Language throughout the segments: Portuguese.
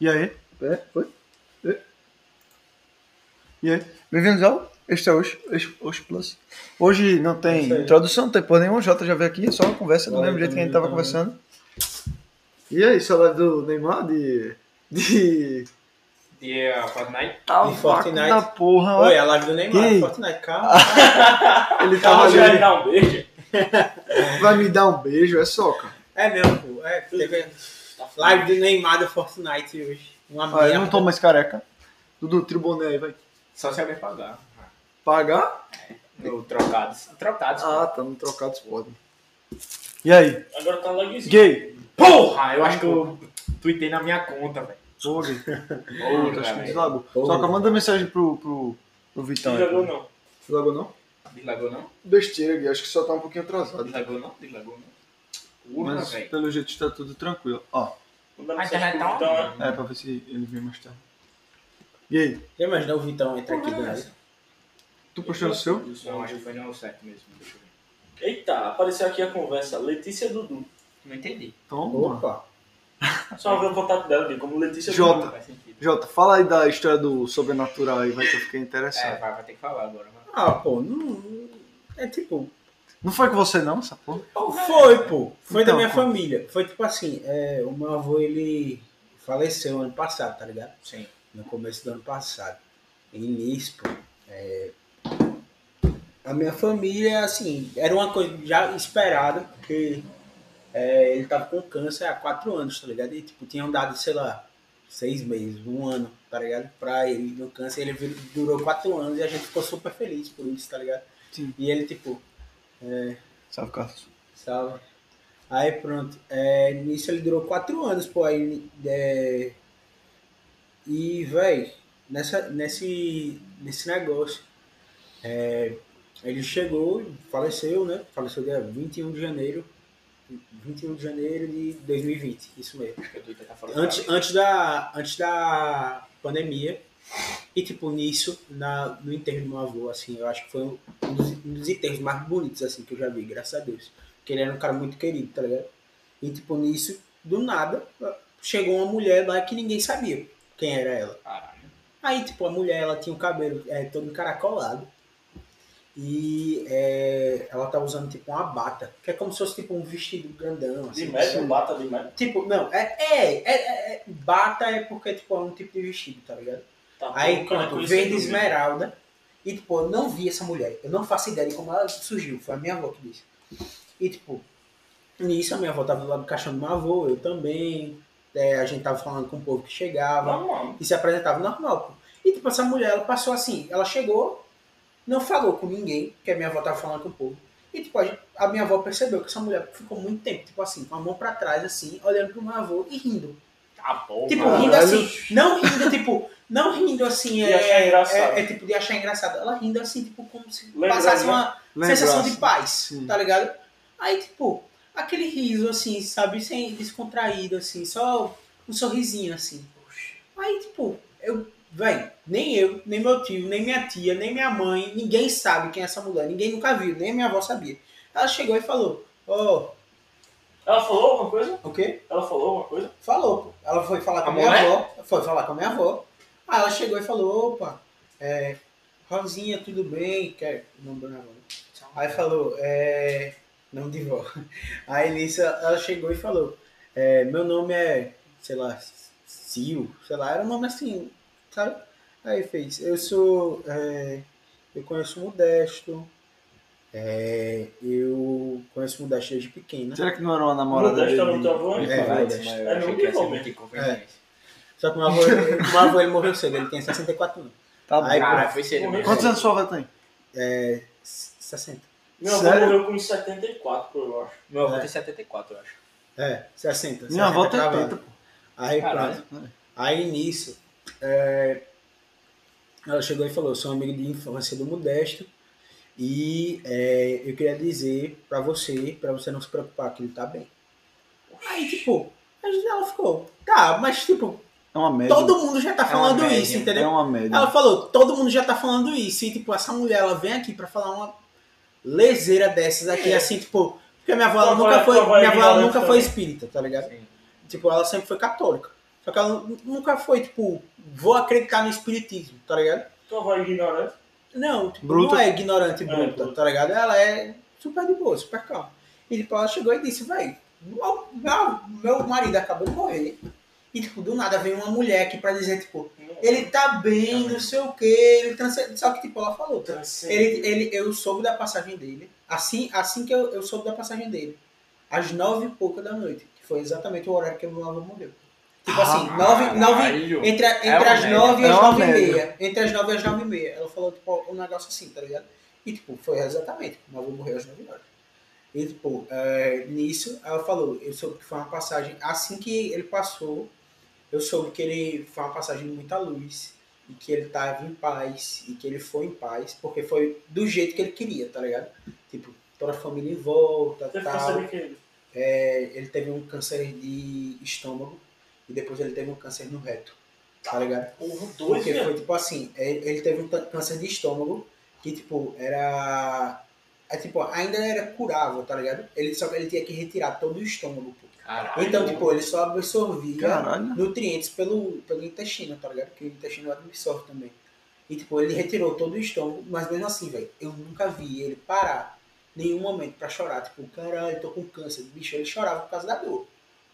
E aí? É, foi? É. E aí? Bem-vindos ao é Extra Osh, Osh, Osh Plus. Hoje não tem Isso aí. introdução, não tem porra nenhuma, o Jota já veio aqui, é só uma conversa do Vai, mesmo jeito que a gente tava também, conversando. E aí, saudade do Neymar de. de. E a Fortnite? Tava Fortnite. na porra, Oi, olha. a live do Neymar, Quem? Fortnite, calma. Ele tava Calma, ali. já me dá um beijo. Vai me dar um beijo, é só, cara. É mesmo, pô. É, teve live do Neymar do Fortnite hoje. Uma Ah, eu merda. não tô mais careca. Dudu, tira o boné aí, vai. Só se alguém pagar. Pagar? No trocados. Trocados. Ah, tá, não trocados podem. E aí? Agora um tá logzinho. Gay? Porra, eu acho que eu tuitei na minha conta, velho. Boa, gay. Porra, Acho que velho. deslagou. Soca, manda mensagem pro, pro, pro Vitão. aí. é Deslagou não. Deslagou não? Deslagou não? Besteira, Gui. Acho que só tá um pouquinho atrasado. Deslagou não? Deslagou não? Porra, Mas velho. pelo jeito está tudo tranquilo. Ó, Ah, A internet tá então, né? uma- é pra ver se ele vem mais tarde. E aí? Já imaginou o Vitão entrar aqui do nada? Tá Tu postou o seu? Não, acho que foi no certo mesmo. Deixa eu ver. Eita, apareceu aqui a conversa. Letícia Dudu. Não entendi. Toma. Opa! Tá Só ver o contato dela ali, como Letícia Jota. Dudu. Faz sentido. Jota, fala aí da história do sobrenatural aí, vai que eu fiquei É, interessado. vai, vai ter que falar agora. vai. Ah, pô, não. É tipo. Não foi com você não, é essa porra? Então Foi, pô. Foi Então, da minha pô. família. Foi tipo assim, é, o meu avô, ele faleceu ano passado, tá ligado? Sim. no começo do ano passado. Em Nispo. é, a minha família, assim, era uma coisa já esperada, porque é, ele tava com câncer há quatro anos, tá ligado? E tipo, tinham dado, sei lá, seis meses, um ano, tá ligado? Pra ele do câncer. Ele vir- durou quatro anos e a gente ficou super feliz por isso, tá ligado? Sim. E ele, tipo, Salve, Carlos. Salve. Aí pronto. É, nisso ele durou quatro anos, pô. Aí, é, e, véi, nessa, nesse, nesse negócio. é, ele chegou, faleceu, né? Faleceu dia 21 de janeiro. 21 de janeiro de 2020, isso mesmo Acho que a Duda tá falando. antes, antes, da, antes da pandemia. E, tipo, nisso, na, no enterro do meu avô, assim, eu acho que foi um dos, um dos enterros mais bonitos, assim, que eu já vi, graças a Deus. Porque ele era um cara muito querido, tá ligado? E, tipo, nisso, do nada, chegou uma mulher lá que ninguém sabia quem era ela. Caralho. Aí, tipo, a mulher, ela tinha o cabelo é, todo encaracolado. E é, ela tava usando, tipo, uma bata. Que é como se fosse, tipo, um vestido grandão, assim. De médio, bata de médio. Tipo, não, é, é, é, é- é- bata é porque tipo, é um tipo de vestido, tá ligado? Tá Aí, bom, cara, né? pronto, conhecido verde mesmo. esmeralda. E, tipo, eu não vi essa mulher. Eu não faço ideia de como ela surgiu. Foi a minha avó que disse. E, tipo, nisso a minha avó tava lá do caixão do meu avô, eu também. É, a gente tava falando com o povo que chegava Normal. e se apresentava normal, pô. E tipo, essa mulher, ela passou assim, ela chegou, não falou com ninguém, que a minha avó tava falando com o povo. E tipo, a, gente- a minha avó percebeu que essa mulher ficou muito tempo, tipo assim, com a mão pra trás, assim, olhando pro meu avô e rindo. Tá bom. Tipo, mano. rindo assim, não rindo, tipo, não rindo assim, De é, achar engraçado. é- é, tipo de achar engraçado. Ela rindo assim, tipo, como se Lembra, passasse né? uma Lembra, sensação de assim, paz, Sim. tá ligado? Aí, tipo, aquele riso, assim, sabe, sem descontraído, assim, só um sorrisinho, assim. Aí, tipo, eu, velho, nem eu, nem meu tio, nem minha tia, nem minha mãe, ninguém sabe quem é essa mulher, ninguém nunca viu, nem minha avó sabia. Ela chegou e falou, ó, Ela falou alguma coisa? o quê? Ela falou alguma coisa? Falou, pô. Ela foi falar com A a minha mulher? avó. Foi falar com a minha avó. Aí ela chegou e falou, opa, é, Rosinha, tudo bem? Que é o nome da minha avó. né? um Aí falou, é. Nome de vó. Aí nisso ela chegou e falou, é, meu nome é, sei lá, Sil, sei lá, era um nome assim, sabe? Aí fez, eu sou. é, eu conheço o Modesto. é, eu conheço o Modesto desde pequena. Será que não era uma namorada Modesto dele? é o então. nome do avô, né? É, Vai, deixa. mas É, eu achei não que tem ia ser como, muito né? inconveniente. É. Só que meu avô, meu avô ele morreu cedo, ele tem 64 anos. Tá bom. Aí, Cara, foi cedo mesmo. Quantos anos sua avó tem? É. 60. Meu avô Sério? morreu com uns 74, pô, eu acho. Meu avô É. tem 74, eu acho. É, 60. Minha avó tá tem 70. 80, pô. Aí Caralho. pronto. Aí nisso, é, ela chegou e falou, sou amigo de infância do Modesto e é, eu queria dizer pra você, pra você não se preocupar que ele tá bem. Aí tipo, aí ela ficou, tá, mas tipo, É uma média. todo mundo já tá falando média, isso, entendeu? É uma média. Ela falou, todo mundo já tá falando isso. E, tipo, essa mulher, ela vem aqui pra falar uma leseira dessas aqui, assim, tipo... Porque minha avó, ela Tua É. nunca avó é- foi, tua avó é minha avó, ela ignorante nunca também. foi espírita, tá ligado? Sim. Tipo, ela sempre foi católica. Só que ela nu- nunca foi, tipo, vou acreditar no espiritismo, tá ligado? Tu é uma voz ignorante. Não, tipo, Bruta. não é ignorante e É, bruta, bruta. tá ligado? Ela é super de boa, super calma. E tipo, ela chegou e disse, velho, meu, meu- meu marido acabou de morrer. E tipo, do nada vem uma mulher aqui pra dizer, tipo, ele tá É, bem, né? não sei o quê, ele transce- Só que tipo, ela falou, tá? Ele, ele, eu soube da passagem dele. Assim, assim que eu, eu soube da passagem dele. Às nove e pouca da noite. Que foi exatamente o horário que meu avô morreu. Tipo assim, nove, nove, Caralho. entre, entre É uma as média. nove e É as uma nove e média. meia. Entre as nove e as nove e meia. Ela falou, tipo, um negócio assim, tá ligado? E, tipo, foi exatamente. Meu avô morreu às nove horas. E, tipo, é, nisso, ela falou, eu soube que foi uma passagem... Assim que ele passou, eu soube que ele foi uma passagem de muita luz. E que ele tava em paz. E que ele foi em paz. Porque foi do jeito que ele queria, tá ligado? Tipo, toda a família em volta, Você ficou tal. sabendo que ele. É, ele teve um câncer de estômago. E depois ele teve um câncer no reto. Tá ligado? Houve dois, Porque velho. foi tipo assim, ele ele teve um tan- câncer de estômago que, tipo, era. É, tipo, ainda era curável, tá ligado? Ele só ele tinha que retirar todo o estômago, pô. Caralho. Então, tipo, ele só absorvia Caralho. nutrientes pelo, pelo intestino, tá ligado? Porque o intestino absorve também. E, tipo, ele retirou todo o estômago, mas mesmo assim, velho, eu nunca vi ele parar em nenhum momento pra chorar. Tipo, caralho, tô com câncer. Bicho, ele chorava por causa da dor.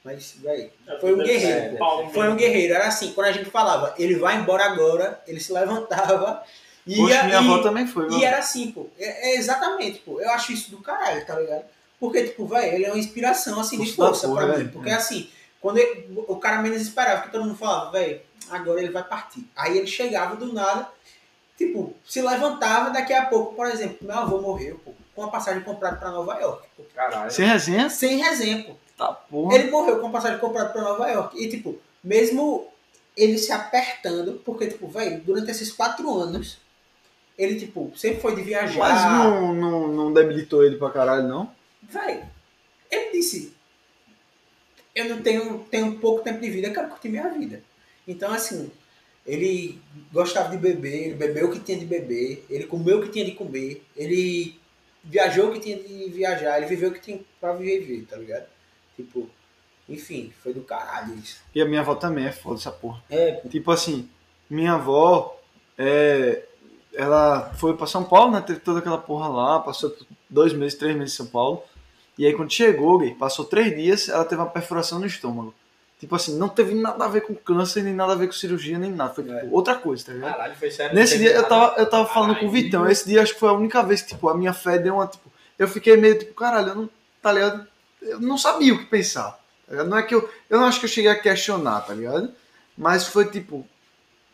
Mas, velho, foi um Deve ser guerreiro. um pau Foi Uhum. um mesmo. guerreiro, era assim, quando a gente falava, ele vai embora agora, ele se levantava e Poxa, ia. minha e, avó tá também foi, e mano. era assim, pô. É, é exatamente, pô. Eu acho isso do caralho, tá ligado? Porque, tipo, velho, ele é uma inspiração, assim, de Isso da força porra, pra mim. velho. Porque, assim, quando ele- o cara menos esperava, que todo mundo falava, velho, agora ele vai partir. Aí ele chegava do nada, tipo, se levantava, daqui a pouco, por exemplo, meu avô morreu, pô, com uma passagem comprada pra Nova York. pô. Caralho. Sem resenha? Sem resenha, pô. Tá porra. Ele morreu com passagem comprada pra Nova York. E, tipo, mesmo ele se apertando, porque, tipo, velho, durante esses quatro anos, ele, tipo, sempre foi de viajar. Mas não, não, não debilitou ele pra caralho, não? Véi, ele disse: Eu não tenho, tenho pouco tempo de vida, eu quero curtir minha vida. Então, assim, ele gostava de beber, ele bebeu o que tinha de beber, ele comeu o que tinha de comer, ele viajou o que tinha de viajar, ele viveu o que tinha pra viver, tá ligado? Tipo, enfim, foi do caralho isso. E a minha avó também é foda essa porra. É, Tipo assim, minha avó, é, ela foi pra São Paulo, né? Teve toda aquela porra lá, passou dois meses, três meses em São Paulo. E aí quando chegou, gay, passou três dias, ela teve uma perfuração no estômago. Tipo assim, não teve nada a ver com câncer, nem nada a ver com cirurgia, nem nada. Foi tipo, É. outra coisa, tá ligado? Caralho, foi sério. Nesse Não dia teve eu nada. tava, eu tava falando com o Caralho. Vitão. Esse dia acho que foi a única vez que, tipo, a minha fé deu uma, tipo, eu fiquei meio, tipo, caralho, eu não, tá ligado? Eu não sabia o que pensar. tá ligado? Não é que eu, eu não acho que eu cheguei a questionar, tá ligado? Mas foi tipo,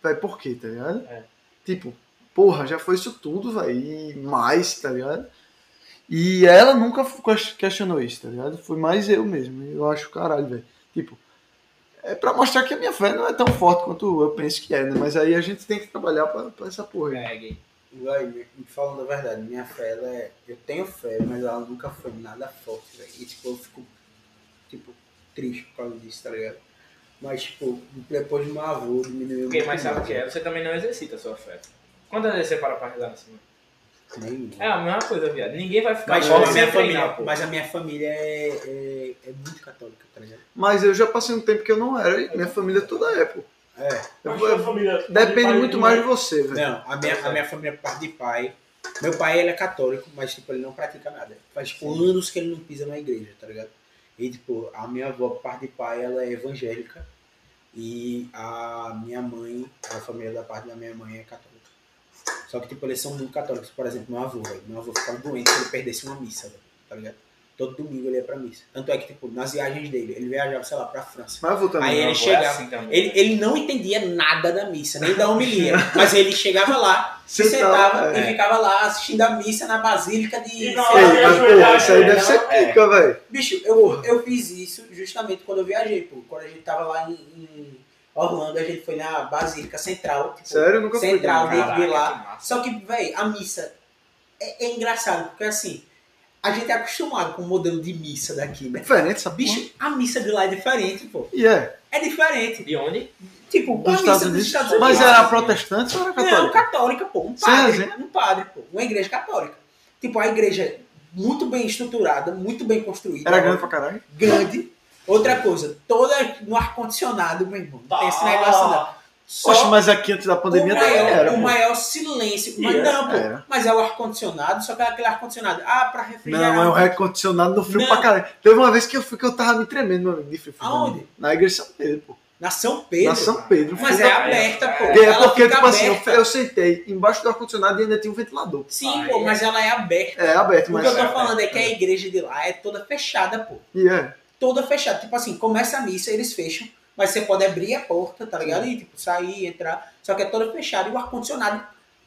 velho, por quê, tá ligado? É. Tipo, porra, já foi isso tudo, velho, e mais, tá ligado? E ela nunca fu- ques- questionou isso, tá ligado? Foi mais eu mesmo. Eu acho caralho, velho. Tipo, é pra mostrar que a minha fé não é tão forte quanto eu penso que é, né? Mas aí a gente tem que trabalhar pra, pra essa porra. aí. É, gay. Vai, me- me falando a verdade, minha fé, ela é. Eu tenho fé, mas ela nunca foi nada forte, velho. E tipo, eu fico, tipo, triste por causa disso, tá ligado? Mas, tipo, depois do meu avô, diminuiu. Ok, muito mas sabe o mais, que é? Você também não exercita a sua fé. Quantas vezes você para pra rezar nessa manhã? né? Nenhum. É a mesma coisa, viado. Ninguém vai ficar Mas, igual tipo, a sem minha treinar, família, pô. mas a minha família é, é, é muito católica, tá ligado? Mas eu já passei um tempo que eu não era, e minha família toda é, pô. É. Eu- Mas eu- tua família- pai depende de muito mãe. mais de você, velho. Não, a minha, a minha família, por parte de pai. Meu pai, ele é católico, mas, tipo, ele não pratica nada. Faz, tipo, anos que ele não pisa na igreja, tá ligado? E, tipo, a minha avó, por parte de pai, ela é evangélica. E a minha mãe, a família da parte da minha mãe é católica. Só que, tipo, eles são muito católicos. Por exemplo, meu avô, velho. Meu avô ficava doente se ele perdesse uma missa, velho, tá ligado? Todo domingo ele ia pra missa. Tanto é que, tipo, nas viagens dele, ele viajava, sei lá, pra França. Mas eu vou também. Aí Meu ele avô é chegava- assim também. Ele, ele não entendia nada da missa, nem da homilia. mas ele chegava lá, tá se sentava É. e ficava lá assistindo a missa na Basílica de. E na sei Ei, lá. hora de mas, porra, ajoelhar, isso aí é, deve não, ser é. pica, velho. Bicho, eu, eu fiz isso justamente quando eu viajei, pô. Quando a gente tava lá em, em Orlando, a gente foi na Basílica Central. Tipo, Sério, eu nunca fui. Central, não. né? Caraca, de lá. que massa. Só que, velho, a missa é, é engraçado, porque assim, a gente é acostumado com o modelo de missa daqui, né? Diferente essa bicha. Bicho, a missa de lá é diferente, pô. E é. É diferente. De onde? Tipo, a Dos missa Estados dos Unidos. Estados Unidos. é Mas era protestante ou era Não, católica? católica, pô. Um Sem padre, resenha. um padre, pô. Uma igreja católica. Tipo, a igreja muito bem estruturada, muito bem construída. Era grande pra caralho. grande. Outra coisa, toda no ar-condicionado, meu irmão. Não tem esse negócio não. Tá. Só Poxa, mas aqui antes da pandemia o também maior, era. o pô. maior silêncio. Mas Era, não, pô. era. Mas é o ar-condicionado, só que é aquele ar-condicionado. Ah, pra refrigerar. Não, é um ar-condicionado no frio Não. pra caralho. Teve uma vez que eu fui que eu tava me tremendo, meu amigo, de frio. Aonde? Na igreja de São Pedro, pô. Na São Pedro. Na São Pedro. Mas fui- é aberta, pô. Porque- Ela porque, fica tipo assim, eu, aberta. eu sentei embaixo do ar-condicionado e ainda tinha um ventilador. Sim, Ah, pô, é. mas ela é aberta. É, aberto, O mas. que eu tô é falando é aberta, que a igreja de lá é toda fechada, pô. E é. Toda fechada. Tipo assim, começa a missa, eles fecham. Mas você pode abrir a porta, tá ligado? E tipo, sair, entrar. Só que é toda fechada e o ar-condicionado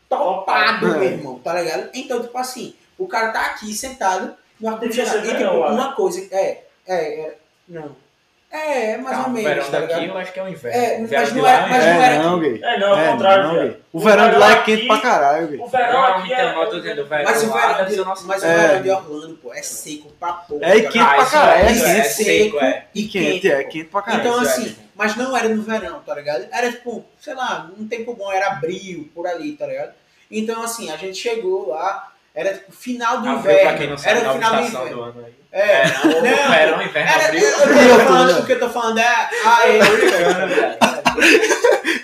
topado, É. meu irmão, tá ligado? Então, tipo assim, o cara tá aqui sentado no Devia ar-condicionado. ser E tipo, verão lá, né? uma coisa. É, é, é. Não. É, é mais Tá, ou o menos, verão tá daqui ligado? eu acho que é o inverno. É, O mas verão de não lá é- um mas não É, inverno. era não, aqui. gay. É, não, É, ao contrário, não, viado. gay. O verão de lá é quente aqui- pra caralho, gay. O verão Não, aqui então, eu tô é. dizendo, velho, Mas o lá verão deve ser de, o nosso- mas o É. verão de Orlando, pô, é seco pra porra. É, e tá quente pra Ah, isso caralho, é, é isso quente. é seco, é. E quente, é quente pra caralho. Então, isso é assim, mas não era no verão, tá ligado? Era tipo, sei lá, um tempo bom, era abril, por ali, tá ligado? Então, assim, a gente chegou lá, era tipo final do Abril, é. pra quem inverno. não sabe, Era nova o final do estação inverno. do ano aí. É. Verão, Não. verão, inverno, Era, abril. eu- eu- eu tô falando, Não. o que eu tô falando é. Ah, é, é,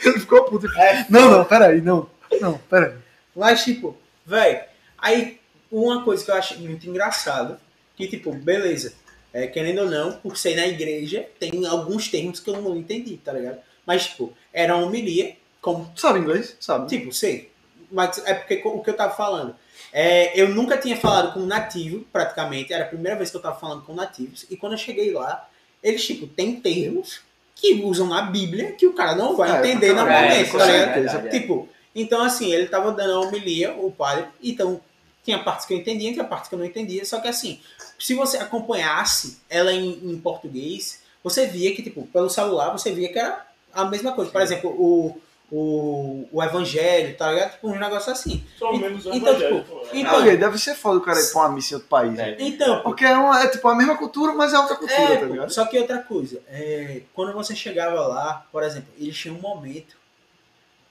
Ele ficou puto. é, é. Não, não, peraí, não. Não, peraí. Mas, tipo, velho, aí uma coisa que eu achei muito engraçada, que, tipo, beleza, é, querendo ou não, por ser na igreja, tem alguns termos que eu não entendi, tá ligado? Mas, tipo, era uma homilia, como Tu sabe inglês? Sabe. Tipo, sei. Mas é porque co- o que eu tava falando. É, eu nunca tinha falado com nativo, praticamente. Era a primeira vez que eu tava falando com nativos. E quando eu cheguei lá, eles, tipo, tem termos que usam na Bíblia que o cara não vai É, entender é, normalmente, com tá certeza. ligado? Tipo, então assim, ele tava dando a homilia, o padre, então tinha partes que eu entendia, tinha partes que eu não entendia, só que assim, se você acompanhasse ela em, em português, você via que, tipo, pelo celular, você via que era a mesma coisa. Por exemplo, o, o, o evangelho, tá ligado? Tipo, um negócio assim. Sou menos Então, evangélico, tipo, pô. é. e- Não, gay, é deve ser foda o cara ir pra uma missa em outro país. né? É. Então, Porque é, uma, é tipo a mesma cultura, mas é outra cultura, É, tá pô, ligado? só que outra coisa, é, quando você chegava lá, por exemplo, eles tinham um momento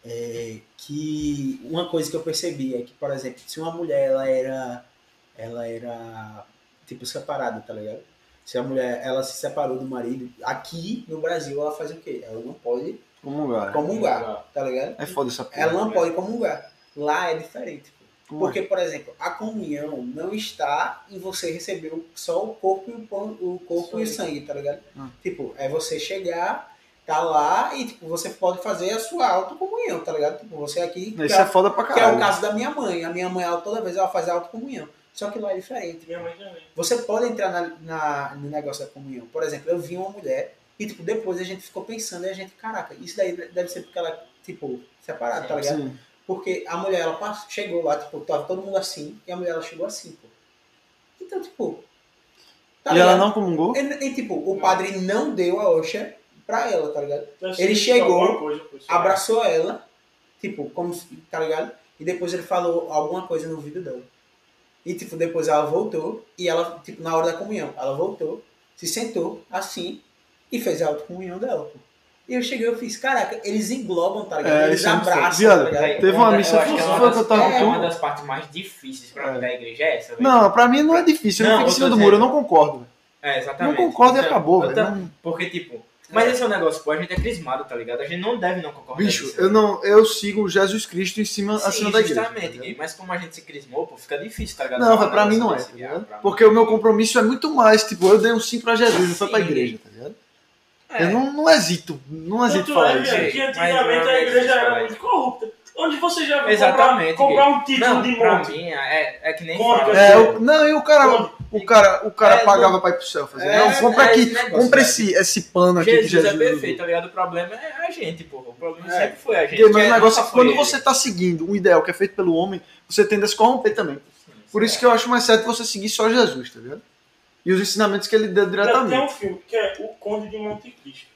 é, que uma coisa que eu percebi é que, por exemplo, se uma mulher ela era ela era tipo separada, tá ligado? Se a mulher ela se separou do marido, aqui no Brasil ela faz o quê? Ela não pode Comungar. comungar, tá ligado? Tipo, É foda essa porra. Ela não pode comungar. Lá é diferente. pô. Como é? Porque, por exemplo, a comunhão não está em você receber o- só o corpo e o, pão- o corpo e o sangue, tá ligado? Hum. Tipo, é você chegar, tá lá e tipo, você pode fazer a sua autocomunhão, tá ligado? Tipo, você aqui, que, Isso é, é foda pra que é o caralho. caso da minha mãe. A minha mãe, ela, toda vez, ela faz a autocomunhão. Só que lá é diferente. Minha mãe também. Você pode entrar na, na- no negócio da comunhão. Por exemplo, eu vi uma mulher e, tipo, depois a gente ficou pensando e a gente, caraca, isso daí deve ser porque ela, tipo, separada, tá ligado? Sim. Porque a mulher, ela passou- chegou lá, tipo, tava todo mundo assim, e a mulher, ela chegou assim, pô. Então, tipo... tá E ela ligado? não comungou? E, e, tipo, o padre não deu a oxa pra ela, tá ligado? Deve Ele ser chegou, alguma coisa, pô, sei lá. Abraçou ela, tipo, como, se- tá ligado? E depois ele falou alguma coisa no ouvido dela. E, tipo, depois ela voltou, e ela, tipo, na hora da comunhão, ela voltou, se sentou, assim, e fez a autocomunhão dela, pô. E eu cheguei, eu fiz, caraca, eles englobam, tá ligado? É, eles isso é muito foda. abraçam, Viado, tá ligado? Teve uma missa, eu acho que é foi uma, que eu das, tava é com- uma das partes mais difíceis pra mim da igreja é essa, velho. Não, pra mim não é difícil. Eu Não, não fico em eu cima tô do muro, eu dizendo. não concordo. velho. É, Não exatamente. concordo e Então, acabou, eu velho. tam- Não- Porque, tipo, mas esse é um negócio, pô, a gente é crismado, tá ligado? A gente não deve não concordar Bicho, disso, eu né? não, eu sigo Jesus Cristo em cima, Sim, acima da igreja. justamente, tá ligado? Gui, mas como a gente se crismou, pô, fica difícil, tá ligado? Não, Falar velho, pra um mim não negócio é, tá desse, viado, ligado? pra mim. Porque o meu compromisso é muito mais, tipo, eu dei um sim pra Jesus, não foi pra Sim. igreja, tá ligado? É. Eu não, não hesito, não hesito Tanto falar é, isso. viado, isso. que Mas antigamente não é a igreja isso, era vai. muito corrupta. Onde você já viu comprar, Exatamente, comprar um título não, de um pra monte? mim é, é que nem Conta, fala. É, o- não, e o cara, Onde? o cara, o cara É, pagava pra ir pro céu, fazia, É, não, compra é aqui, esse negócio, compra velho. esse, esse pano aqui Jesus que é Jesus perfeito, tá ligado? O problema é a gente, porra. O problema É. sempre foi a gente. Porque o mesmo nunca negócio é que foi quando ele. você tá seguindo um ideal que é feito pelo homem, você tende a se corromper também. Por É. isso que eu acho mais certo você seguir só Jesus, tá ligado? E os ensinamentos que ele deu Tem diretamente. um filme que é O Conde de Monte Cristo.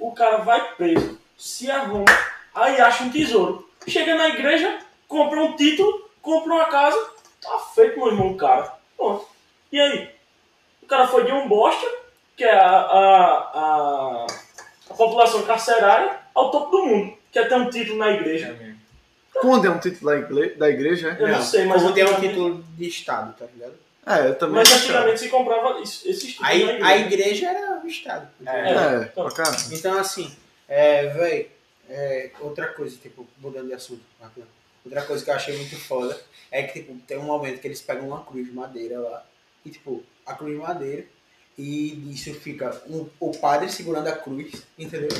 O cara vai preso, se arruma, aí acha um tesouro. Chega na igreja, compra um título, compra uma casa, tá feito, meu irmão, o cara. Pronto. E aí? O cara foi de um bosta, que é a, a, a, a população carcerária, ao topo do mundo. Quer ter um título na igreja. Conde é um título da igle- da igreja, é? Eu não, Não, sei, mas Como eu tem um também- título de Estado, tá ligado? É, eu também. Mas achava. antigamente se comprava isso- esses títulos Aí, na Tipo, é igreja. a igreja era o Estado. É. É, então. pra caramba. Então, assim, é, véi, é, outra coisa, tipo, mudando de assunto, rápido. outra coisa que eu achei muito foda é que, tipo, tem um momento que eles pegam uma cruz de madeira lá, e, tipo, a cruz de madeira, e isso fica um- o padre segurando a cruz, entendeu?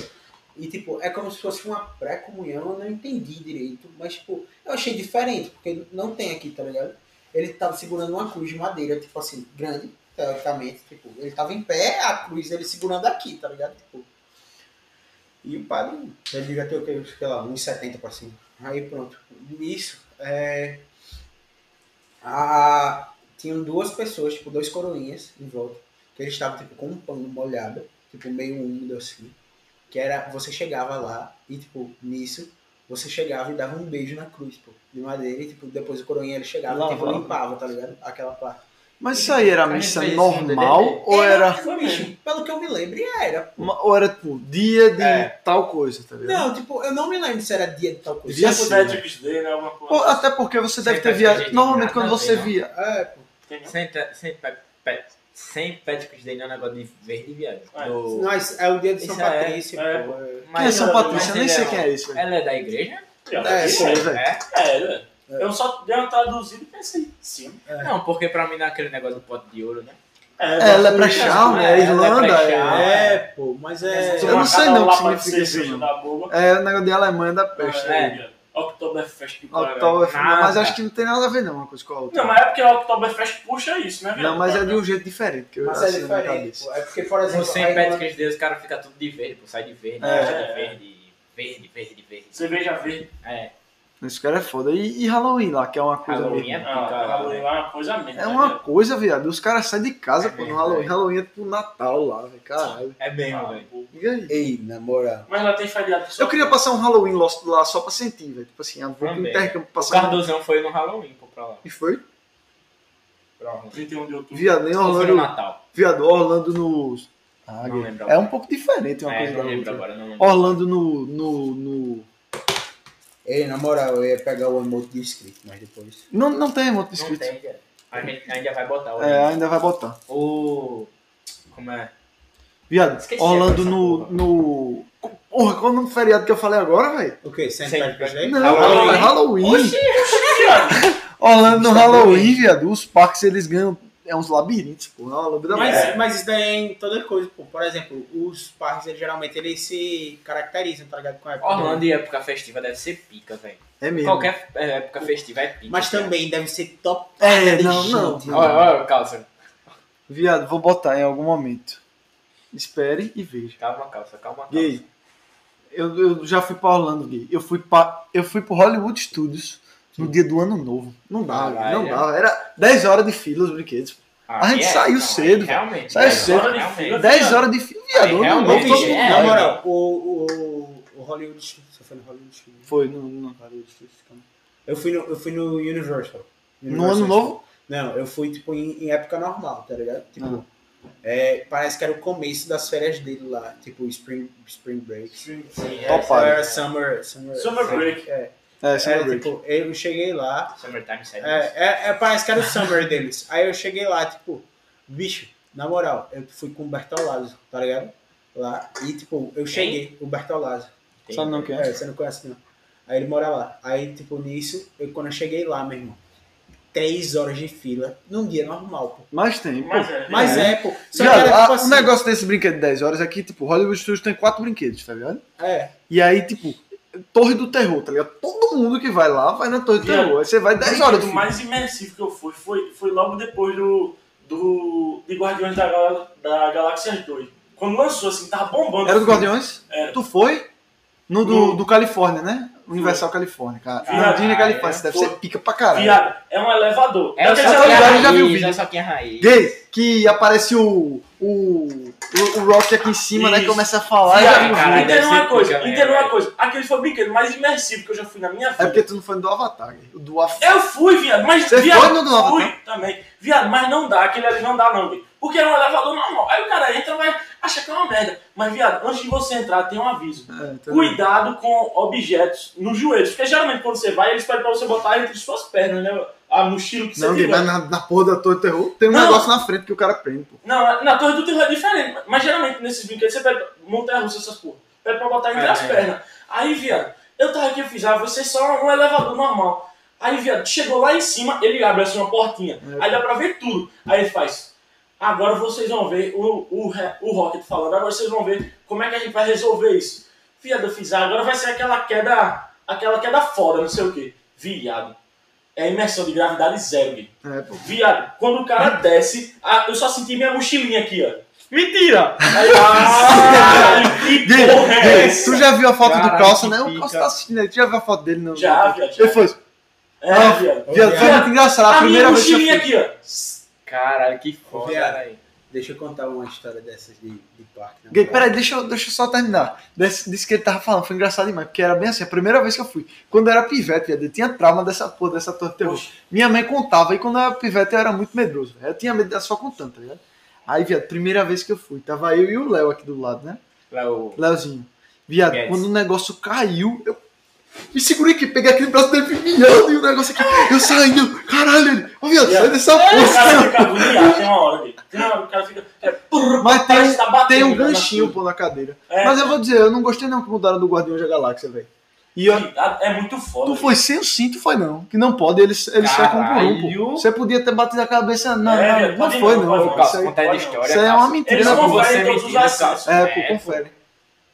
E, tipo, é como se fosse uma pré-comunhão, eu não entendi direito, mas, tipo, eu achei diferente, porque não tem aqui, tá ligado? Ele tava segurando uma cruz de madeira, tipo assim, grande, teoricamente, tipo, ele tava em pé, a cruz ele segurando aqui, tá ligado? Tipo, e o padre, ele devia ter o que, sei lá, uns 70 pra cima. Aí pronto. Nisso, é. A... Tinham duas pessoas, tipo, dois coroinhas em volta, que eles estavam, tipo, com um pano molhado, tipo, meio úmido assim. Que era, você chegava lá e, tipo, nisso, você chegava e dava um beijo na cruz, pô, de madeira, e, tipo, depois o coroinha ele chegava e, tipo, Lavava. limpava, tá ligado? Aquela parte. Mas isso aí era A gente missa fez isso no normal DDD. ou era, Bicho, pelo que eu me lembro, era, uma- ou era tipo dia de É. tal coisa, tá ligado? Não, tipo, eu não me lembro se era dia de tal coisa. Devia Tipo ser. Patrick's Day, né? Alguma Ou- coisa. até porque você deve ter Sempre tem viajado. gente Normalmente que quando não você tem, não. via. É, pô. Tem, não? Sem, te- sem, pe, pe, sem Patrick's Day não é negócio de verde e viado. É. Do- Nós, é o dia de São Isso é- Patrício, é. pô. é. Quem é Mas São ela- mas Patrício? Eu nem ele sei é- quem é isso. velho. Ela é da igreja? Já É, tá aqui, sim, né? velho. É. É, né? Eu só dei uma traduzida e pensei, sim. É? Não, porque pra mim naquele negócio do pote de ouro, né? É, mas- Leprechaun, né? É, Irlanda. Leprechaun. É, É, pô, mas é. Eu não sei Cada não o que lapa de significa isso, cerveja não. da boba. é o negócio de Alemanha da peste. É. É. Oktoberfest. que né? October, nada. mas acho que não tem nada a ver não uma coisa com a outra. Não, mas é porque a Oktoberfest puxa isso, né? Não, velho? mas é de um jeito diferente que eu Mas é assino na diferente, cabeça. pô. É porque, por No exemplo, sem a Irlanda- Patrick's Day os caras ficam tudo de verde, pô. Sai de verde, É. sai de verde, verde, verde, verde. Cerveja verde. É, Esse cara é foda. E, e Halloween lá, que é uma coisa Halloween é Ah, pica. Halloween Halloween. lá é uma coisa mesmo. É tá uma ligado? coisa, viado. Os caras saem de casa, É pô, no verdade. Halloween. Halloween é tipo Natal lá, velho. Caralho. É mesmo, Ah. velho. E aí? Ei, na moral. Mas lá tem feriado. só- Eu queria passar um Halloween lá, lá só pra sentir, velho. Tipo assim, ah, vou pro Também. intercâmbio O passar. Cardozão foi no Halloween, pô, pra lá. E foi? Pra Orlando. 31 de outubro. Viado, nem Ou foi no um Orlando. Natal. Viado, Orlando no. Ah, Não gay. lembro é agora. um pouco diferente uma É, coisa da não lembro outra. agora, não lembro. Orlando no. no, no... Ei, na moral, eu ia pegar o emote de script, mas depois. Não, não tem moto Não escrito. tem, já. A gente ainda vai botar o. É, ainda vai botar. O. Como é? Viado, Esqueci Orlando essa no. porra. no... Porra, qual o nome do feriado que eu falei agora, velho? O quê? Sem Sem Patrick's Day? Não, Halloween. Halloween. Halloween. viado. Orlando no Está Halloween, viado. Os parques eles ganham. É uns labirintos, pô. Não, é um labirinto. Mas, É. mas isso daí é em toda coisa, pô. Por exemplo, os parques, eles, geralmente, eles se caracterizam, tá ligado? Com a época. Orlando e época festiva deve ser pica, velho. É mesmo. Qualquer é, época festiva é pica. Mas também deve ser top. É, não, não. Olha, olha o calça. Viado, vou botar em algum momento. Espere e veja. Calma, calça, calma, calça. Gay. Eu, eu já fui pra Orlando, gay. Eu fui, pra, eu fui pro Hollywood Studios no dia do ano novo. Não dá, Caralho. não dá. Era 10 horas de fila os brinquedos. Ah, A gente saiu cedo, aí Realmente. é, Saiu aí cedo. Realmente. realmente. 10 horas de fila, viado. Aí, Ano realmente, novo, todo é, mundo é. na vai. moral, o, o, o Hollywood Studios. Você foi no Hollywood Studios? Foi no, no, Hollywood Studios, calma. Eu fui no, eu fui no Universal. no ano Universal novo. Não, eu fui, tipo, em, em época normal, tá ligado? Tipo, Ah. é, parece que era o começo das férias dele lá, tipo, Spring, spring Break. é Sim, é Top Ou Topado. era Summer, summer, Summer Break. É, É, Summer era, Break. tipo, eu cheguei lá, Summertime é, saiu. é, é, parece que era o Summer deles. Aí eu cheguei lá, tipo, bicho, na moral, eu fui com o Bertolazzo, tá ligado? Lá, e tipo, eu cheguei, o Bertolazzo. Tem- Sabe não quem é? É, você não conhece não. Aí ele mora lá. Aí, tipo, nisso, eu, quando eu cheguei lá, meu irmão, três horas de fila num dia normal, pô. Mas tem, pô. Mas é. Mas é, pô. Só que Viado, era, a- tipo, o assim, ah, um negócio desse brinquedo de 10 horas é que, tipo, Hollywood Studios tem quatro brinquedos, tá ligado? É, E aí, tipo, Torre do Terror, tá ligado? Todo mundo que vai lá vai na Torre do Viado, Terror. Aí você vai 10 horas. O filho. mais imersivo que eu fui foi, foi logo depois do, do de Guardiões da, Gal- da Galáxia 2. Quando lançou, assim, tava bombando. Era do Fui- Guardiões? Era. Tu foi? No do, É. No- do Califórnia, né? Universal Califórnia, cara. Viado, Não, Disney Califórnia, é, você deve foi. ser pica pra caralho. Viado, é um elevador. É o Daqueles Santa elevadores- Clara, Soquinha eu já vi o Raiz, vídeo. é o Soquinha Raiz. Gay, que aparece o, o, o, o Rock aqui em cima, né? Isso. Começa a falar. Viado, já vi o cara, vídeo. entenda deve uma ser coisa, pica, né, entenda uma velho? coisa. Aquele foi o brinquedo mais imersivo que eu já fui na minha É vida. porque tu não foi do Avatar, gay. O do Avatar. Eu fui, viado, mas Você viado, foi no do tá? Avatar? fui também. Viado, mas não dá, aquele ali não dá não, viado. Porque é um elevador normal. Aí o cara entra, vai, acha que é uma merda. Mas, viado, antes de você entrar, tem um aviso. É, tá bem. Cuidado com objetos nos joelhos. Porque geralmente quando você vai, eles pedem pra você botar entre suas pernas, né? A mochila que você Não, Gui, tiver. mas na, na porra da torre do terror tem um Não. negócio na frente que o cara prende, pô. Não, na- na Torre do Terror é diferente. mas- Mas geralmente nesses brinquedos você pega montanha-russa, essas porra. Pede pra botar entre É. as pernas. Aí, viado, eu tava aqui, eu fiz, ah, vai ser só um elevador normal. Aí, viado, chegou lá em cima, ele abre assim uma portinha. É. Aí dá pra ver tudo. Aí ele faz, agora vocês vão ver o, o, Re- o Rocket falando, agora vocês vão ver como é que a gente vai resolver isso. Viado, eu fiz, ah, agora vai ser aquela queda, aquela queda fora, não sei o quê. Viado. É imersão de gravidade zero, Gui. É, pô. Viado, quando o cara desce, ah, eu só senti minha mochilinha aqui, ó. Mentira! Aí, eu, caralho, que Gui, porra é Gui, essa? tu já viu a foto do Cara, calça, que né? O pica. calça tá assistindo aí. Tu já viu a foto dele? Não? Já, viado, já. Ele foi. É, Ah, viado. Viado, foi Viado, muito engraçado. tá A, A minha primeira vez que eu mochilinha fui. aqui, ó. Caralho, que foda, Viado. velho. Deixa eu contar uma história dessas de, de parque. né? Gui, Peraí, deixa eu, deixa eu só terminar. Desse, disso que ele tava falando, foi engraçado demais, porque era bem assim, a primeira vez que eu fui. Quando eu era pivete, viado, eu tinha trauma dessa porra, dessa torre de terror. Minha mãe contava, e quando eu era pivete eu era muito medroso. velho. Eu tinha medo dela só contando, tá ligado? Aí, viado, primeira vez que eu fui, tava eu e o Léo aqui do lado, né? Lá o... Leozinho. Viado, Guedes. quando o negócio caiu, eu me segurei aqui, peguei aquele braço dele brilhando e o negócio aqui. Eu saindo, caralho, ele. Ô, viado, sai Viado. dessa O cara porra. fica agoniado, tem é uma hora, viado. Tem uma hora que o cara fica. É, brrr, Mas parece que tá batendo, Tem um viado, na ganchinho, coisa. pô, na cadeira. É, Mas eu vou dizer, eu não gostei não que mudaram do Guardiões da Galáxia, velho. E eu, viado, é muito foda. tu foi sem o cinto, foi não. Que não pode, eles, eles secam por um, pô. Caralho. Você podia ter batido a cabeça. Não, É, não, viado, não pode foi não, não. pode velho. não. Isso Cássio, aí- conta aí de Isso história, isso aí é uma Cássio. Eles mentira, não pô. vão Você em todos os mentira, acessos. É, É, pô, pô. confere.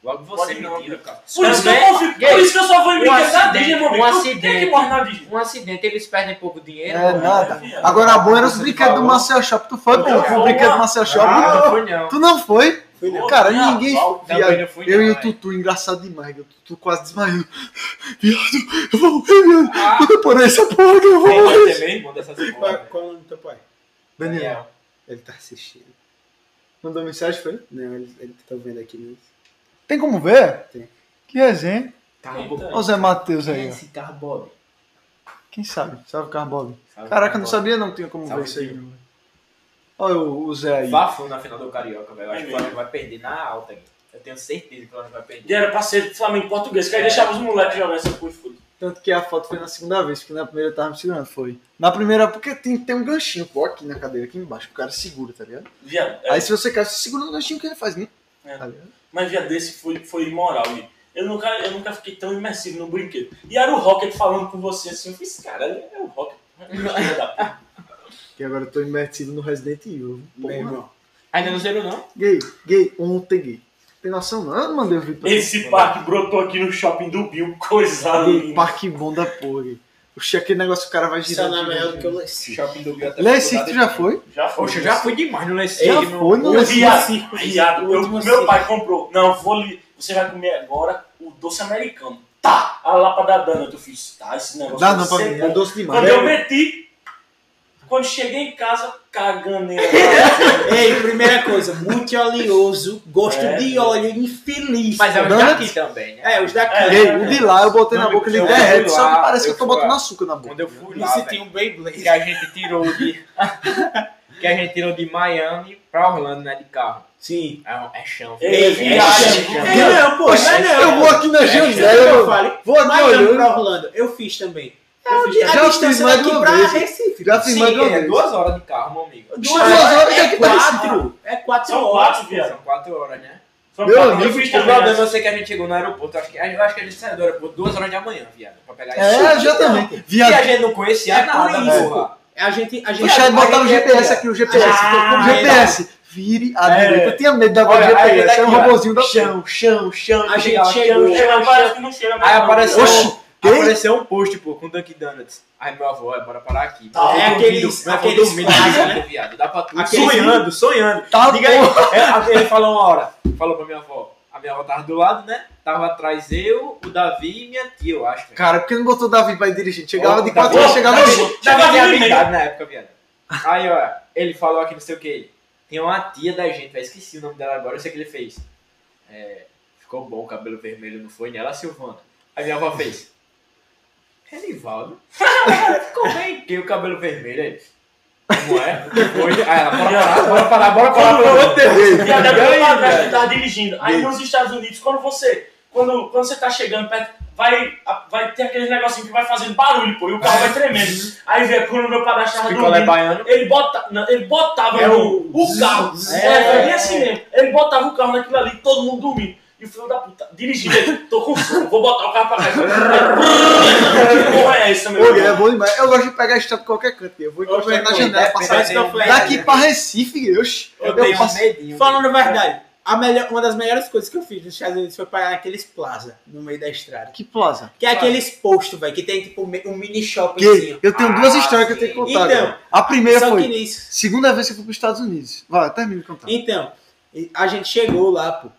Logo você é Pode não, mentira, viado. cara. Por isso que eu Também- confio. Por isso que eu só vou em Um brinquedo da acidente, Disney, meu um amigo. Tu Tem que acidente. morrer na Disney. Um acidente, eles perdem pouco dinheiro. É, pô. nada. viado. Agora a boa era os Você brinquedos do falou. Marcel Shop. Tu foi, pô, Eu pro fui. brinquedo do Marcel Shop. Ah, não foi não. Tu não foi? Fui não. Cara, Não, ninguém. não, viado, também não fui eu não, e o é. Tutu, engraçado demais. viu? O Tutu quase desmaiou. Viado, eu vou morrer, viado. Quando por essa porra que eu vou Tem morrer. dois também, manda essas porra. Qual, qual é o nome do teu pai? Daniel, Ele tá assistindo. mandou mensagem, foi? Não, ele, ele tá vendo aqui mesmo. Tem como ver? Tem. Que resenha. Tá Eita. bom. Olha o Zé Matheus aí, ó. Esse carro Bob. Quem sabe? Salve Carbob. Salve, Caraca, não Carbob. sabia não que tinha como Salve, ver isso aí. Silvio. não. Olha o, o Zé aí. Bafo na final do Carioca, velho. Eu Acho É que o Flamengo vai perder na alta. Gui. Eu tenho certeza que o Flamengo vai E perder. era pra ser Flamengo português, que aí deixava os moleques jogar essa porra de futebol. Tanto que a foto foi na segunda vez, porque na primeira eu tava me segurando, foi. Na primeira, porque tem, tem um ganchinho, pô, aqui na cadeira, aqui embaixo, que o cara segura, tá ligado? Viado, é- Aí se você cai, você segura no ganchinho que ele faz, né? É. Tá ligado? Mas via desse foi, foi imoral, Gui. Eu nunca, eu nunca fiquei tão imersivo no brinquedo. E era o Rocket falando com você assim, eu fiz, cara, é o Rocket. Filha da puta. E agora eu tô imersivo no Resident Evil. Meu Porra. irmão. Ainda não zerou, não? Gay, gay, ontem gay. Tem noção não? Eu não mandei o vídeo pra Esse parque brotou aqui no shopping do Bill, coisa Gay, linda. parque bom da porra, gay. Oxi, aquele negócio que o cara vai Isso girando. não é melhor do que o Esse Leci. Shopping do Rio até Leci, tu ficou já dado- foi? Já foi. Poxa, eu já fui demais no Leci. Já no- foi né? no Eu Leci. vi assim, viado. eu- Último Meu circo. pai comprou. Não, vou lhe. Você vai comer agora o doce americano. Tá! A lapa da Dana, eu fiz. Tá, esse negócio. Dá vai não pra ser mim, um bom. é doce Quando demais. eu meti, quando cheguei em casa, caganeira. Ei, primeira coisa, muito oleoso, gosto É. de óleo infeliz. Mas é o Donuts? daqui também, né? É, os daqui. É. Gay, o de lá eu botei na Não, boca, ele eu derrete, fui só que lá, parece que eu eu tô fui botando lá. açúcar na boca. Quando eu fui lá, Você velho, tem um Beyblade. que a gente tirou de... que a gente tirou de Miami pra Orlando, né, de carro. Sim. É, um- é chão. Ei, velho. viado. chão. É, não, pô, Oxi, não é não. eu vou aqui na é, Jandé, eu eu falei. vou aqui Miami olhando. pra Orlando, eu fiz também. Eu É fiz a também. Já fiz distância mais daqui uma pra vez. Recife. Já fiz assim, mais de uma é vez. duas horas de carro, meu amigo. Duas Duas horas é, daqui pra quatro. É quatro São horas. quatro, viado. São quatro horas, né? Foi um Meu papo, amigo, eu fiz O também. problema essa. eu sei que a gente chegou no aeroporto. Eu acho que, eu acho que a gente saiu do aeroporto duas horas da manhã, viado. Pra pegar É, isso. exatamente. então, E a Viado, gente não conhecia É por nada, isso. porra. É, A gente. A gente o chat Viado, botaram o aí é GPS pior. aqui, o GPS. Ah, colocou o é. GPS. Vire à É. direita. Eu tinha medo da Olha, agora aí, GPS. É um daqui, ó. robôzinho da porra. Chão, chão, chão. A que gente chegava, chegou. chão, Chega, chão, mas parece que não cheira mais Aí não, apareceu, viado. Oxi, que? apareceu um post, pô, com Dunkin' Donuts. Aí meu avô, é, bora parar aqui. Tá, Meu é avô aqueles- dormindo, meu avô aqueles dormindo, pais, dormindo, né? viado, dá pra tudo. Aqueles- Sonhando, sonhando. Tá Diga aí. bom. É, ele falou uma hora, falou pra minha avó. A minha avó tava do lado, né? Tava atrás eu, o Davi e minha tia, eu acho. velho. Cara, porque não botou o Davi pra ir dirigindo? Chegava Ó, de tá 4 bom. horas, chegava Tá de bom. novo. Chegava Chegava minha no meio. habilidade na época, viado. Aí, ó, ele falou aqui não sei o que. Tem uma tia da gente, velho, esqueci o nome dela agora, eu sei o que ele fez. É, ficou bom o cabelo vermelho, não foi nela, Silvana. Aí minha avó fez. é Renivaldo? ficou bem que o cabelo vermelho aí. Como é? Depois. Ah, ela, bora parar, bora parar, bora parar. Quando- Bora parar. E até Ganha, pelo padrasto velho. que tá dirigindo. Aí nos Estados Unidos, quando você. Quando, quando você tá chegando perto, vai, a- vai ter aquele negocinho que vai fazendo barulho, pô, e o carro vai tremendo. Aí vê quando meu padrasto tava Picolé dormindo. baiano. Ele, bota, não, ele botava É no, o carro. É. É, foi bem assim mesmo. Ele botava o carro naquilo ali, todo mundo dormindo. E o filho da puta, dirigindo ele, tô com sono, vou botar o carro pra casa. que porra é essa, meu Olha, é irmão? bom demais. Eu gosto de pegar estrada de qualquer canto. Eu vou encostar na né? janela, passar isso que eu falei. daqui pra Recife, eu, eu, Eu tenho um passo. medinho. Falando a verdade, a melhor, uma das melhores coisas que eu fiz nos Estados Unidos foi parar naqueles plaza no meio da estrada. Que plaza. Que é aqueles postos, velho, que tem tipo me- um mini Gay, shoppingzinho. eu tenho duas histórias que eu sim. tenho que contar. Ah, Então, cara. a primeira Só foi que nisso. segunda vez que eu fui para os Estados Unidos. Vai, termina de contar. Então, e- a gente chegou lá, pô.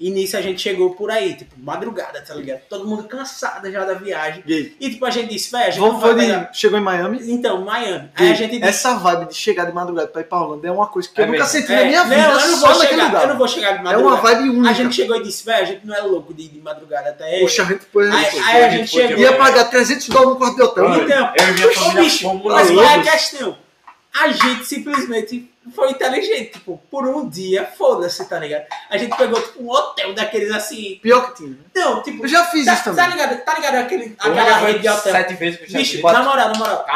E nisso a gente chegou por aí, tipo, madrugada, tá ligado? Todo mundo cansado já da viagem. Gay. E tipo, a gente disse, velho, a gente não Vamos vai foi pegar... de, chegou em Miami. Então, Miami. Aí Gay, a gente disse... essa vibe de chegar de madrugada pra ir pra Holanda é uma coisa que É eu nunca mesmo. senti é, na minha vida, não, eu não só vou naquele chegar, lugar. eu não vou chegar de É uma madrugada. vibe única. a gente chegou e disse, velho, a gente não é louco de ir de madrugada até... Poxa, né, a gente foi. Aí, foi. aí a gente Foi de chegou... Ia pagar 300 dólares no quarto de hotel. Olha, né? Então, eu e minha Poxa, família bicho, fomos mas lá qual é a todos. questão? A gente simplesmente foi inteligente, tipo, por um dia, foda-se, tá ligado? A gente pegou, tipo, um hotel daqueles assim. Pior que tinha. né? Não, tipo. Eu já fiz tá, isso tá também. ligado? Tá ligado aquele, Porra, aquela já foi rede de hotel? Sete vezes pro Bicho, na moral, na moral.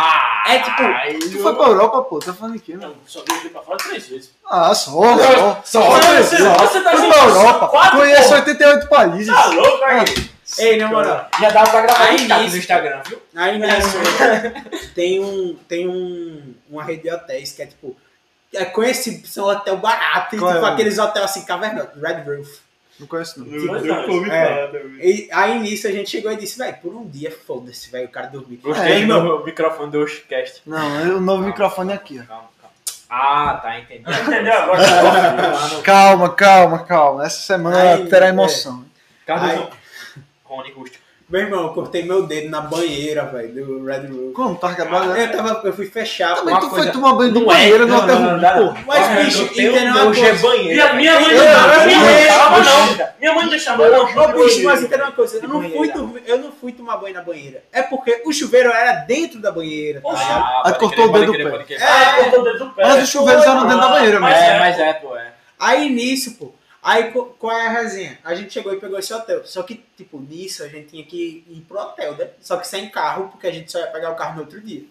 É tipo, Tu foi pra Europa, pô, tá falando aqui, né? Não, Só viajei pra fora três vezes. Ah, só, só. Só. Não, você- você tá Fui sem pra noção, Europa, quatro, conheço porra. 88 países. Ah, Tá louco aí? Ei, na moral. Já dava pra gravar Aí um status nisso. no Instagram, viu? Aí nisso, tem um. Tem um. Uma rede de hotéis que é tipo. É conhecido por ser um hotel barato, e, Qual é tipo o nome? aqueles hotéis assim, caverna, Red Roof. Não conheço, não. Mas não, E aí nisso a gente chegou e disse, velho, por um dia, foda-se, velho, o cara dormiu. Gostei É, do meu microfone do Oshcast. Não, é o novo microfone aqui, ó. Calma, calma. Ah, tá, entendi. Entendeu agora? Calma, calma, calma. Essa semana Ai, terá emoção. Carlos Rony Rústico. Meu irmão, eu cortei meu dedo na banheira, velho, do Red Roof. Como? Tá acabado? né? Eu, tava, eu fui fechar, pô. Também É, tá, uma tu coisa- foi tomar banho Não no é, banheiro no não, hotel não, ruim, não, porra. Mas, Olha, bicho, eu tenho- um entendeu uma meu coisa? G é banheiro. Minha, um minha mãe Eu- não eu- minha mãe não deixava, eu- não. Minha mãe não deixava, não. Ô, bicho, mas entendeu? entendeu uma coisa, eu não, De fui banheira. dormir- eu não fui tomar banho na banheira. É porque o chuveiro era dentro da banheira, tá Oxe. ligado? Aí Ah, pode Ah, cortou crer, o pode dedo crer, do pode crer. Ah, cortou o dedo do pé. Mas os chuveiros eram dentro da banheira, Mas mano. É, é, mas é, pô, é. Aí nisso, pô. Aí co- qual é a resenha? A gente chegou e pegou esse hotel. Só que, tipo, nisso a gente tinha que ir pro hotel, né? Só que sem carro, porque a gente só ia pegar o carro no outro dia.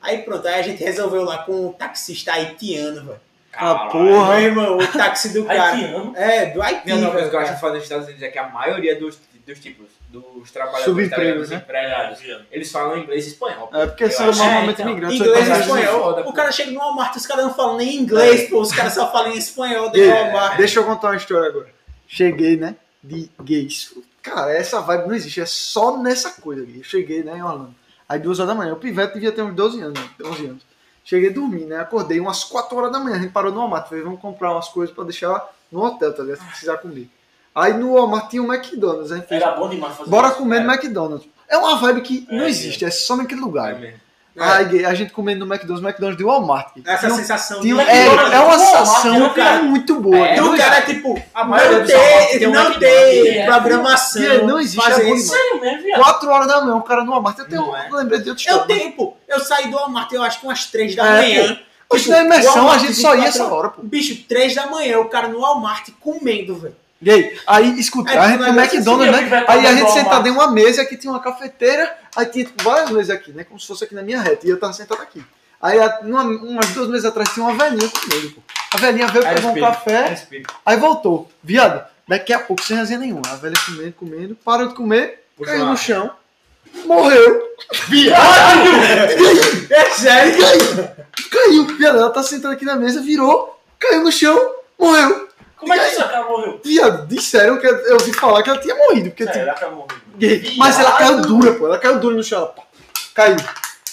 Aí pronto, aí a gente resolveu lá com um taxista haitiano, velho. Ah, Caralho. porra. Meu irmão, o táxi do cara. Haitiano? É, do Haiti. Minha nova velho, coisa que eu acho cara. que faz nos Estados Unidos é que a maioria dos, dos tipos, dos trabalhadores, Subempregos, tá ligado? Dos né? É, empregados, eles falam inglês e espanhol. É porque Eu você era acho- normalmente é, então, imigrante. você tá Inglês e era espanhol. foda, o pô. cara chega no Walmart, os caras não falam nem inglês, pô. Os caras só falam em espanhol dentro do Gay, Walmart. Deixa eu contar uma história agora. Cheguei, né? De gays. Cara, essa vibe não existe. É só nessa coisa aqui. Eu cheguei, né, em Orlando. Aí duas horas da manhã. O pivete devia ter uns 12 anos, né, 11 anos. Cheguei a dormir, né? Acordei umas 4 horas da manhã. A gente parou no Walmart. Falei, vamos comprar umas coisas pra deixar no hotel, tá ligado? Se precisar comer. Aí no Walmart tinha um McDonald's. A gente fez, Era bom demais fazer bora isso. comer no McDonald's. É uma vibe que É, não é. existe. É só naquele É lugar. mesmo. Aí gay, a gente comendo no McDonald's, McDonald's de Walmart. Essa Tinha um- sensação tinha um- de- é, é uma Walmart, sensação né, cara? muito boa. Então, É, Não do existe. cara, tipo, A maioria não dos Walmart ter, tem um não McDonald's. ter É. programação. Gay, não existe, fazer é bom isso. Sério mesmo, né, viado. 4 horas da manhã, um cara no Walmart. Eu, tenho, Não é. eu lembrei de outro Eu tenho, pô. Eu saí do Walmart, eu acho que umas 3 da É, manhã. Hoje Tipo, na imersão a Walmart gente só ia 24 essa hora, pô. Bicho, 3 da manhã, o cara no Walmart comendo, velho. Gay. Aí, escuta, É, a gente no negócio assim, McDonald's, eu né? vivia Aí a no gente Walmart. sentado em uma mesa, e aqui tinha uma cafeteira, aí tinha tipo, várias mesas aqui, né? Como se fosse aqui na minha reta, e eu tava sentado aqui. Aí, a- numa- umas duas mesas atrás, tinha uma velhinha comigo, pô. A velhinha veio, Era pegou um espírito. café, Aí voltou. Viado, daqui a pouco, sem resenha nenhuma. A velha comendo, comendo, parou de comer, Puxa caiu lá. no chão, morreu. É sério? Caiu, viado. Ela tá sentada aqui na mesa, virou, caiu no chão, morreu. Como é que essa cara morreu? Viado, disseram que eu ouvi falar que ela tinha morrido. Porque, Sério, tipo, ela acabou morrendo. gay. Mas ela caiu dura, pô. Ela caiu dura no chão. Ela, pá, caiu.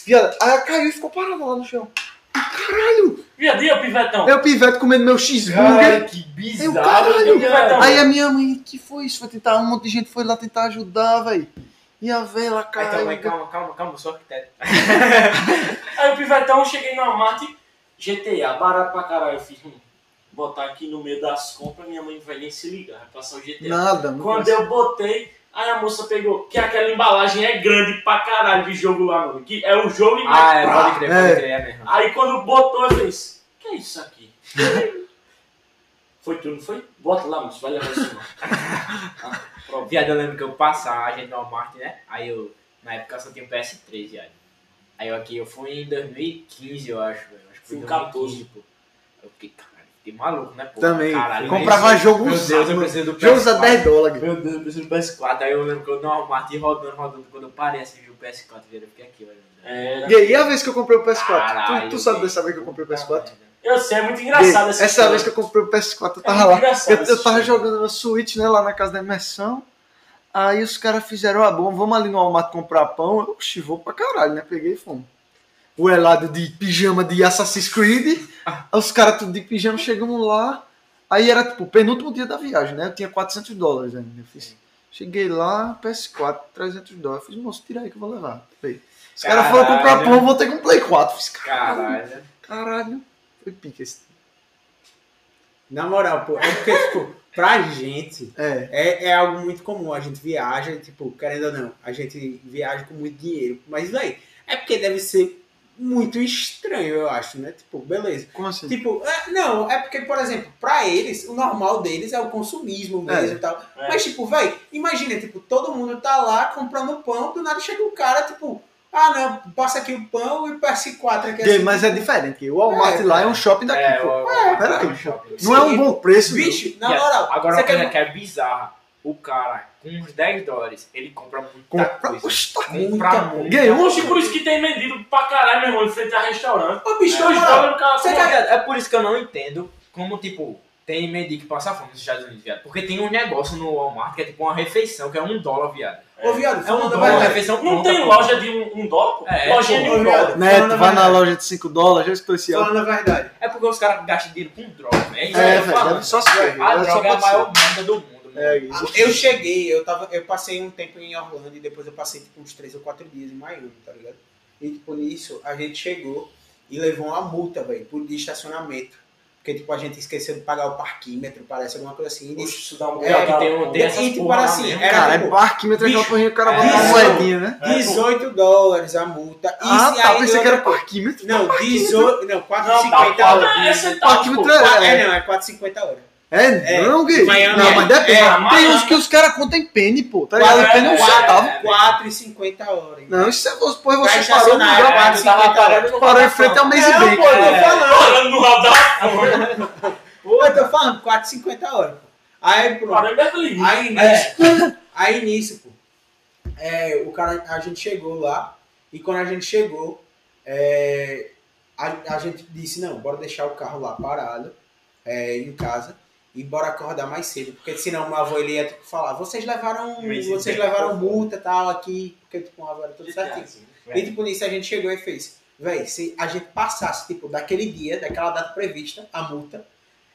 Viado, aí ela caiu e ficou parada lá no chão. Caralho! Viado, e o pivetão? Eu pivete comendo meu cheeseburger. Caralho, que Eu, bizarro. E o caralho! pivetão? Aí a minha mãe, que foi isso? Foi tentar, um monte de gente foi lá tentar ajudar, velho. E a velha Então, caiu. mas calma, calma, calma, só que tem. Aí o pivetão, eu cheguei no Walmart, GTA, barato pra caralho. Eu fiz, hum, botar aqui no meio das compras, minha mãe não vai nem se ligar, vai passar o GTA. Nada, não Quando consigo. eu botei, aí a moça pegou, que aquela embalagem é grande pra caralho de jogo lá, mano. Que é o jogo e mais Ah, é, pra- pode crer, pode crer, é mesmo. Aí quando botou, eu fiz, que é isso aqui? foi tu, não foi? Bota lá, moço, vai levar isso não. Ah, pronto. Viado, eu lembro que eu passava, a gente no Walmart, né? Aí eu, na época eu só tinha o PS3, viado. Aí eu aqui, eu fui em 2015, eu acho, velho. Acho que foi em Fui 2015, pô. Eu fiquei, caralho, fiquei maluco, né, pô? Também. Caralho, Comprava mas- jogo Meu usado, Deus, eu mano. preciso do Jogos a PS4. 10 dólares. Meu Deus, eu preciso do PS4. Aí eu lembro que eu no Walmart ia rodando, rodando. Quando eu parei assim, vi o PS4, viado, eu fiquei aqui, olha. né? É, E aí, e a vez que eu comprei o PS4? Caralho, Tu, tu sabe que- dessa vez que eu comprei o PS4? eu sei, é muito engraçado Ei, essa essa história. vez que eu comprei o PS4, eu É tava muito lá. engraçado Eu, essa eu tava história. jogando no Switch, né, lá na casa da imersão. Aí os caras fizeram, ah, bom, vamos ali no Walmart comprar pão. Eu, oxi, vou pra caralho, né? Peguei e fomos. O helado de pijama de Assassin's Creed. Os caras tudo de pijama, chegamos lá. Aí era tipo o penúltimo dia da viagem, né? Eu tinha 400 dólares ainda. Eu fiz. Cheguei lá, PS4, 300 dólares. Eu fiz, moço, tira aí que eu vou levar. Falei, Os caras foram comprar Caralho. pão, voltei com um Play 4. Fiz, caralho. Ah, Caralho. Caralho. Foi pica esse. Na moral, pô, é porque, tipo, pra gente É. é, é algo muito comum. A gente viaja, tipo, querendo ou não, a gente viaja com muito dinheiro. Mas, velho, é porque deve ser muito estranho, eu acho, né? Tipo, beleza. Como assim? Tipo, é- não, é porque, por exemplo, pra eles, o normal deles é o consumismo mesmo É. e tal. É. Mas, tipo, velho, imagina, tipo, todo mundo tá lá comprando pão, do nada chega um cara, tipo, ah, não, passa aqui o pão e o PS4 aqui. assim. Gay, mas é diferente. O Walmart É, lá é um shopping daqui. É, pô. eu- É, eu- peraí. shopping. não é um bom preço. meu. Bicho, na Yeah. moral, Agora você uma coisa quer... que é bizarra. O cara, com uns 10 dólares, ele compra muita Compra. coisa. Oxe, tá- Compra muita muito. Ganhou. É, Oxe, por isso que tem vendido pra caralho, meu irmão, em frente a restaurante. Ô, bicho, na Dois moral, dólares, o cara É, Você come. quer... É por isso que eu não entendo como, tipo, tem mendigo que passa fome nos Estados Unidos, viado. Porque tem um negócio no Walmart que é tipo uma refeição, que é um dólar, viado. Ô, viado, É um falando a dólar, uma verdade. refeição Não pronta, tem pô. loja de um, um dólar, pô. É, Lojinha de pô, um viado. dólar. Neto, Falando a vai na verdade. loja de 5 dólares, já especial. Falando a verdade. É porque os caras gastam dinheiro com droga, né? Isso É, eu velho, falo. deve só se ferrar, A deve só droga é a acontecer. maior merda do mundo, mano. É, Eu cheguei, eu, tava, eu passei um tempo em Orlando e depois eu passei tipo, uns três ou quatro dias em Miami, tá ligado? E tipo, nisso a gente chegou e levou uma multa, velho, por de estacionamento. Porque tipo, a gente esqueceu de pagar o parquímetro, parece alguma coisa assim. E, Oxe, disse, isso dá um É, que cagado, tem um- pô. tem- essas e tipo, porra era lá assim, mesmo, era Cara, é tipo, parquímetro, aquela bicho, porrinha que o cara bota uma bicho. moedinha, né? É, pô. 18 dólares a multa. E Ah, se tá. aí Pensei que outra era Tá coisa- parquímetro. Não, 18. Não, Não, tá, 4,50 fala, horas. é centavos, pô. Parquímetro é. É, não, é 4,50 horas. É, É. não, Gui. Miami Não, é- mas depende. é, Tem Miami. uns que os caras contam em pene, pô. Tá ligado? Quatro, Pene é um é, centavo. é. 4,50 horas. Não, isso é. Pô, Vai você parou no estacionar, lugar. vai. Caralho, tava parando no Parou em frente ao mês e Não, bem. pô, eu tô falando. Parando no radar da fome. Pô, eu tô falando, 4,50 horas. pô. Aí, pronto. Parando é da fome. É. Aí nisso, aí nisso, pô. É, o cara, a gente chegou lá e quando a gente chegou, é, a, a gente disse, não, bora deixar o carro lá parado, é, em casa, e bora acordar mais cedo. Porque senão o meu avô ele ia tipo, falar, vocês levaram. Mas vocês bem, levaram pô. multa e tal aqui, porque tipo, agora tudo assim. certinho. E tipo, nisso a gente chegou e fez. Véi, se a gente passasse, tipo, daquele dia, daquela data prevista, a multa,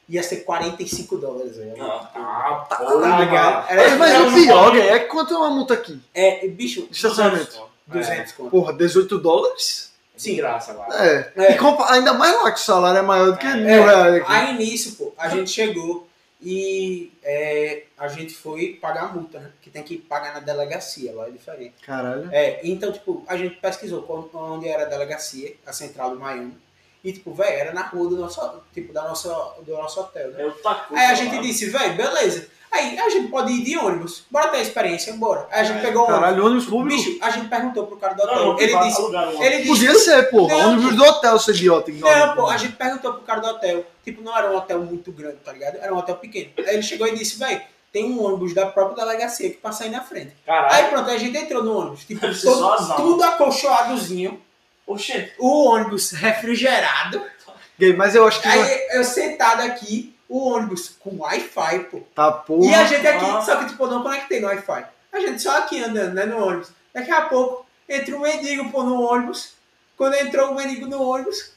ia ser 45 dólares, velho. Não, tá. Ah, Tá porra. ligado? É, Era, Mas eu o não pior, falei. Gui, é que quanto é uma multa aqui? é, bicho, Estacionamento. 200 conto. Porra, 18 dólares? Sem graça lá. É. É. E compa- ainda mais lá que o salário é maior do que É. mil reais aqui. Aí nisso, pô, a gente chegou e é, a gente foi pagar a multa, né? Que tem que pagar na delegacia, lá é diferente. Caralho. É, então, tipo, a gente pesquisou qual- onde era a delegacia, a central do Miami. E, tipo, velho, era na rua do nosso, tipo, da nossa, do nosso hotel, né? É o taco. Aí a gente disse, velho, beleza. Aí a gente pode ir de ônibus. Bora ter a experiência, bora. Aí a gente Ai, pegou o ônibus. É, Caralho, ônibus público. Bicho, a gente perguntou pro cara do hotel. Não, um não, ele disse. Ele disse. Podia ser, porra. Não, ônibus do hotel, seu idiota. ignora. Não, pô, a gente perguntou pro cara do hotel. Tipo, não era um hotel muito grande, tá ligado? Era um hotel pequeno. Aí ele chegou e disse, velho, tem um ônibus da própria delegacia que passa aí na frente. Caralho. Aí pronto, a gente entrou no ônibus. Tipo, Deve ser todo- só azar. tudo acolchoadozinho. Oxê, O ônibus refrigerado. Gay, mas eu acho que. não é- Aí eu sentado aqui, o ônibus com Wi-Fi, pô. Tá, porra. E a gente aqui, Ah. só que tipo, não conectei no Wi-Fi. A gente só aqui andando, né, no ônibus. Daqui a pouco, entra um mendigo, pô, no ônibus. Quando entrou o mendigo no ônibus,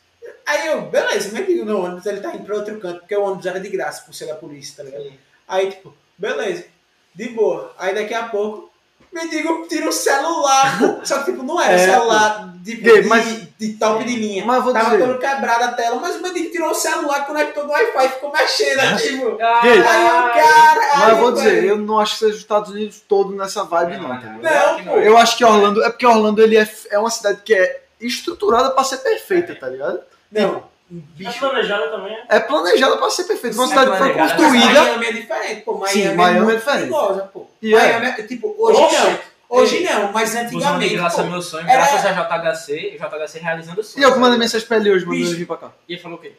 aí eu, beleza, o mendigo no ônibus, ele tá indo pra outro canto, porque o ônibus era de graça, por ser da polícia, tá ligado? Aí, tipo, beleza, de boa. Aí daqui a pouco, o mendigo tira o celular, pô. Só que, tipo, não era É, celular de, Gay, de mas- de top de linha. Mas vou Tava dizer. todo quebrado a tela, mas o bandido tirou o celular, conectou no Wi-Fi, ficou mexendo É? aqui, mano. Aí o Gente, cara. Mas eu aí, vou dizer, velho. eu não acho que seja os Estados Unidos todo nessa vibe, não. tá ligado? Não, pô. Eu acho que Orlando. É porque Orlando ele é, é uma cidade que é estruturada pra ser perfeita, tá ligado? Não, É um bicho. planejada também. é? É planejada pra ser perfeita. É Uma Sim, cidade que foi planejada. construída. Miami é diferente, pô. Miami, Sim, é, Miami é muito diferente. perigosa, pô. E é. Miami é, tipo, hoje Oxe. não. Hoje não, mas Buscando de antigamente, graça pô. meu sonho, Era- graças a JHC, JHC realizando o E sonho. eu que mandei mensagem pra ele hoje, mandando Bicho. ele vir pra cá. E ele falou o quê?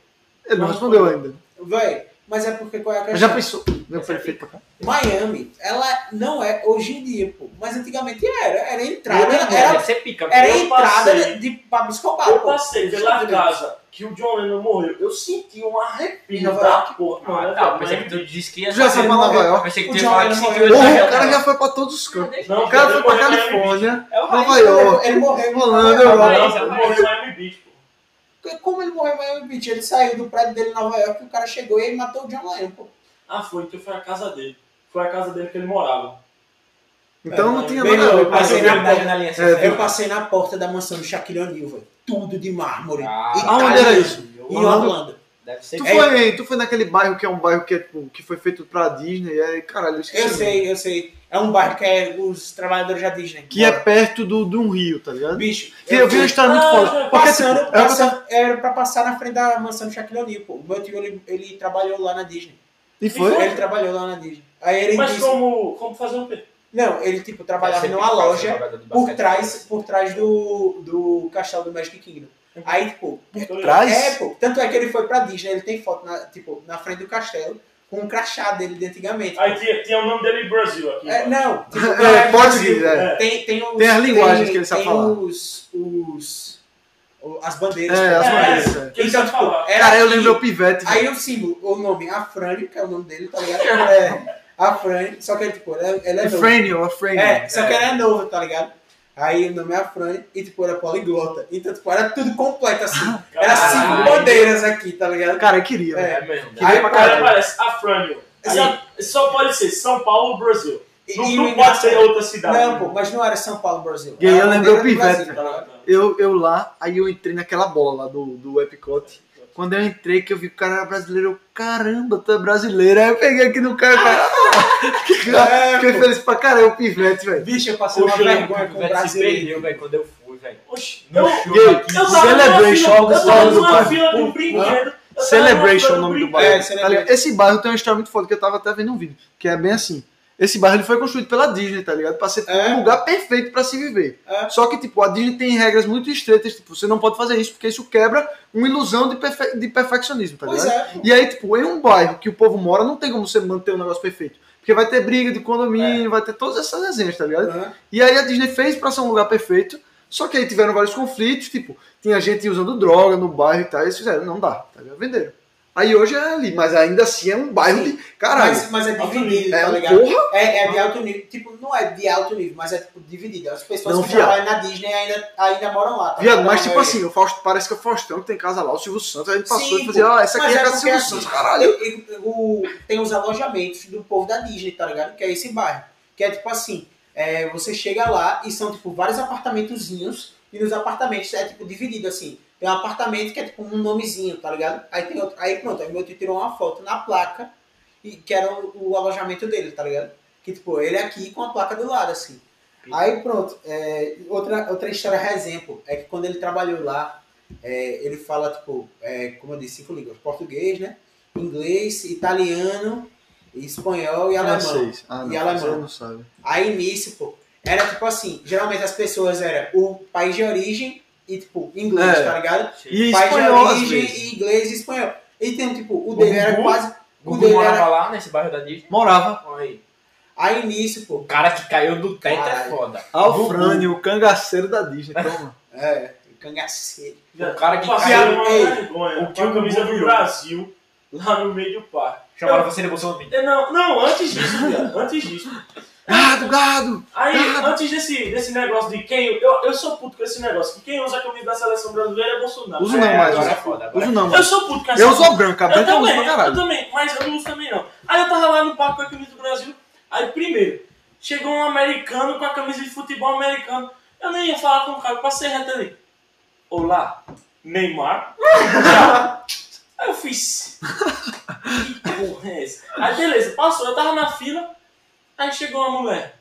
Ele não Mas respondeu ainda. Véi, mas é porque qual é a questão? Mas já pensou. Meu Essa prefeito pra cá. Miami, ela não é hoje em dia, pô. Mas antigamente era. Era entrada, Eu era, Deve era, ser pica. era Eu entrada passei. de Pablo Escobar, Eu pô. passei pela casa que o John Lennon morreu. Eu senti um arrepio Nova da porra. né, Ah, mano, tá, eu pensei que falei, tu disse que ia Tu já saber. foi pra Nova York? Pensei que O tu ia John falar que Lennon sentiu morreu. Porra, ele o né? cara já foi pra todos os cantos. Não, O cara foi pra depois eu falei, Califórnia, É o Nova Raiz, ele- York, Ele morreu em Holanda, Nova Não, York. Vai, não, vai. morreu em Miami Beach, pô. Como ele morreu em Miami Beach? Ele saiu do prédio dele em Nova York, o cara chegou e ele matou o John Lennon, pô. Ah, foi, então foi a casa dele. Foi a casa dele que ele morava. Então não tinha Bem nada a ver louco, com mas isso. ele- da janelinha assim. É, assim, Eu ó. passei na porta da mansão de Shaquille O'Neal, velho. Tudo de mármore. Ah, Italiano, aonde era isso? Em Orlando? Orlando. Deve ser Tu pica. foi, tu foi naquele bairro que é um bairro que, é, tipo, que foi feito pra Disney, e aí, caralho, eu esqueci. Eu o nome. sei, eu sei. É um bairro que é os trabalhadores da Disney. Que é perto do, de um rio, tá ligado? Bicho, Que eu vi uma história muito Ah, foda. Porque, tipo, Passando, é o que eu tava- passa- era pra passar na frente da mansão do Shaquille O'Neal, pô. O meu tio, ele, ele trabalhou lá na Disney. E foi? Ele trabalhou lá na Disney. Aí ele Mas disse- como, como fazer o quê? Não, ele, tipo, trabalhava é Deve ser numa pica, loja jogador de por basquete. trás, por trás do, do castelo do Magic Kingdom. Aí, tipo... Por É, Traz? pô. Tanto é que ele foi pra Disney. Ele tem foto, na, tipo, na frente do castelo com um crachá dele de antigamente. Aí tinha, tinha o nome dele Brasil aqui. É, mano. não. Tipo, É, português, é. É. Tem, tem, os, Tem as linguagens que ele sabe tem falar. Os, os, o- as bandeiras. É, pô. as É. maneiras. é. Que ele sabe falar. Cara, eu era Então, tipo, aqui. lembro o pivete. velho. Aí o símbolo, o nome, a Frane, que é o nome dele, tá ligado? É, a Frane, só que, tipo, ela, ela É é nova. Frenial, é Frenial. É, só que ela é nova, tá ligado? Aí o nome é a Frane e, tipo, era poliglota. Então, tipo, era tudo completo, assim. Era cinco Caralho. bandeiras aqui, tá ligado? Ah, Cara, eu queria. É. velho. É mesmo. Queria Aí, pra O cara caralho. parece Afrânio. Aí "Ah, Só pode ser São Paulo ou Brasil. Assim, E- Não, e o não pode engraçado- ser outra cidade. Não, pô, mas não era São Paulo, Brasil. E aí eu Era a lembrei o bandeira do Pivete, Brasil, tá ligado? Tá. Eu, eu lá, aí eu entrei naquela bola lá do, do Epcot. Quando eu entrei, que eu vi que o cara era brasileiro, eu, caramba, tu é brasileiro. Aí eu peguei aqui no cara, cara. ah, que cara É, fiquei pô. feliz pra caralho, o pivete, velho. Bicho, eu passei uma Poxa, eu lembro vergonha que com o o Beto se brasileiro. perdeu, velho, quando eu fui, velho. Oxi, No eu- show Gay. aqui. Eu tava Celebration, numa fila, eu tava Celebration, numa pai. fila de um Hã? brinquedo. eu tava Celebration é o numa nome fila de um do bairro. É, brinquedo. Celebration. Tá ligado? Esse bairro tem uma história muito foda que eu tava até vendo um vídeo, que é bem assim. Esse bairro ele foi construído pela Disney, tá ligado? Pra ser É. um lugar perfeito pra se viver. É. Só que, tipo, a Disney tem regras muito estreitas, tipo, você não pode fazer isso, porque isso quebra uma ilusão de, perfe- de perfeccionismo, tá Pois ligado? é, pô. E aí, tipo, em um bairro que o povo mora, não tem como você manter um negócio perfeito. Porque vai ter briga de condomínio, É. vai ter todas essas resenhas, tá ligado? Hã? E aí a Disney fez pra ser um lugar perfeito, só que aí tiveram vários conflitos, tipo, tinha gente usando droga no bairro e tal, e eles fizeram, não dá, tá ligado? Venderam. Aí hoje é ali, mas ainda assim é um bairro de. Caralho, Mas, mas é Alto dividido, é tá um ligado? porra. É, é de alto nível, tipo, não é de alto nível, mas é tipo dividido. As pessoas Não, que fiado. trabalham na Disney ainda, ainda moram lá. Tá Viado, ligado? mas A tipo maioria. assim, o Fausto, parece que é o Faustão que tem casa lá, o Silvio Santos, aí ele passou Sim, e fazia, pô. ah, essa aqui Mas é a casa do porque, Silvio assim, Santos, caralho. e- e- o- tem os alojamentos do povo da Disney, tá ligado? Que é esse bairro. Que é tipo assim, é, você chega lá e são tipo vários apartamentozinhos e nos apartamentos é tipo dividido assim. Tem um apartamento que é tipo um nomezinho, tá ligado? Aí tem outro, aí pronto, aí meu tio tirou uma foto na placa e que era o, o alojamento dele, tá ligado? Que tipo, ele aqui com a placa do lado assim. Aí pronto, é, outra, outra história exemplo é que quando ele trabalhou lá, é, ele fala, tipo, é, como eu disse, cinco línguas, português, né? Inglês, italiano, espanhol e alemão. Francês. Ah, não, E é alemão. francês não sabe. Aí nisso, pô, era tipo assim, geralmente as pessoas era o país de origem e tipo inglês, É. tá ligado? E país espanhol, de às origem vezes. e inglês e espanhol. Então, tipo, o dele era Gugu? quase o Gugu dele era morava lá nesse bairro da Disney. Morava. Aí. Aí nisso, pô. O cara que caiu do teto é Caralho. foda. Alfrânio, o cangaceiro da Disney. Toma. É, cangaceiro. Já- O cara que passei caiu- uma Ei, vergonha, o que com a o camisa Gugu do virou. Brasil lá no meio do parque. Chamaram você de Bolsonaro. Eu- Não, não, antes disso, viado, antes disso. Gado, gado! Aí, Cara. antes desse, desse negócio de quem. Eu, eu sou puto com esse negócio, que quem usa a camisa da seleção brasileira é Bolsonaro. Uso não mais, Agora é uso- foda. Agora uso não Eu mais. sou puto com essa Eu uso a branca, a Eu um branca eu uso também, tá pra eu caralho. também, mas eu não uso também não. Aí eu tava lá no parque com a camisa do Brasil, aí primeiro, chegou um americano com a camisa de futebol americano. Eu nem ia falar com o cara, passei reto ali. Olá, Neymar. Tchau. Aí eu fiz. Que porra é essa? Aí beleza, passou, eu tava na fila, aí chegou uma mulher.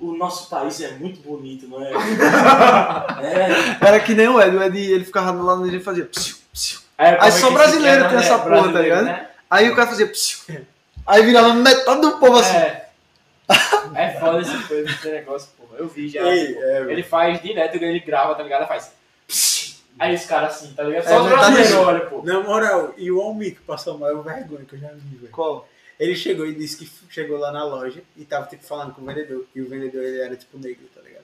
O nosso país é muito bonito, não é? é. Era que nem o Ed, o Ed ele ficava lá no ele fazia. Psiu, psiu. Aí, Aí É, só brasileiro tem é essa porra, tá ligado? né? Aí o cara fazia. Psiu. Aí virava metade do povo assim. É. É foda esse, coisa, esse negócio, porra. Eu vi já. Ei, pô. é, ele faz direto, ele grava, tá ligado? Ele faz. Aí os caras assim, tá ligado? É, Só os metade brasileiros do- olham, pô. Na moral, e o homem que passou a maior vergonha que eu já vi, velho. Qual? Ele chegou e disse que f- chegou lá na loja e tava tipo falando com o vendedor. E o vendedor ele era tipo negro, tá ligado?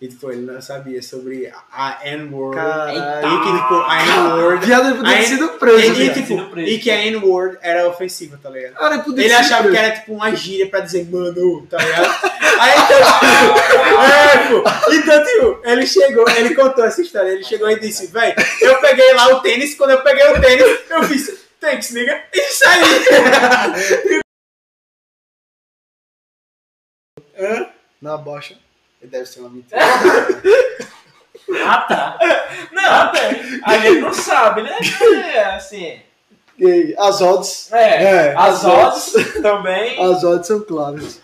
E tipo, ele não sabia sobre a- a N-word. E que tipo, a N-word. Viado, ele podia ter Aí- sido E, preso, e, viado. sendo tipo, preso. e que a N-word era ofensiva, tá ligado? Cara, ele podia Ele ter sido achava que preso. era tipo uma gíria pra dizer mano, tá ligado? Aí então, é, pô. Então, tio, ele chegou, ele contou essa história. Ele chegou e disse, véi, eu peguei lá o tênis, quando eu peguei o tênis, eu fiz, thanks, nigga, e saí. Na bocha. Deve ser uma mentira. Ah, tá. Não, a gente não sabe, né? É, assim. Gay. As odds. É, É, as odds também. As odds são claras.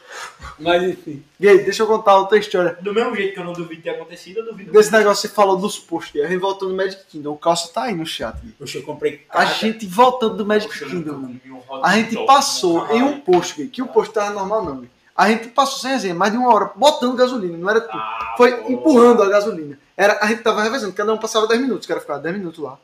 Mas enfim. Gay, deixa eu contar outra história. Do mesmo jeito que eu não duvido ter acontecido, eu duvido. Desse negócio que você falou dos posts. A gente voltando do Magic Kingdom. O calça tá aí no chat. Gay. Poxa, eu comprei. A gente voltando do Magic Poxa, né? eu Kingdom. nunca mano. comi um hot A gente dog, passou mano. em um posto, Gay, que o posto tava normal não. Gay. A gente passou sem resenha, mais de uma hora, botando gasolina. Não era tudo. Ah, Foi pô. empurrando a gasolina. Era, a gente tava revezando, cada um passava 10 minutos, o cara ficava 10 minutos lá.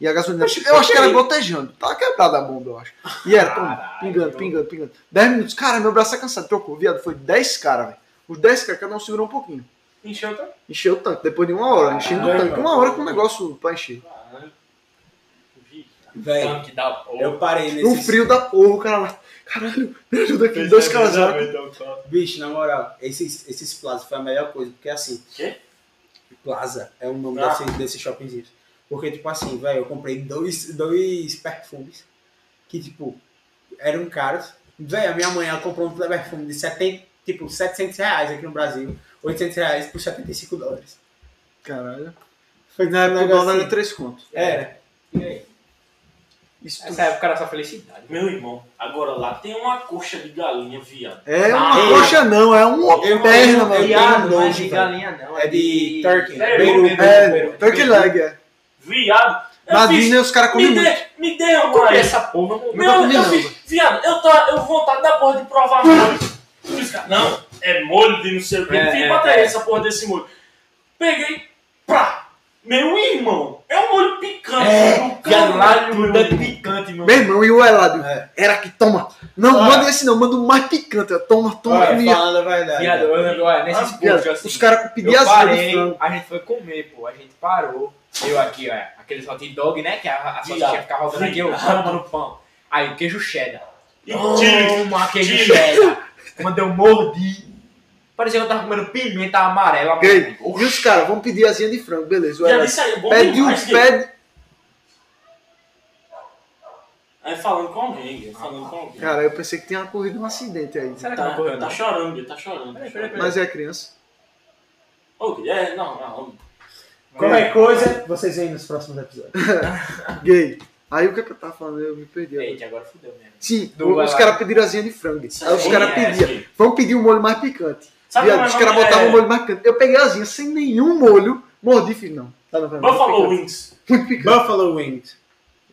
E a gasolina. eu acho que era gotejando. Tava quebrada a bomba, eu acho. E era, pum, Caralho. pingando, pingando, pingando. 10 minutos. Cara, meu braço é cansado. Trocou, viado. Foi 10 caras, velho. Os 10 caras, cada um segurou um pouquinho. Encheu tá? Encheu o tanque, depois de uma hora. Enchendo o Ah, Caralho, então. tanque. Uma hora com um negócio pra encher. Caralho. Vi. Véi, Tanque da porra. eu parei nesse. Um frio da porra, o cara lá. Caralho, me ajuda aqui. Dois caras já. Bicho, na moral, esses, esses Plaza foi a melhor coisa, porque assim. Quê? Plaza é o nome Ah. desse, desse shoppingzinho. Porque, tipo assim, velho, eu comprei dois, dois perfumes que, tipo, eram caros. Velho, a minha mãe, ela comprou um perfume de 70, tipo, 700 reais aqui no Brasil, 800 reais por 75 dólares. Caralho. Foi Na época o negócio dólar era assim. 3 conto. É. Era. E aí? Isso tudo. Essa é época era só felicidade. Meu irmão, agora lá tem uma coxa de galinha, viado. É uma Ah, coxa não, é uma eu- perna, eu- mano. eu- Viado, não é nojo, de velho. galinha, não. É de turkey. Sério? um Peru, É, Peru, É, Peru. turkey leg, é. Viado. Eu Na fiz, Disney os tá caras comem me, muito. dê, me dê uma Comi aí. é essa porra, não. tá Meu, comi eu não, fiz, viado, eu, tô, eu vontade da porra de provar molho. Os caras, Não, é molho de não sei o que. Hum. É, Enfim, é, bota aí é. essa porra desse molho. Peguei, pá, meu irmão, é um molho picante. do Viado, lá caralho, meu tudo é irmão. picante, meu. Meu irmão, e o Elado? É. Era que toma. Não, Ah. manda esse não, manda o mais picante. ó. Toma, toma. Olha, minha- falando a verdade. Viado, eu lembro, olha, nesses Ah, Viado, pontos assim. os caras pediam Eu as né? parei, frango. a gente foi comer, pô. A gente parou. Eu aqui, ó. é, Aqueles hot dog, né? Que a, a salsicha Viado. fica rodando aqui, eu Viado. ramo no pão. Aí, queijo cheddar. E tira, Toma, queijo tira. cheddar. Quando eu mordi, parecia que eu tava comendo pimenta amarela. mano. Gay. Oxe, E os caras vão pedir asinha de frango, beleza. O Viado, Elado isso aí é bom pede demais, um viado. pé. Aí falando com alguém, viado, falando com alguém. Cara, eu pensei que tinha corrido um acidente aí. Será que não Tá, ocorreu, tá não? chorando, viado, tá chorando. Tá Peraí, peraí, chorando. Mas é criança. Ô, é, não, não. Qualquer coisa, vocês veem nos próximos episódios. Gay. Aí o que é que eu tava falando? Eu me perdi. agora. Gente, agora fudeu mesmo. Sim, Do os Elado. caras pediram asinha de frango. Aí os Sim, caras é, pediam. sim. Vamos pedir um molho mais picante. Sabe Viado, como é os o nome? caras botavam É, o molho mais picante. Eu peguei asinha sem nenhum molho, mordi e fiz, não. Tá, não vai muito Buffalo picante. Wings. Muito picante. Buffalo Wings.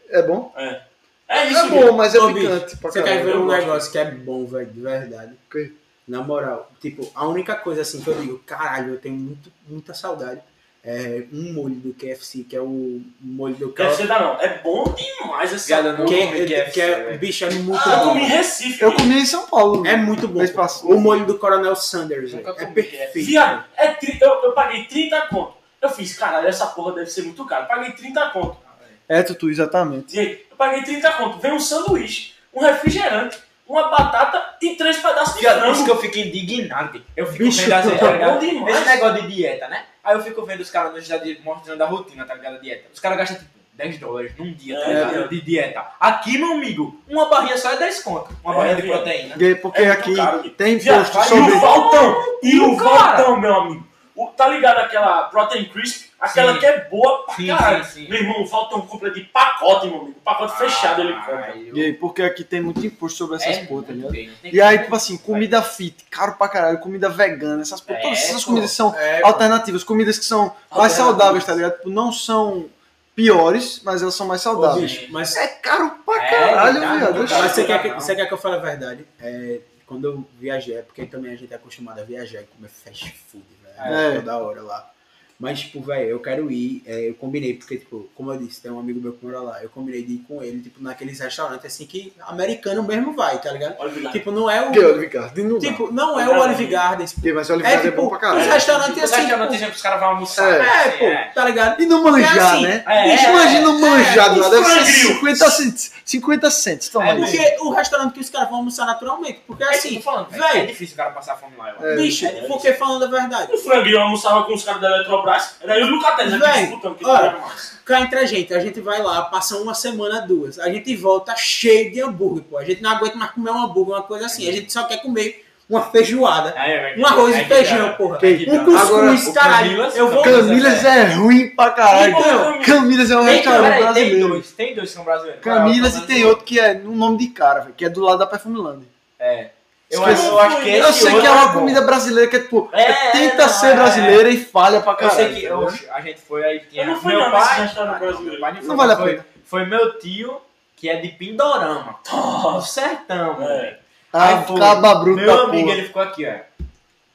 É bom? É. É isso, É viado. bom, mas é Ô, bicho, picante pra Você quer caralho. ver eu um gosto. negócio que é bom, velho, de verdade? Ok. Na moral, tipo, a única coisa assim que eu digo, caralho, eu tenho muito, muita saudade, é um molho do KFC, que é o molho do Quer KFC. ser não. É bom demais essa Viado, eu não porra. Que, comi é, KFC, que é, velho. Ah, bicho, é muito Eu bom. comi em Recife. Eu comi em São Paulo. É muito bom. Mas passou. O molho do Coronel Sanders, Nunca velho. É comi perfeito. Viado, é tri- eu, eu paguei 30 conto. Eu fiz, caralho, essa porra deve ser muito cara. Paguei 30 conto. É, Tutu, exatamente. Gente, eu paguei 30 conto. Veio um sanduíche, um refrigerante, uma batata e três pedaços de Viado, isso que frango. eu fico indignado. bicho. Eu fico Bicho, vendo as tá tá ligado? bom demais. Esse negócio de dieta, né? Aí eu fico vendo os caras nos Estados Unidos mostrando a rotina, tá ligado? A dieta. Os caras gastam tipo 10 dólares num dia, tá É, ligado? viado. De dieta. Aqui, meu amigo, uma barrinha só é 10 conto. Uma É, barrinha de viado. proteína. Gay, Porque É muito aqui caro. tem Viado, imposto e o sobre. Valtão, e o Cara. Valtão, meu amigo. O, tá ligado aquela Protein Crisp? Aquela Sim. que é boa pra Sim, caralho. sim, Ah, sim. Meu irmão, o Falcão compra de pacote, meu amigo. Pacote fechado é. ele compra. Ai, eu- é E aí, porque aqui tem muito imposto sobre essas É? porra, tá muito ligado? bem, não tem E aí, como. tipo assim, comida fit, caro pra caralho, comida vegana, essas porra, É, todas essas pô. comidas são É, alternativas, comidas que são mais Alternativas. saudáveis, tá ligado? Tipo, não são piores, mas elas são mais Ô, saudáveis. bicho, mas É caro pra É, caralho, tá, viado. não Mas você quer, que, Não. você quer que eu fale a verdade? É, quando eu viajei, é porque também a gente é acostumado a viajar e comer fast food, velho. É. É. Toda hora lá. Mas, tipo, velho, eu quero ir. é, eu combinei, porque, tipo, como eu disse, tem um amigo meu que mora lá. Eu combinei de ir com ele, tipo, naqueles restaurantes assim que americano mesmo vai, tá ligado? Olha o vilão. Tipo, não é Que o. Olive Garden não dá. Tipo, não é o Olive Garden. Que, mas Olive É Garden é, tipo, bom pra os caralho. restaurantes Os assim. restaurantes tipo, que os caras vão almoçar. É. assim, É, pô, tá ligado? E não manjar, É assim, né? é, Bicho, é, imagina não manjar, é, do lado, deve ser frango. 50 cents. 50 cents, toma É, aí. Porque o restaurante que os caras vão almoçar naturalmente. Porque É isso que assim, eu tô falando, velho. velho. É difícil o cara passar fome lá, eu acho. É, bicho, é porque falando a verdade. O franguinho almoçava com os caras da Eletrobras. Era eu e o Lucatelli aqui Véi, disputando que olha. era mais. Cá entre a gente, a gente vai lá, passa uma semana, duas. A gente volta cheio de hambúrguer, pô. A gente não aguenta mais comer um hambúrguer, uma coisa assim. A gente só quer comer uma feijoada, Aí, velho, um arroz aí e que feijão, dá. porra. Aí que Um dá. Agora, cuscuz, o caralho. Camila- Eu vou. Camilhas é ruim pra caralho. Então, Camilhas é um Tem, restaurante peraí, tem brasileiro. dois, tem dois que são brasileiros. Camilhas Qual é o e tem brasileiro? outro que é no nome de cara, velho, que é do lado da Perfumeland. É. Eu Esqueci. acho, eu acho que esse Eu sei outro que é uma bom. comida brasileira que é tipo, É, é, tenta não, ser é, brasileira e falha pra Eu caralho. sei que tá eu- ligado? a gente foi aí. Tinha Eu não fui meu não nesse pai, restaurante brasileiro. meu pai nem foi, Não vale a foi- pena. Foi meu tio, que é de Pindorama. Do sertão, mano. É. Ah, Aí foi. caba bruta Meu da amigo, porra. ele ficou aqui, ó.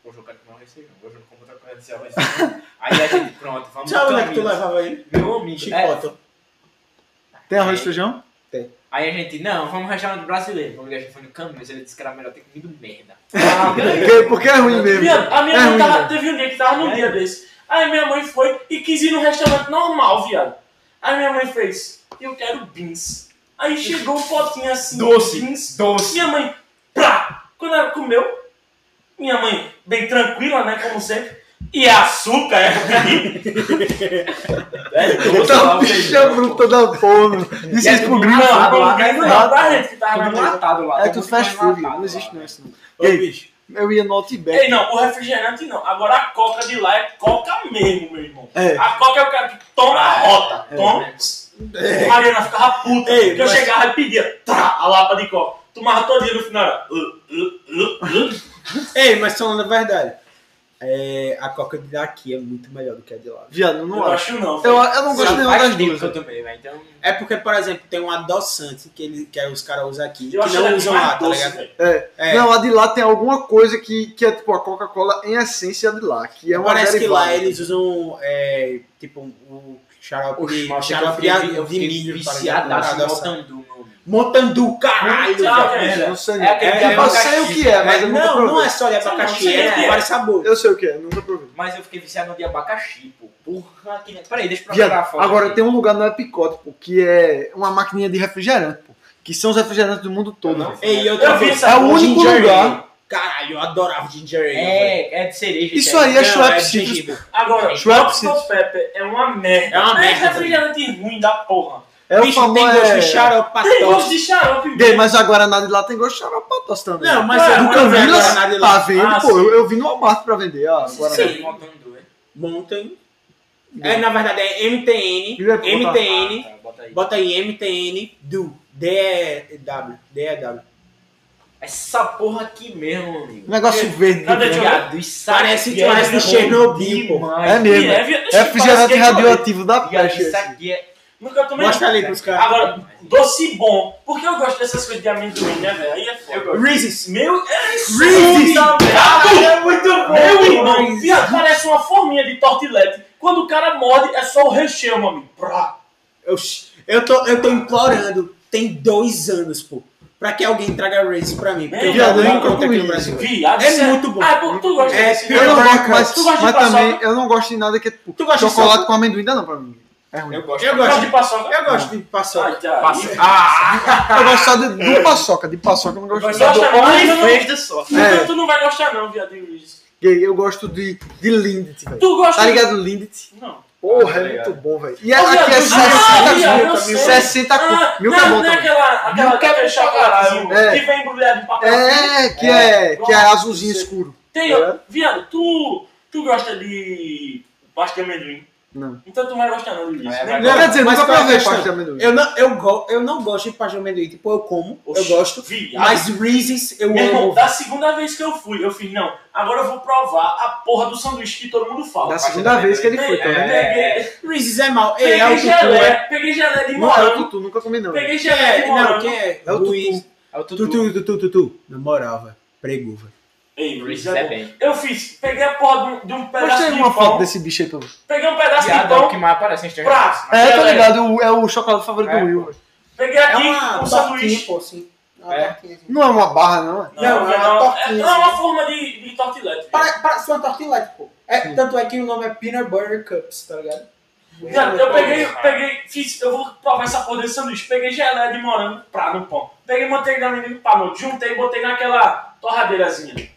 Hoje eu quero comer um receijão. Hoje eu não como outra coisa desse arroz. Aí a gente, pronto, vamos Sabe onde é que tu Camila. levava ele? Meu amigo. é. Chicote. Tem arroz Aí- e feijão? Aí a gente, não, vamos no restaurante brasileiro. Quando a gente foi no Camões, ele disse que era melhor ter comido merda. Ah, Porque, porque é ruim mesmo. Minha- a minha É mãe ruim, tava, velho. teve um dia que tava num É. dia desse. Aí minha mãe foi e quis ir num restaurante normal, viado. Aí minha mãe fez, eu quero beans. Aí chegou um potinho assim, Doce, beans. doce. Minha mãe, pra! Quando ela comeu, minha mãe, bem tranquila, né, como sempre. E açúcar, é É doce, lá, Tá o bicha feijão, pô. bruta da porra. mano. Isso é pro grito. Não, não, lá. não, Lá. não, pra gente que tava Tava na mesa. enlatado Tá lá. É tava tudo muito mais fast food, enlatado não lá, existe velho. não isso não. Ô, Ei, bicho. Eu ia no Outback. Ei, não, o refrigerante não. Agora a coca de lá é coca mesmo, meu irmão. É. A coca é o cara que toma a rota. Toma. A Mariana ficava puta. Ei, porque eu mas- chegava e pedia tá, a lapa de coca. Tomava todo dia no final. Era, uh, uh, uh, uh. Ei, mas falando a verdade. é, a coca de daqui é muito melhor do que a de lá. Viado, eu Eu não não acho. acho não. Eu, velho. eu não gosto Sabe, de nenhuma faz das tempo duas. que eu velho. também, velho. Então, É porque, por exemplo, tem um adoçante que, ele, que os caras usam aqui, Eu que acho não ela usam mais lá, tá doce, ligado? velho. É. É. Não, a de lá tem alguma coisa que, que é tipo a Coca-Cola em essência de lá, que é uma né? Parece que lá derivada. eles usam, é, tipo, um xarope, Oxe, de, mas xarope eu de, fiquei- eu de fiquei assim, milho, tá ligado? viciadaço Pra no adoçar. Motandu, meu amigo. Montandu, caralho, Tá, velho. velho. Não sei, É nem. aquele que é um eu sei o que é, mas É, eu nunca não, provei. não é só de abacaxi, Não, não é sei, de é. vários sabores. Eu sei o que é, nunca provei. Mas eu fiquei viciado no de abacaxi, pô. Porra, que... Peraí, deixa eu procurar a Viado, foto. agora aqui. tem um lugar no Epicote, pô, que é uma maquininha de refrigerante, pô, que são os refrigerantes do mundo todo. Eu não velho. Ei, eu, Eu vi essa É o porra. único Ginger lugar. ale. Caralho, eu adorava ginger ale. velho. É, é de cereja. Isso cara. aí é Não, Schweppes de Citrus. gengibre. Agora, Schweppes. Dr. Pepper é uma merda. É uma merda, É refrigerante ruim da porra. É o Bicho, famoso. tem gosto é- de xarope pra Tem gosto tosse. de xarope. Gay, mesmo. mas agora nada de lá tem gosto de xarope pra tosse também. Não, mas Ué, do eu mas nunca vi agora Camilhas agora nada de tá lá. vendo, Ah, pô. sim. Eu, eu vi no Walmart pra vender, ó. Agora né. Esse Sim. aí é Motandu, é? Mountain. É, na verdade, é MTN. Ele vai botar- MTN. Ah, tá, bota aí. Bota aí MTN do DEW. DEW. Essa porra aqui mesmo, amigo. negócio É. verde. Tá Cadê, né? tio? Viado, isso Parece- aqui é parece bom Chernobyl, pô. demais. É mesmo. E vi- É parece que refrigerante é radioativo da Viado, peste. isso esse. aqui é... Nunca tomei Mostra ali pros caras. Agora, doce bom. Porque eu gosto dessas coisas de amendoim, né, velho? Aí é Eu foda. gosto. Reese's. Meu, é isso. Reese's. Puta merda. é muito bom. Meu irmão, viado, parece uma forminha de tortilete. Quando o cara morde, é só o recheio, meu amigo. Prá. Eu, eu, tô, eu tô implorando. Tem dois anos, pô. Pra que alguém traga Reese's pra mim. Porque Viado, eu eu nunca nunca aqui comi no Brasil. Viado, É isso muito bom. Ah, é porque tu gosta É, desse. Eu não né? gosto, mas, Tu gosta de mas paçoca? também eu não gosto de nada que é tipo Tu gosta de chocolate sopa? com amendoim, dá não pra mim. É ruim. Eu, Eu gosto. Eu Tu gosta gosto de paçoca? Eu gosto de Ai, tá paçoca. cara. Passa- Ah, gosto só de, do paçoca, de paçoca eu não gosto. Eu nada. gosto de amendoim. da sorte. Então É. tu não vai gostar não, viado. de Reese's. Gay, eu gosto de, de Lindt, velho. Tu gosta Tá de- ligado, Lindt? Não. Porra, Tá é ligado. muito bom, velho. E Ah, aqui é viado, ah, viado, 60 eu cu, sei. 60 Ah, cu. Mil não, acabou não é também. aquela, aquela Milka aquele chocolatezinho É. que vem embrulhado em papel. É, que é, que é azulzinho é escuro. assim. Tem, É. viado, tu Tu gosta de pasta de amendoim? Não. Então tu não vai gostar nada disso. Mas né? vai- Não, quer dizer, Mas nunca qual é a provei questão? parte de amendoim. Eu não, eu, go, eu não gosto de pasta de amendoim. Tipo, eu como, eu Oxi, gosto. Viado. Mas Reese's eu Meu irmão, amo. da segunda vez que eu fui, eu fiz, não, agora eu vou provar a porra do sanduíche que todo mundo fala. Da segunda vez que ele foi, É, tá É, vendo? Peguei, Reese's é mal. Ei, é o peguei tutu, gelé, é. peguei gelé de Não, é o morango, tutu, nunca comi não. peguei gelé É, de não, morango. quem é? É o tutu. Luiz. É o tutu. Tutu, tutu, tutu. Na moral, velho. Prego, velho. Ei, Reese's Luiz, é é bom. bem. Eu fiz, peguei a porra de um, de um pedaço Mostra aí de uma pão, foto desse bicho aí pra mim. peguei um pedaço de Viado é o que pão, mais aparece em Stranger Prato. Things. É, Mas tá é, ligado? O- É o chocolate favorito É, do Will. peguei É aqui uma um tortinha, sanduíche. pô, assim. É uma É. tortinha, assim. Não é uma barra, não é? Não, é uma é, tortinha. não, é uma forma de, de tortilete. Para, para, sua torta light, pô. É, tanto é que o nome é Peanut Butter Cups, tá ligado? Viado, eu peguei, peguei, fiz, eu vou provar essa porra desse sanduíche. Peguei geleia de morango, pá, no pão. Peguei manteiga de amendoim, pá, no juntei, botei naquela torradeirazinha.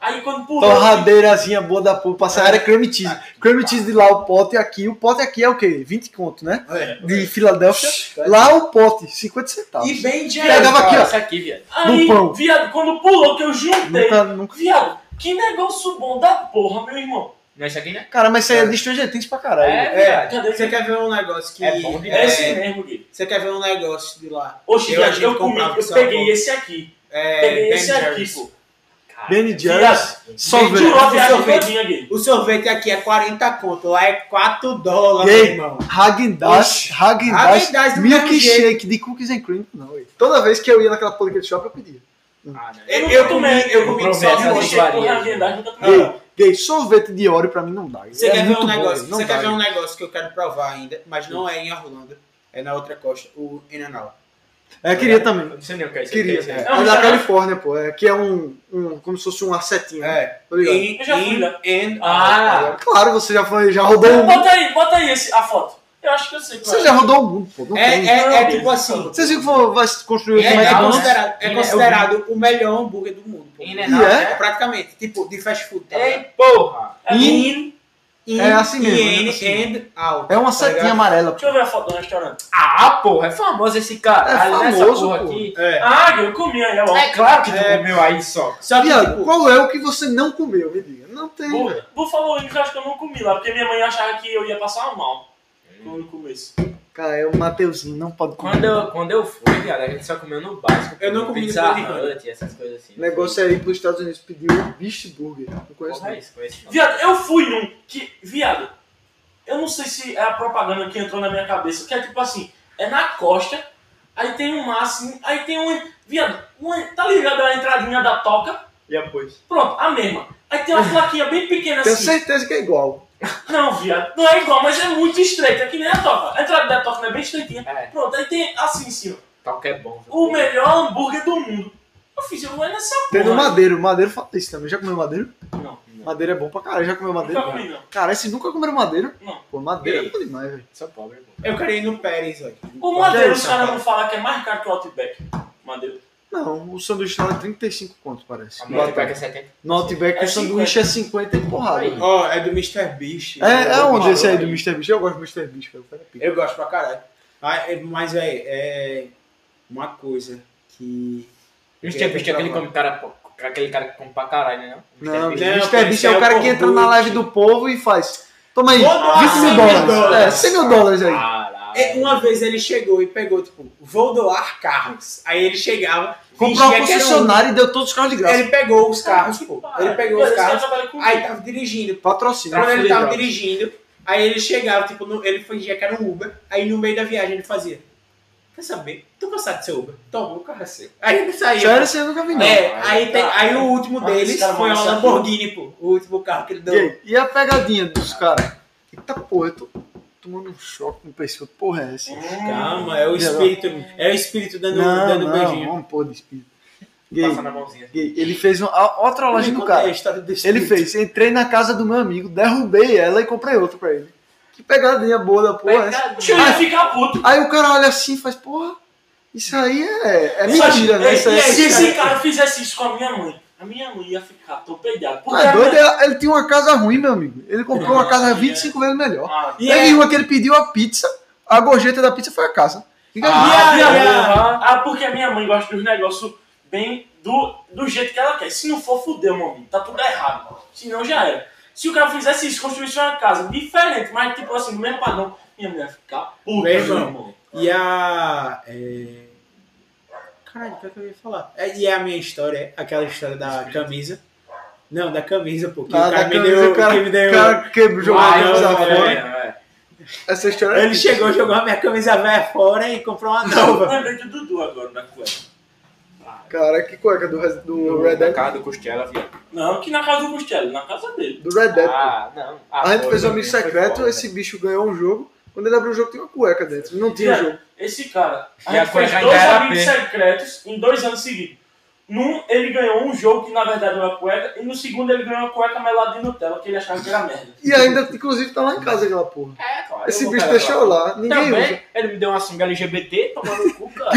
Aí quando pulou... Torradeirazinha boa da porra. Passar era cream cheese. Cream cheese de lá o pote e aqui. O pote aqui é o quê? 20 conto, né? É. De Filadélfia. Lá o pote, 50 Tá. centavos. E bem de Pegava aqui, ó. Isso aqui, viado. Aí, no pão. viado, quando pulou que eu juntei, Nunca, nunca. viado, que negócio bom da porra, meu irmão. Não é isso aqui, né? Cara, mas isso aí é de Stranger Things pra caralho. É, velho. viado. Cadê? Você quer ver um negócio que. É bom de É esse é, mesmo, Gui. Você quer ver um negócio de lá? Oxi, Eu, a viado, gente eu comi, comprava eu com peguei sabor. esse aqui. É, Peguei Ben esse aqui, Jerry's. pô. Ah, Benny Jerry's. Viado, durou Sorvete. a viagem sorvete. todinha, Gui. O sorvete aqui é 40 conto, lá é 4 dólares, Ei. meu irmão. Hagendaz, Häagen-Dazs Hagendaz, do mesmo milkshake de cookies and cream. Não, velho. Toda vez que eu ia naquela porra de shop, eu pedia. Ah, não. Eu, Eu eu não comi, tomei, eu comi de promessa, salve não hoje. vai. varia. Não, Gay, gay, sorvete de Oreo pra mim não dá. Você é quer ver muito um bom, negócio? não você dá. quer ver um negócio que eu quero provar ainda, mas não é em Orlando, é na outra costa, o Inanal. É, queria também. Eu não sei nem o que é isso. Queria. o que é É, isso. é É um da restaurante? Califórnia, pô. É, que é um, um. Como se fosse um arcetinho. né? É. Tá ligado? In- Eu já fui in- lá. in- Ah. Claro, você já foi. Já rodou o mundo. Bota aí, bota aí esse, a foto. Eu acho que eu sei. qual Você é. já rodou o mundo, pô. Não É, tem. é, é tipo assim. Vocês viram que for- vai se construir o É, é McDonald's? considerado, é considerado o melhor hambúrguer do mundo. pô. In and out, É? É, né? praticamente. Tipo, de fast food. Tá ligado? Ei, porra! É bom. in, in, É assim mesmo, in é assim and out. É uma tá setinha ligado? amarela, pô. Deixa eu ver a foto do restaurante. Ah, porra, é famoso esse cara. É Essa famoso, porra pô. aqui. É. Ah, eu comi aí, é bom. É claro que tu É. comeu aí só. Só que, Viado, tipo, qual é o que você não comeu? Me diga. Não tem, Bu- velho. Buffalo Wings eu acho que eu não comi lá, porque minha mãe achava que eu ia passar mal quando eu comesse. Cara, é o Mateuzinho, não pode comer. Quando eu, quando eu fui, viado, a gente só comeu no básico. Eu não comi no Pizza Burger King. Hut, essas coisas assim. O negócio é né? ir pros Estados Unidos pedir o Beast Burger. Não conheço Porra, é não. isso, conheci não. Viado, eu fui num que. Viado, eu não sei se é a propaganda que entrou na minha cabeça, que é tipo assim, é na costa, aí tem um mar assim, aí tem um. Viado, uma- tá ligado a entradinha da toca? E depois? Pronto, a mesma. Aí tem uma Uhum. plaquinha bem pequena Tenho assim. certeza que é igual. Não, viado, não é igual, mas é muito estreita, é que nem a toca. A entrada da toca não é bem estreitinha. É, Pronto, aí tem assim em cima, tal que é bom. viu? o melhor hambúrguer do mundo. Eu fiz, eu vou nessa Tem no porra. Madeiro. Madeiro fala isso também. Já comeu Madeiro? Não, Madeiro é bom pra caralho. Já comeu Madeiro? nunca comi, não. Cara, vocês nunca comeram Madeiro? Não. Pô, Madeiro E é aí? bom demais, velho. Sou pobre, pô. eu queria ir no Pérez, velho. O Madeira, os isso, caras rapaz? não falam que é mais caro que o Outback. Madeira. Não, o sanduíche lá é 35 conto, parece. A mulher pega 70. No Outback, É o sanduíche é 50 e porrada. Aí. velho. Ó, é do Mr. Beast. É, é onde Maluco. esse aí do Mr. Beast? Eu gosto do Mr. Beast, velho. O cara é pica. Eu gosto pra caralho. Ah, é- Mas, velho, é uma coisa que. Não tinha visto aquele, come cara, pô, aquele cara que come pra caralho, né? não? Não, o Beast. Não, Mr. Beast é esse é o o cara que entra na Corbucci. live do povo e faz. Toma aí, Vou doar 20 100 mil mil dólares. É, dólares. 100 mil dólares aí. Caralho. É, uma vez ele chegou e pegou, tipo, vou doar carros. Aí ele chegava, Comprou uma fingia que era um. concessionária e deu todos os carros de graça. Ele pegou os carros, pô. Ele pegou os carros. Aí Aí, tava dirigindo. Patrocínio. Quando ele tá filho tava de graça. dirigindo, aí ele chegava, tipo, no- ele fingia que era um Uber. Aí no meio da viagem ele fazia. Quer saber? Tô cansado de ser Uber. Toma, o carro é seu. Aí ele saía. Sério, você nunca vi, não. É, Não, aí, tem, tá. aí o último Mas deles esse cara foi manda uma essa Lamborghini, pô. O último carro que ele E, deu. aí, e a pegadinha dos caras? Eita porra, eu tô tomando um choque no pescoço. Porra, é essa? Calma, é o espírito. É o espírito dando, Não, dando não, beijinho. não pô, de espírito. Gay, Passa na mãozinha. gay, ele fez uma, a- outra Eu loja nem do contei a um cara. história do Ele espírito. fez, entrei na casa do meu amigo, derrubei ela e comprei outra pra ele. Que pegadinha boa da porra. é essa? Deixa eu ia ficar puto. Aí o cara olha assim e faz, porra, isso aí é, é Só- mentira, né? Ei, Isso aí ei, Se é esse cara fizesse isso com a minha mãe, a minha mãe ia ficar torpedeada. Porque Mas a é doido, minha- ele, ele tinha uma casa ruim, meu amigo. Ele comprou uma casa 25 vezes melhor. Ah, E Teve é- uma que ele pediu a pizza, a gorjeta da pizza foi a casa. E Ah, aí, ah, e a- minha- ah, porque a minha mãe gosta dos negócios bem do, do jeito que ela quer. Se não for, fudeu, meu amigo. Tá tudo errado. Se não, já era. Se o cara fizesse isso, construísse uma casa diferente, mas tipo assim, no mesmo padrão, minha mulher ia ficar puta, Meu irmão. irmão. E a. É... Caralho, o que, é que eu ia falar? É, e a minha história, aquela história da camisa. Não, da camisa, pô. Que Ah, o cara da me camisa, deu. o cara- que me deu... O cara quebrou, jogou a Vai, camisa vai, fora. É, é. Essa história é Ele chegou, jogou a minha camisa velha fora e comprou uma nova. Lembrei do Dudu agora na cueca. Cara, que cueca do, res- do Red Na Ah, Dead? casa do Costela, viado. Não, que na casa do Costello, na casa dele. Do Red Dead. Ah, não. Ah, a gente pô, fez um também amigo foi secreto, foda, esse bicho ganhou um jogo. Quando ele abriu o jogo, tinha uma cueca dentro. Não tinha Viado, jogo. Esse cara, a E a gente fez cueca ainda dois era amigos preta. secretos em dois anos seguidos. Num, ele ganhou um jogo que na verdade era uma cueca, e no segundo ele ganhou uma cueca melada de Nutella, que ele achava que era merda. E ainda, inclusive, tá lá em casa aquela porra. É, claro, Esse eu vou bicho pegar deixou lá. Ninguém usa. Também, ele me deu uma sunga LGBT, tomando no cu, cara.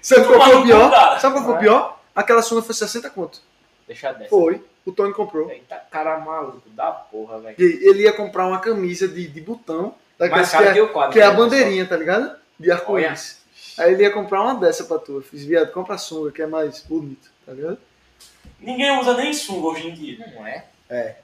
Sabe tá qual Tomar foi no o cu, cara. pior? Sabe qual foi o Vai. pior? Aquela sunga foi 60 conto. Deixa dessa. Foi. O Tony comprou. Eita, cara maluco da porra, velho. E ele ia comprar uma camisa de, de botão. Daquelas Mas que, cara, é, tem o quadro. que é a né, pessoal? bandeirinha, tá ligado? De arco-íris. Aí ele ia comprar uma dessa pra tu. Eu fiz, viado, compra a sunga, que é mais bonito, tá ligado? Ninguém usa nem sunga hoje em dia. Não é? Eh.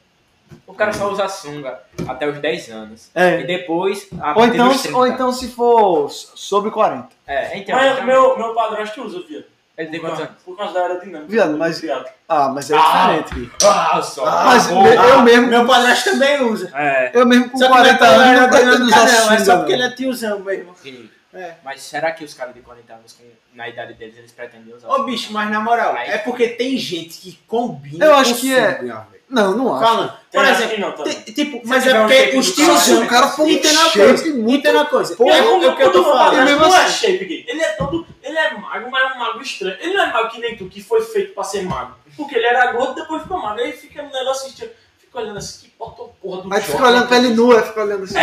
O cara só usa sunga até os 10 anos. É. E depois, a Ou partir então, dos 30. ou então se for sobre 40. É, então. Mas então, meu, meu padrasto usa, viado. Ele tem quantos anos? Por causa da aerodinâmica. Viado, mas- Viado. Ah, mas é Ah. diferente. Ah, só. mas me- eu mesmo, Meu padrasto também usa. É. eu mesmo com Só que 40 meu anos não padrasto pretendo não, usar não, sunga. é só não. porque ele é tiozão mesmo. Entendi. É. Mas será que os caras de 40 anos, com- na idade deles, eles pretendem usar? Ô bicho, mas na moral, Aí. é porque tem gente que combina. Eu acho com que é. sunga, velho. Não, não acho. Falando, por exemplo, não, tá? tem- tipo, mas tiver é um porque shape os do caralho, tiozão, o cara foi né? Entenda uma cheio coisa. de muito. Entenda uma coisa. Porra, é o é o que eu tô falando. Mas mesmo não é assim. shape gay. Ele é todo. Ele é magro, mas é um magro estranho. Ele não é magro que nem tu, que foi feito pra ser magro. Porque ele era gordo, depois ficou magro. Aí fica no negócio estranho. Fica olhando assim, que bota a porra do Aí tu fica Jordan. olhando pra ele nua, fica olhando assim.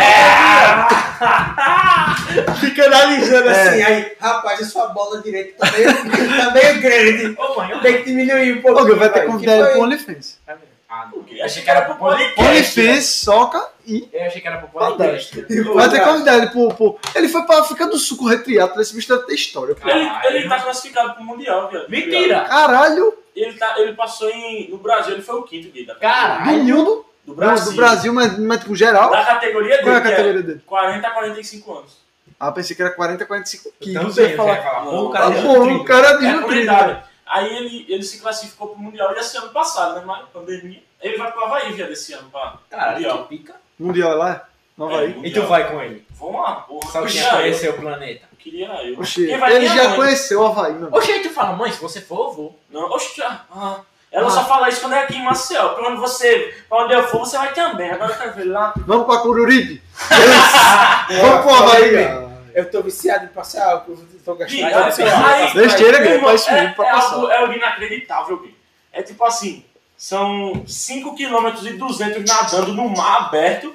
Fica analisando É. assim, aí, rapaz, a sua bola direita tá meio, tá meio grande. Ô, mãe, eu Tem que diminuir um pouco. Ô, Gil, vai ter que velho. convidar ele foi- pro OnlyFans. Ah, não. O quê? Eu achei que era pro podcast. OnlyFans, soca e. Eu achei que era pro podcast. Vai ter que convidar ele pro. pro- Ele foi pra África do Sul com retriato, esse bicho deve ter história. pô. Ele, ele Caralho. tá classificado pro Mundial, viado. Mentira! Caralho, Ele, tá, ele passou em. No Brasil, ele foi o quinto, gay. da- do Caralho! mundo, Do Brasil. do Brasil, mas, mas com geral. Da categoria dele, Qual é a que é categoria dele? 40 a 45 anos. Ah, pensei que era 40, 45 quilos. Então, eu ia sim, falar, eu ia falar, pô, o ah, cara pô, o cara É por desnutrido. idade. Aí ele, ele se classificou pro Mundial e esse ano passado, né? Mas pandemia. Ele vai pro Havaí, viado, esse ano, pá. Caralho, que pica. Mundial lá? Nova É, aí. Mundial. E tu vai com ele? Vamos lá, porra. Só quem Queria conhecer o planeta. eu. Queria né, eu. é? Oxi, Quem vai ele ter já mãe? conheceu o Havaí, mano. Oxe, aí tu fala, mãe, se você for, eu vou. Não, oxe, já. Ah, ela só fala isso quando é aqui em Maceió. Pra onde você, pra onde eu for, você vai também. Agora eu quero ver lá. Vamos pra Cururipe. Vamos pro Havaí, velho. Eu tô viciado em passar álcool, eu tô Gui, gastando. olha só, aí- Besteira, Gui, meu irmão, faz é, comigo pra é passar. algo- é algo inacreditável, Gui. É tipo assim, são 5 km e 200 nadando no mar aberto.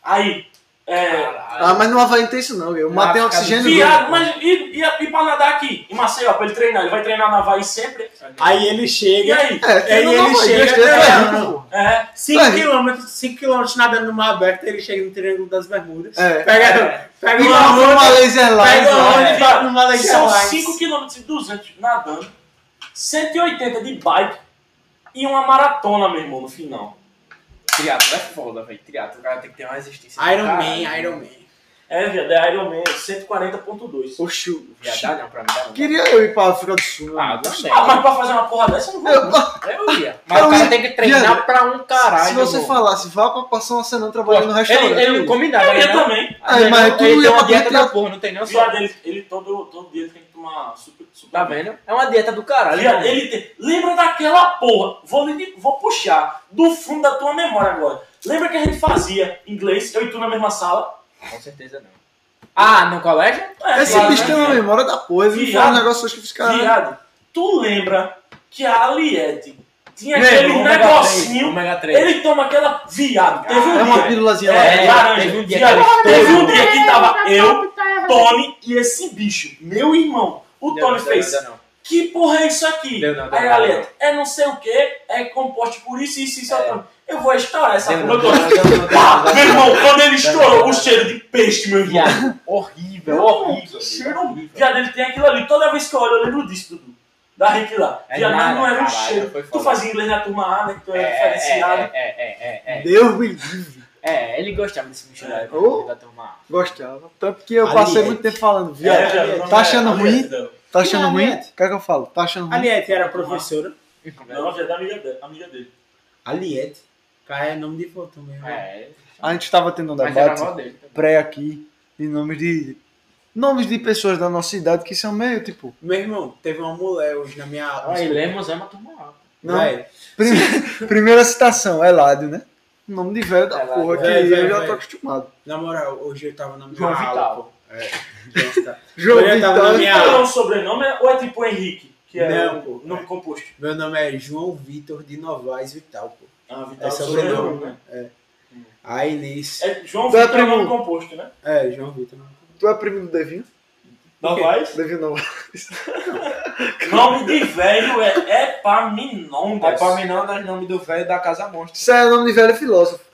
Aí, é, Ah, mas no Havaí não tem isso não, eu matei África do oxigênio. Sul. doido. Viado, mas e, e, e pra nadar aqui? Em Maceió, pra ele treinar. Ele vai treinar na Havaí sempre. Aí ele E chega. aí? É, tem Aí no ele Havaí, chega- besteira, não, é rico, não. pô. É. 5 Vai. km, 5 km nadando no mar aberto, ele chega no Triângulo das Bermudas. É. Pega, pega E uma lá foi uma onda, laser pega lá. uma onda é. e bate no Malaysia São Airlines. 5 km e 200 nadando. 180 de bike. E uma maratona, meu irmão, no final. Triatlo é foda, velho. Triatlo, o cara tem que ter uma resistência. do Iron caralho. Man, Iron Man. É, viado, é Ironman 140.2. Oxi, Viadar não, pra mim dá não. queria eu ir pra África do Sul. Ah, mano. também. Ah, mas pra fazer uma porra dessa, eu não vou. Eu- Eu ia. Mas Eu o cara ia. tem que treinar Viado, pra um caralho. Se você irmão. falasse, vá pra passar uma semana trabalhando no restaurante. Ele, ele não come nada, Eu né? ia não? também. Aí, mas tu ele ia tem uma pra dieta dentro- da porra, não tem nem o Viado, sal. ele, ele todo, todo dia ele tem que tomar super, super Tá Tá vendo? É uma dieta do caralho. Viado, irmão. ele tem- Lembra daquela porra? Vou, lhe- vou puxar do fundo da tua memória agora. Lembra que a gente fazia inglês, eu e tu na mesma sala? Com certeza não. Ah, no colégio? É, Esse claro, bicho tem né, uma viado? memória da porra. Ele me Viado. fala um negócio hoje que eu fiz caralho. Viado, tu lembra que a Aliette tinha Meu, aquele ômega três, negocinho? Ômega 3. Ele toma aquela. Viado, teve um É uma dia. pílulazinha lá. É, É, laranja. teve um dia Viado, que ele teve teve. um dia que tava né? eu, Tony e esse bicho. Meu irmão. O Não, Tony não, fez. não, não. Que porra é isso aqui? Deu não, deu Aí não, a deu letra é não sei o que, é composto por isso, isso, isso, É. aquilo. Eu vou estourar essa Deu porra não, toda. deu não, deu não, Pá, deu meu não. irmão, quando ele não, estourou, não. o cheiro de peixe, meu irmão. Viado, horrível, horrível. Cheiro horrível. Viado, ele tem aquilo ali. Toda vez que eu olho, eu lembro disso, Dudu. da gente lá. É Já nada, não era um caralho, cheiro. foi Tu foda. fazia inglês na turma A, né? Que tu É, era é, diferenciado. é, é, é, é, é. Deus me livre. É, ele gostava desse missionário Ô. da turma Gostava. Tanto que eu Ali passei é. muito tempo falando, viado. É, já, não Tá é- achando não é- ruim? Tá achando Não, ruim? né? O que é que eu falo? Tá achando A ruim? Liette era professora. A. Não, já é da amiga dele. Amiga dele. A Liette. Cara, é nome de votão mesmo. É, A gente tava tendo um mas era a debate avó dele também. pré aqui de nomes de. Nomes de pessoas da nossa idade que são meio tipo. Meu irmão, teve uma mulher hoje na minha aula. Aí, Lemos é uma turma A. Não. Véi, Prime- Primeira citação, Eládio, né? Nome de velho da Eládio, porra, que velho, eu velho, já tô velho. acostumado. Na moral, hoje eu tava na minha João aula. Vital. Ah, pô. É, João Vital. João Eu já tava na Vitor. minha- Então é um sobrenome ou é tipo Henrique? Que é Não, o pô. nome composto. Meu nome é João Vitor de Novaes Vital, pô. Ah, Vital Esse é o sobrenome, sobrenome, né? Aí nisso. É João Dá Vitor é pra nome mim. composto, né? É, João Vitor. Tu é primo do Devinho? Novaes. Devinho não. Nome de velho é Epaminondas. É pra mim não, nós nome do velho da Casa Monstro. Isso é nome de velho filósofo.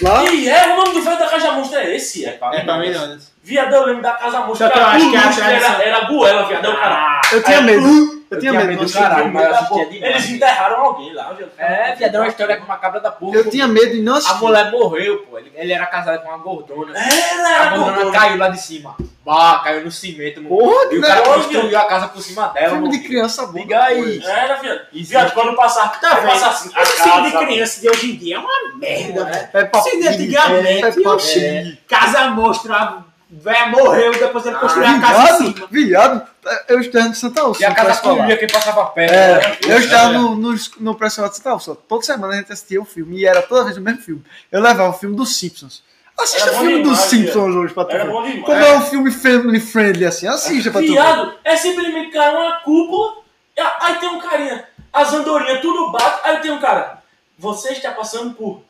Lá E é, o nome do velho da Casa Monstro é esse, é. É pra mim não. né? Viado, eu lembro da Casa Monstro. Só que eu acho que é a tradição. era, era Buela, viado, é Ah. o cara. eu tinha medo. Eu tinha medo. do disso. caralho, mas eu Eles assistia demais. enterraram alguém lá. viado. É, viadão, é uma história com uma cabra da porra. Eu tinha medo e não A assistir. mulher morreu, pô. Ele, ele era casado com uma gordona. É, Ela A era gordona gordona. caiu lá de cima. Bah, caiu no cimento, mano. Porra, E o né? cara Negócio, construiu a casa por cima dela, Filme mano. de criança boa. Liga é um aí. Era, viado. Existe. Viado, quando passar, Tá, vai velho. passar assim. Esse filme de casa- criança de hoje em dia é uma merda, velho. É Se antigamente, É eu- papinho. Casa monstro, a véia morreu, depois Ah, ele construiu a casa em Viado, cima. viado. é Eu estava no Santa E Úrsula. a casa posso falar. comia quem passava perto. Era- É, eu estava no, no, no Pressionado de Santa Úrsula. Toda semana a gente assistia o filme e era toda vez o mesmo filme. Eu levava o filme dos Simpsons. Assista Era o bom filme dos demais, Simpsons hoje pra tu Era ver. bom Como demais. é um filme family friendly assim, assista pra tu ver. Viado, é simplesmente, cara, uma cúpula. e a- Aí tem um carinha. As andorinhas tudo bate. Aí tem um cara. Você está passando por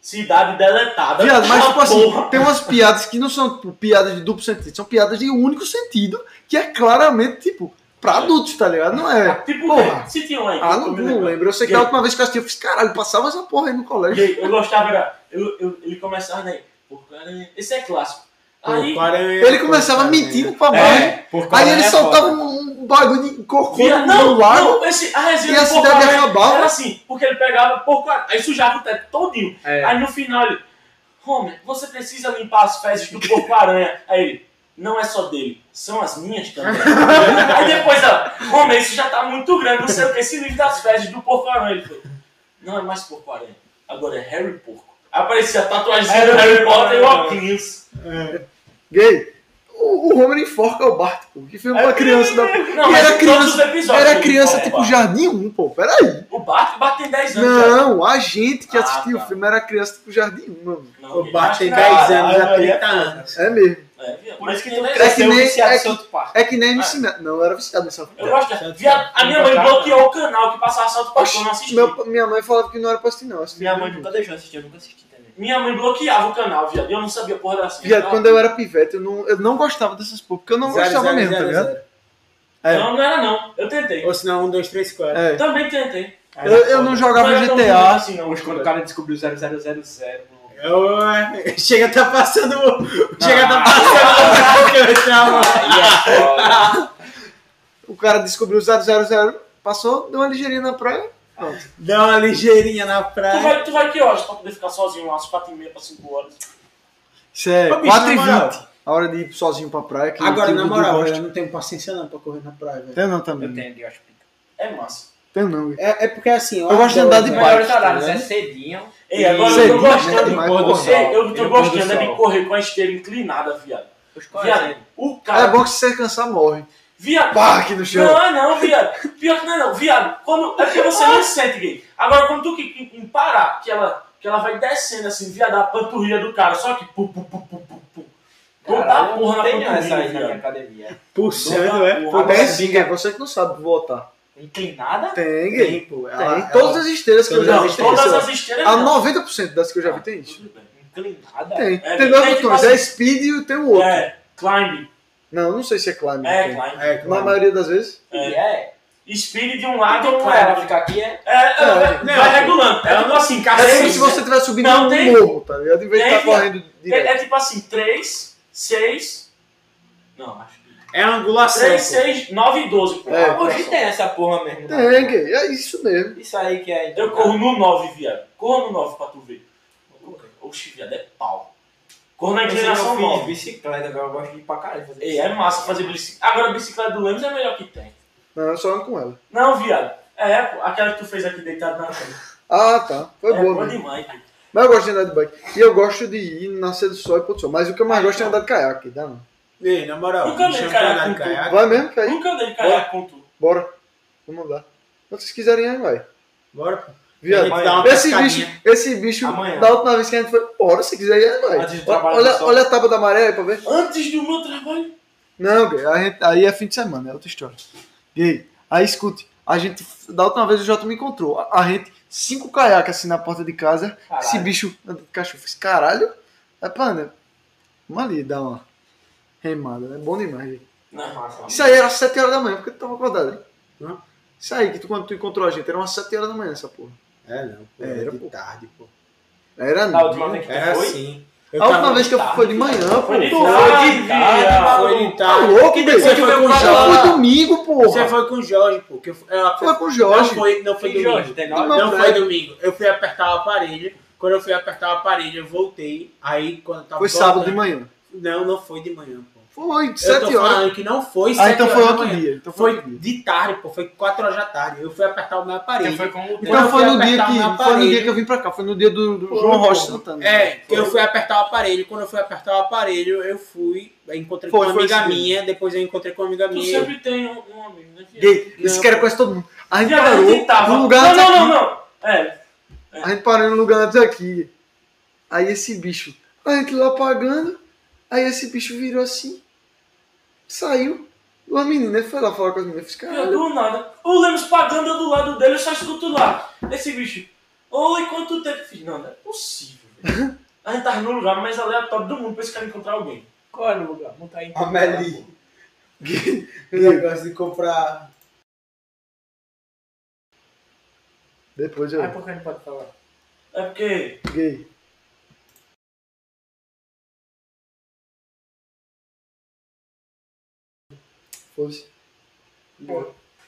cidade deletada. Viado, mas Ah, tipo assim, porra. tem umas piadas que não são tipo, piadas de duplo sentido, são piadas de um único sentido, que é claramente, tipo, pra adultos, tá ligado? Não é. Tipo, Porra. se tinha um aí. Ah, não, eu É. me não lembro. lembro. Eu sei que a última vez que eu assisti, eu fiz, caralho, passava essa porra aí no colégio. Porque Eu gostava, era. Eu, eu- ele começava daí. Porco aranha. Esse é clássico. Aí, Ele começava mentindo pra É, mais. Aí ele soltava um bagulho de cocô Via, no não, lago. não, esse, a E resenha a do porco cidade aranha acabava. era assim, porque ele pegava porco aranha, aí sujava o teto um- todinho. É. Aí no final ele, Homer, você precisa limpar as fezes do porco aranha. Aí ele, não é só dele, são as minhas também. aí depois ela, Homer, isso já tá muito grande, não sei o que, se livre das fezes do porco aranha. Ele foi, não é mais porco aranha, agora é Harry Porco. Aí Aparecia a tatuagem do Harry Potter e o óculos. Gay. O, o Homer enforca o Bart, pô. Que filme pra criança da porra. É, Não, E mas era em criança- todos os episódios. Era ele criança fala, tipo "Pá, Jardim 1, pô. Peraí. O Bart, Bart tem 10 anos. já. Não, a gente que Ah, assistia tá. o filme era criança tipo Jardim 1, mano. Não, O ele Bart tem acha que- 10 anos, Ah, há aí é 30 anos. É mesmo. É, viado. Por Mas isso que tem tu 10 cresceu nem- viciado é em que- South Park. É que nem MC Man. Não, eu era viciado nessa Eu porra. gosto. de- Viado, a minha mãe bloqueou o canal que passava Salto Parque, eu não assisti. Meu- minha mãe falava que não era pra assistir, não. Eu assisti Minha mesmo. mãe tá nunca deixou assistir, eu nunca assisti também. Minha mãe bloqueava o canal, viado. e Eu não sabia porra da senha. Viado, Não. quando eu era pivete, eu não, eu não gostava dessas porra, porque eu não Zero, gostava zero, mesmo, zero, tá ligado? zero. É. Não, não era não. Eu tentei. Ou um, senão, 1, 2, 3, 4. É. Também tentei. Eu, é eu não jogava era tão ruim GTA. assim, não. Hoje, É, quando o cara descobriu 0000, mano. Eu- Chega tá passando. Chega Ah, tá passando. o carro que eu Aí é foda. O cara descobriu o 000, passou, deu uma ligeirinha na praia. tava. Dá uma ligeirinha na Tu praia. vai, tu vai que horas pra poder ficar sozinho lá, às 4h30 pra 5 horas? Isso é Ô, bicho, na 4h20. moral. A hora de ir sozinho pra praia. Que Agora, que na o Dudu moral, gosta. eu não tenho paciência não pra correr na praia, velho. Tenho né? não Eu também. tenho, eu acho pica. É massa. Tenho não. Gui. É, é porque assim, Eu gosto de andar de bike. adoro, velho. Melhores tá horários, é ligado? cedinho. Ei, agora eu Cedinho, tô gostando. né? do Mas, pôr do porra, sol. Ei, eu tô pelo pôr do gostando é de sol. correr com a esteira inclinada, viado. Os Viado, o É cara. bom que se você cansar, morre. Viado, Pá, aqui no chão. Não, é não, viado. Pior que não é não, viado. Quando, é porque você não sente, gay. Agora, quando tu que, que- em parar, que ela, que ela vai descendo assim, viado, a panturrilha do cara, só que pu, pu, pu, pu, pu, pu. Toda a porra na tem essa panturrilha, aí né? na minha viado. academia. Pulsando, é? Porra, Até agora- sim, é você que não sabe voltar. Inclinada? Tem, Gui. pô. Tem. Todas as esteiras que eu todas já as vi Não, tem todas as é isso. esteiras. A não. 90% das que eu já vi tem isso. Tudo bem. Inclinada? Tem. É, tem tem dois que botões. fazer. É speed e tem o outro. É, climb. Não, não sei se é climb. É, tem. climb. É, Na claro. maioria das vezes. E é. Speed de um Ah, lado e tem um como ela lado. ficar aqui, é? É, é, Não, vai- não, vai pô. regulando. É tipo assim, É é, como cacete. se você estivesse subindo Não, um tem- morro, tá ligado? Em vez de tem, estar correndo É, direto. é tipo assim, 3, 6. Não, acho que. É a angulação. 3, pô. 6, 9 e 12. pô. É, Hoje tem essa porra mesmo. né? Tem, que- é isso mesmo. Isso aí que é. Eu corro no 9, viado. Corro no 9 pra tu ver. Oxi, viado, é pau. Corro na Eu sei que eu inclinação fiz 9. bicicleta, velho. Eu gosto de ir pra caralho fazer Ei, é massa fazer bicicleta. Agora, a bicicleta do Lemos é a melhor que tem. Não, eu só ando com ela. Não, viado. É, pô, aquela que tu fez aqui deitado na cama. Ah, tá. Foi é boa boa mesmo. demais, pô. Mas eu gosto de andar de bike. E eu gosto de ir nascer do sol e pôr do sol. Mas o que eu mais gosto é andar de caiaque, dá não? Ei, na moral, Nunca me andei chama caiaque pra andar com de caiaque. Vai mesmo, que aí. Nunca andei de caiaque com tu. Bora. Vamos lá. Quando vocês quiserem aí, vai. Bora, pô. Viado. Vai dar uma Esse bicho, pescadinha. esse bicho, Amanhã. da última vez que a gente foi, bora, se quiser ir, vai. Antes de trabalhar Olha, do sol. olha a tábua da maré aí pra ver. Antes do meu trabalho. Não, gay, a gente- aí é fim de semana, é outra história. Gay, aí escute, a gente, da última vez o Jota me encontrou, a, a gente, cinco caiaques assim na porta de casa, Caralho. esse bicho anda de cachorro, fiz caralho, é pra né? Vamos ali dar uma remada, é bom demais. gay. Não, é Isso aí era sete horas da manhã, porque tu tava acordado, hein? Hã? Isso aí, que tu, quando tu encontrou a gente, era umas sete horas da manhã essa porra. É, não, pô. Era, Era de pô. tarde, pô. Era Da não. é última vez que tu Era foi? assim. Eu A última tava- Ah, vez que eu fui foi de manhã, pô. Foi de Tô- tarde. Foi de tarde, Foi de foi de Tá tarde. louco, que velho? você foi com o Jorge? Foi domingo, porra. Você foi com o Jorge, pô. Que eu é, fui- ela- Foi com o Não Jorge. foi, não foi Foi Jorge, domingo. tem Não, nove. Não Mas foi foi- domingo. Eu fui apertar o aparelho. Quando eu fui apertar o aparelho, eu voltei. Aí quando eu tava Foi sábado de manhã. Não, não foi de manhã, pô. Foi, né? Eu tô sete horas. falando que não foi Ah, sete então horas foi da outro manhã. dia. Então foi Foi outro dia. de tarde, pô. Foi 4 horas da tarde. Eu fui apertar o meu aparelho. Você foi com o Então eu foi fui no dia apertar o que. Foi no meu dia aparelho. que eu vim pra cá. Foi no dia do, do Foi, João Rocha pô. Santana. É, que eu Foi. fui apertar o aparelho. Quando eu fui apertar o aparelho, eu fui. eu Encontrei Foi, com uma foi amiga esse dia. minha. Depois eu encontrei com uma amiga Tu minha. sempre tem um, um amigo, né? viado? Gay. Esse Não, cara pô. conhece todo mundo. A gente Viado, a parou gente tava- num lugar Não, antes não, não, aqui. não. É. A gente parou num lugar antes aqui. Aí esse bicho. A gente lá pagando. Aí esse bicho virou assim. Saiu. Uma menina foi lá falar com as meninas. Eu fiz, Viado, caralho. do nada. O Lemos pagando eu do lado dele, eu só escuto lá. Esse bicho. Oi, quanto tempo? Eu Fiz, não, não é possível. velho. A gente tava no lugar mais aleatório do mundo pra esse cara encontrar alguém. Qual era o lugar? Não tá aí. Amelie. O Gay. negócio de comprar. Depois eu. Ai, Ah, por que não pode falar? É porque. Gay. Foda-se. Pô.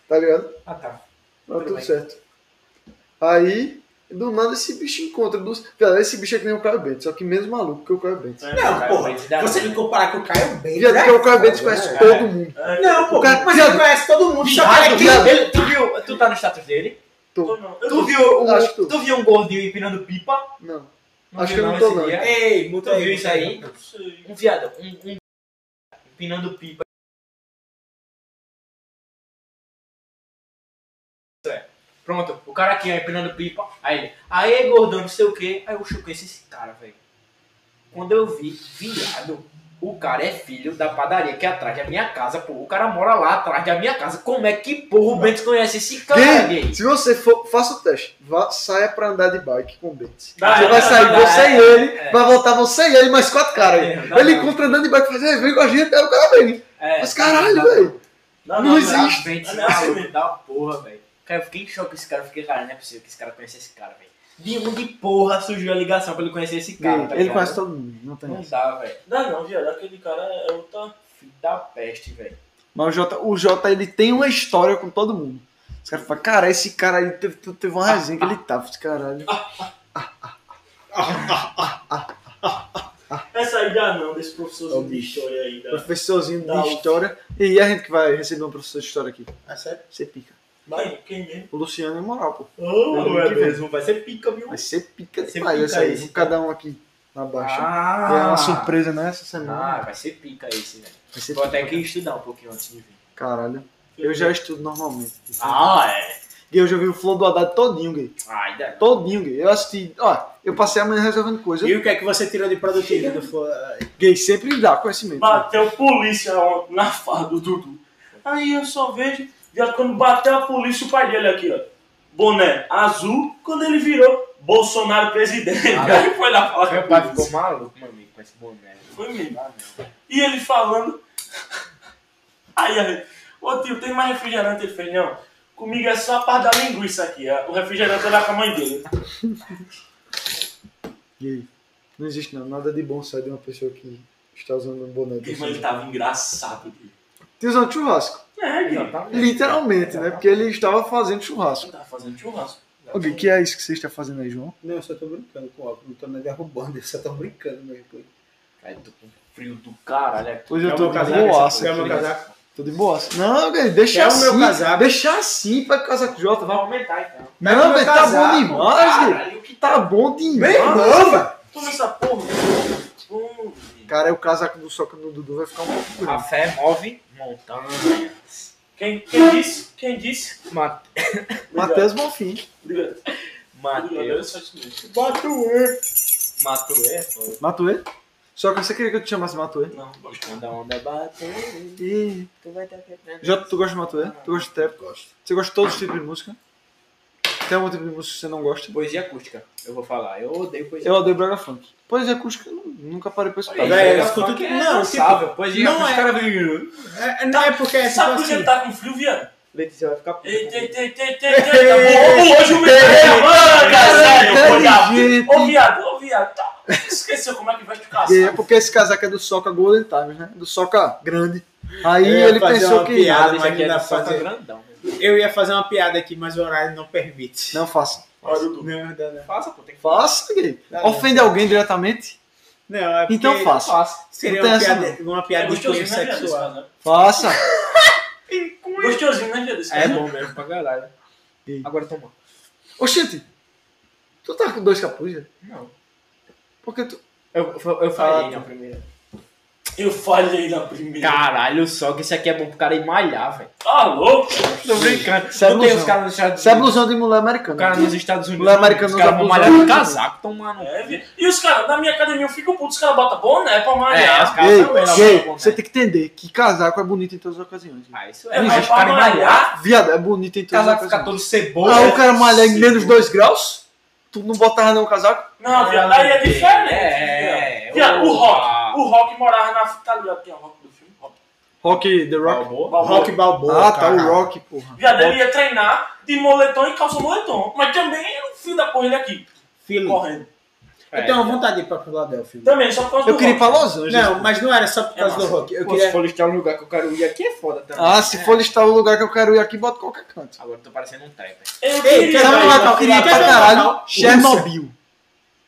Tá ligado? Ah, tá. Tá tudo, Tudo bem. certo. Aí, do nada, esse bicho encontra. Dos... Cara, esse bicho é que nem o Caio Bento, só que menos maluco que o Caio Bento. É, Não, cara, porra. mas dá- Você me comparar com o Caio né? bem. Viado, porque o um Caio Bento né? conhece todo mundo. É, Não, pô. O cara- Mas viado. ele conhece todo mundo. Só Viado, que ele é que- viado. Ele, Ah, tu viu, tu tá no status dele? tô não. Eu Tu tô- viu, o, Acho que tu. tu. viu um gordinho empinando pipa? Não. Não Acho viu que eu não tô, esse não. dia? Ei, muito é. Tu viu bem, isso aí? Não sei. Um viado, um, um empinando pipa. É. Pronto, o cara aqui ó, empinando pipa, aí ele, aê gordão, não sei o que, aí eu choquei esse cara, velho. Quando eu vi, viado, o cara é filho da padaria que é atrás da minha casa, pô, o cara mora lá atrás da minha casa, como é que porra o Bento conhece esse cara, Gay, gay? se você for, faça o teste. Vá, saia pra andar de bike com o Bento. Dá, Você vai dá, sair dá, você é, e ele, é. vai voltar você e ele, mais quatro caras. É, dá, ele dá. encontra andando de bike e faz, "Ei, vem com a gente, aí o cara vem. É, Mas caralho, velho. Não, Não não, existe. não. Parabéns, Não, não. maluco da porra, velho. Cara, eu fiquei em choque com esse cara. Eu fiquei, cara, não é possível que esse cara conheça esse cara, velho. De onde porra surgiu a ligação pra ele conhecer esse cara, tá ele ligado? conhece todo mundo, não tem Não essa. dá, velho. Não, não, viado. Aquele cara é outra. Filho da peste, velho. Mas o Jota, o Jota, ele tem uma história com todo mundo. Os caras falam, cara, esse cara aí teve, teve uma resenha que ele tava, esse caralho. Essa aí já não, desse professorzinho É o de bicho. história aí. da- Professorzinho Dá o- de história. E a gente que vai receber um professor de história aqui. Ah, sério? Você pica. Quem, quem mesmo? O Luciano é moral, pô. Oh, é é mesmo. Vai ser pica, viu? Vai ser pica Vai ser demais pica essa aí. esse, Cada um aqui na baixa. Ah, é uma surpresa, né? Essa semana. Ah, vai ser pica esse, velho. vai ser Vou pica. até que estudar um pouquinho antes de vir. Caralho. Eu já estudo normalmente. Ah, é. Ah, Gay, Eu já vi o Flow do Haddad todinho, gay. Ai, dá. Todinho, gay. Eu assisti. Ó, eu passei a manhã resolvendo coisa. E o que é que você tirou de produtivo do Flo- Gay sempre dá conhecimento. né? Bateu polícia ó, na farda do Dudu. Aí eu só vejo, já quando bateu a polícia, o pai dele aqui, ó. Boné azul, quando ele virou Bolsonaro presidente. Ah, Aí foi lá falar Meu com a pai polícia. ficou maluco, meu amigo, com esse boné. Foi mesmo. Ah, não. E ele falando. Aí, aí, ô tio, tem mais refrigerante? Ele fez, não. Comigo é só a parte da linguiça aqui. ó. O refrigerante é lá com a mãe dele. Gay. Não existe não. nada de bom sai de uma pessoa que está usando um boné. Irmão, ele tava engraçado. tio. tiozão de churrasco. É, Gui. Exatamente. Literalmente, né? Porque ele estava fazendo Você churrasco. tá fazendo churrasco. O que é isso que você está fazendo aí, João? Não, eu só tô brincando com o óculos, não tô nem derrubando, eu só tô brincando mesmo. com ele. Aí tô com frio É do caralho. aqui. Hoje eu Quer tô o meu de casaco? um boaça Quer o meu aqui. casaco? Tô de boa. Não, velho, deixa É o assim. meu casaco. Deixa assim pra casaco de Jota. Vai aumentar então. Não, meu velho, tá bom casaco, demais, velho. Caralho, que Tá bom demais. Bem bom, velho! Toma essa porra. Hum, Gui. Cara, o casaco do soca do Dudu vai ficar um pouco A Ah, grande. fé move montanha. Quem, quem disse? Quem disse? Mate- Matheus Bonfim. Obrigado. Obrigado. Mateus. só isso mesmo. Bota o E. Matuê, foi. Matue? Soca, você queria que eu te chamasse Matue? Não, gosto não. Quando a onda bateu, E... tu vai ter que Jota, tu gosta de Matue? Tu gosta de trap? Gosto. Você gosta de todos os tipos de música? Tem algum tipo de música que você não gosta? Poesia acústica, eu vou falar. Eu odeio poesia Eu odeio Braga Funk. Poesia acústica, eu nunca parei pra escutar. Olha aí. Velho, Velho, eu escuto Brega funk que é não, tipo, Sábio, poesia não acústica, é. cara vem. é, não é porque é tipo Sabe por que assim. ele tá com frio, viado? Letícia vai ficar puta Eita, comigo. eita, eita, eita, eita. Tá bom, hoje o menino tá gravando, caralho, ô, viado. Ô, viado, ô, viado. Tá. Esqueceu como é que vai te caçar. É porque esse casaco é do Soca Golden Times, né? Do Soca grande. Aí Eu ia É, ele fazer pensou uma que... piada. Mas mas aqui não é dá do pra Santa fazer. grandão. meu. Eu ia fazer uma piada aqui, mas o horário não permite. Não faça. Olha o Dudu. Não, não, não. Faça, pô, tem que Faça, gay. Não, Ofende alguém diretamente? Não, é porque Então faça. faça. Não Seria tem uma essa, piada, uma É piada de cunho gostosinho, né, viado? esse sexual. cara? Faça. Gostosinho, né, viado? esse É cara? bom mesmo pra caralho. Agora toma. Oxente, tu tá com dois capuzes? Não. Porque tu... Eu, eu, eu falei Ah, tá. na primeira. Eu falhei na primeira. Caralho, só que isso aqui é bom pro cara ir malhar, velho. Tá louco? Tô brincando. Isso é não tem blusão. os caras nos Estados Isso é Unidos. blusão de mulher O americana. cara nos Estados Unidos. Mulher americana os caras usa vão tá blusão. malhar de casaco, tomando. É, viado. E os caras, na minha academia eu fico puto, os caras botam boné pra É, né? os malhar. caras Ei, também lá gay, botam você boné. tem que entender que casaco é bonito em todas as ocasiões. Ah, isso É, é. mas Os pra caras malhar. malhar. Viado, é bonito em O todas casaco as fica ocasiões. todo é, ceboso. Ah, o cara malha em Sim. menos 2 graus? Tu não botava não casaco? Não, viado, aí é diferente. É, viado. Viado, o opa. rock. O rock morava na. Tá ligado? Tem o rock do filme? Rock. Rock, The Rock. Balboa. Balboa. Rock Balboa. ah, tá, cara. o Rock, porra. Viado, ele ia treinar de moletom e calça moletom. Mas também é um filho da porra ele aqui, Filho. correndo. É. É. Eu Então, tenho uma vontade de ir pra Filadélfia. Também, só por causa Eu do queria ir rock. pra Los Angeles. Não, mas não era só por É causa do massa. rock. Eu Pô, se queria. for listar um lugar que eu quero ir aqui é foda também. Ah, se for listar o lugar que eu quero ir aqui, bota qualquer canto. Agora eu tô parecendo um trap. Eu Ei, queria. quer Sabe ver um velho. lá lugar que eu não, queria ir pra quer ver lá caralho? não? Chernobyl.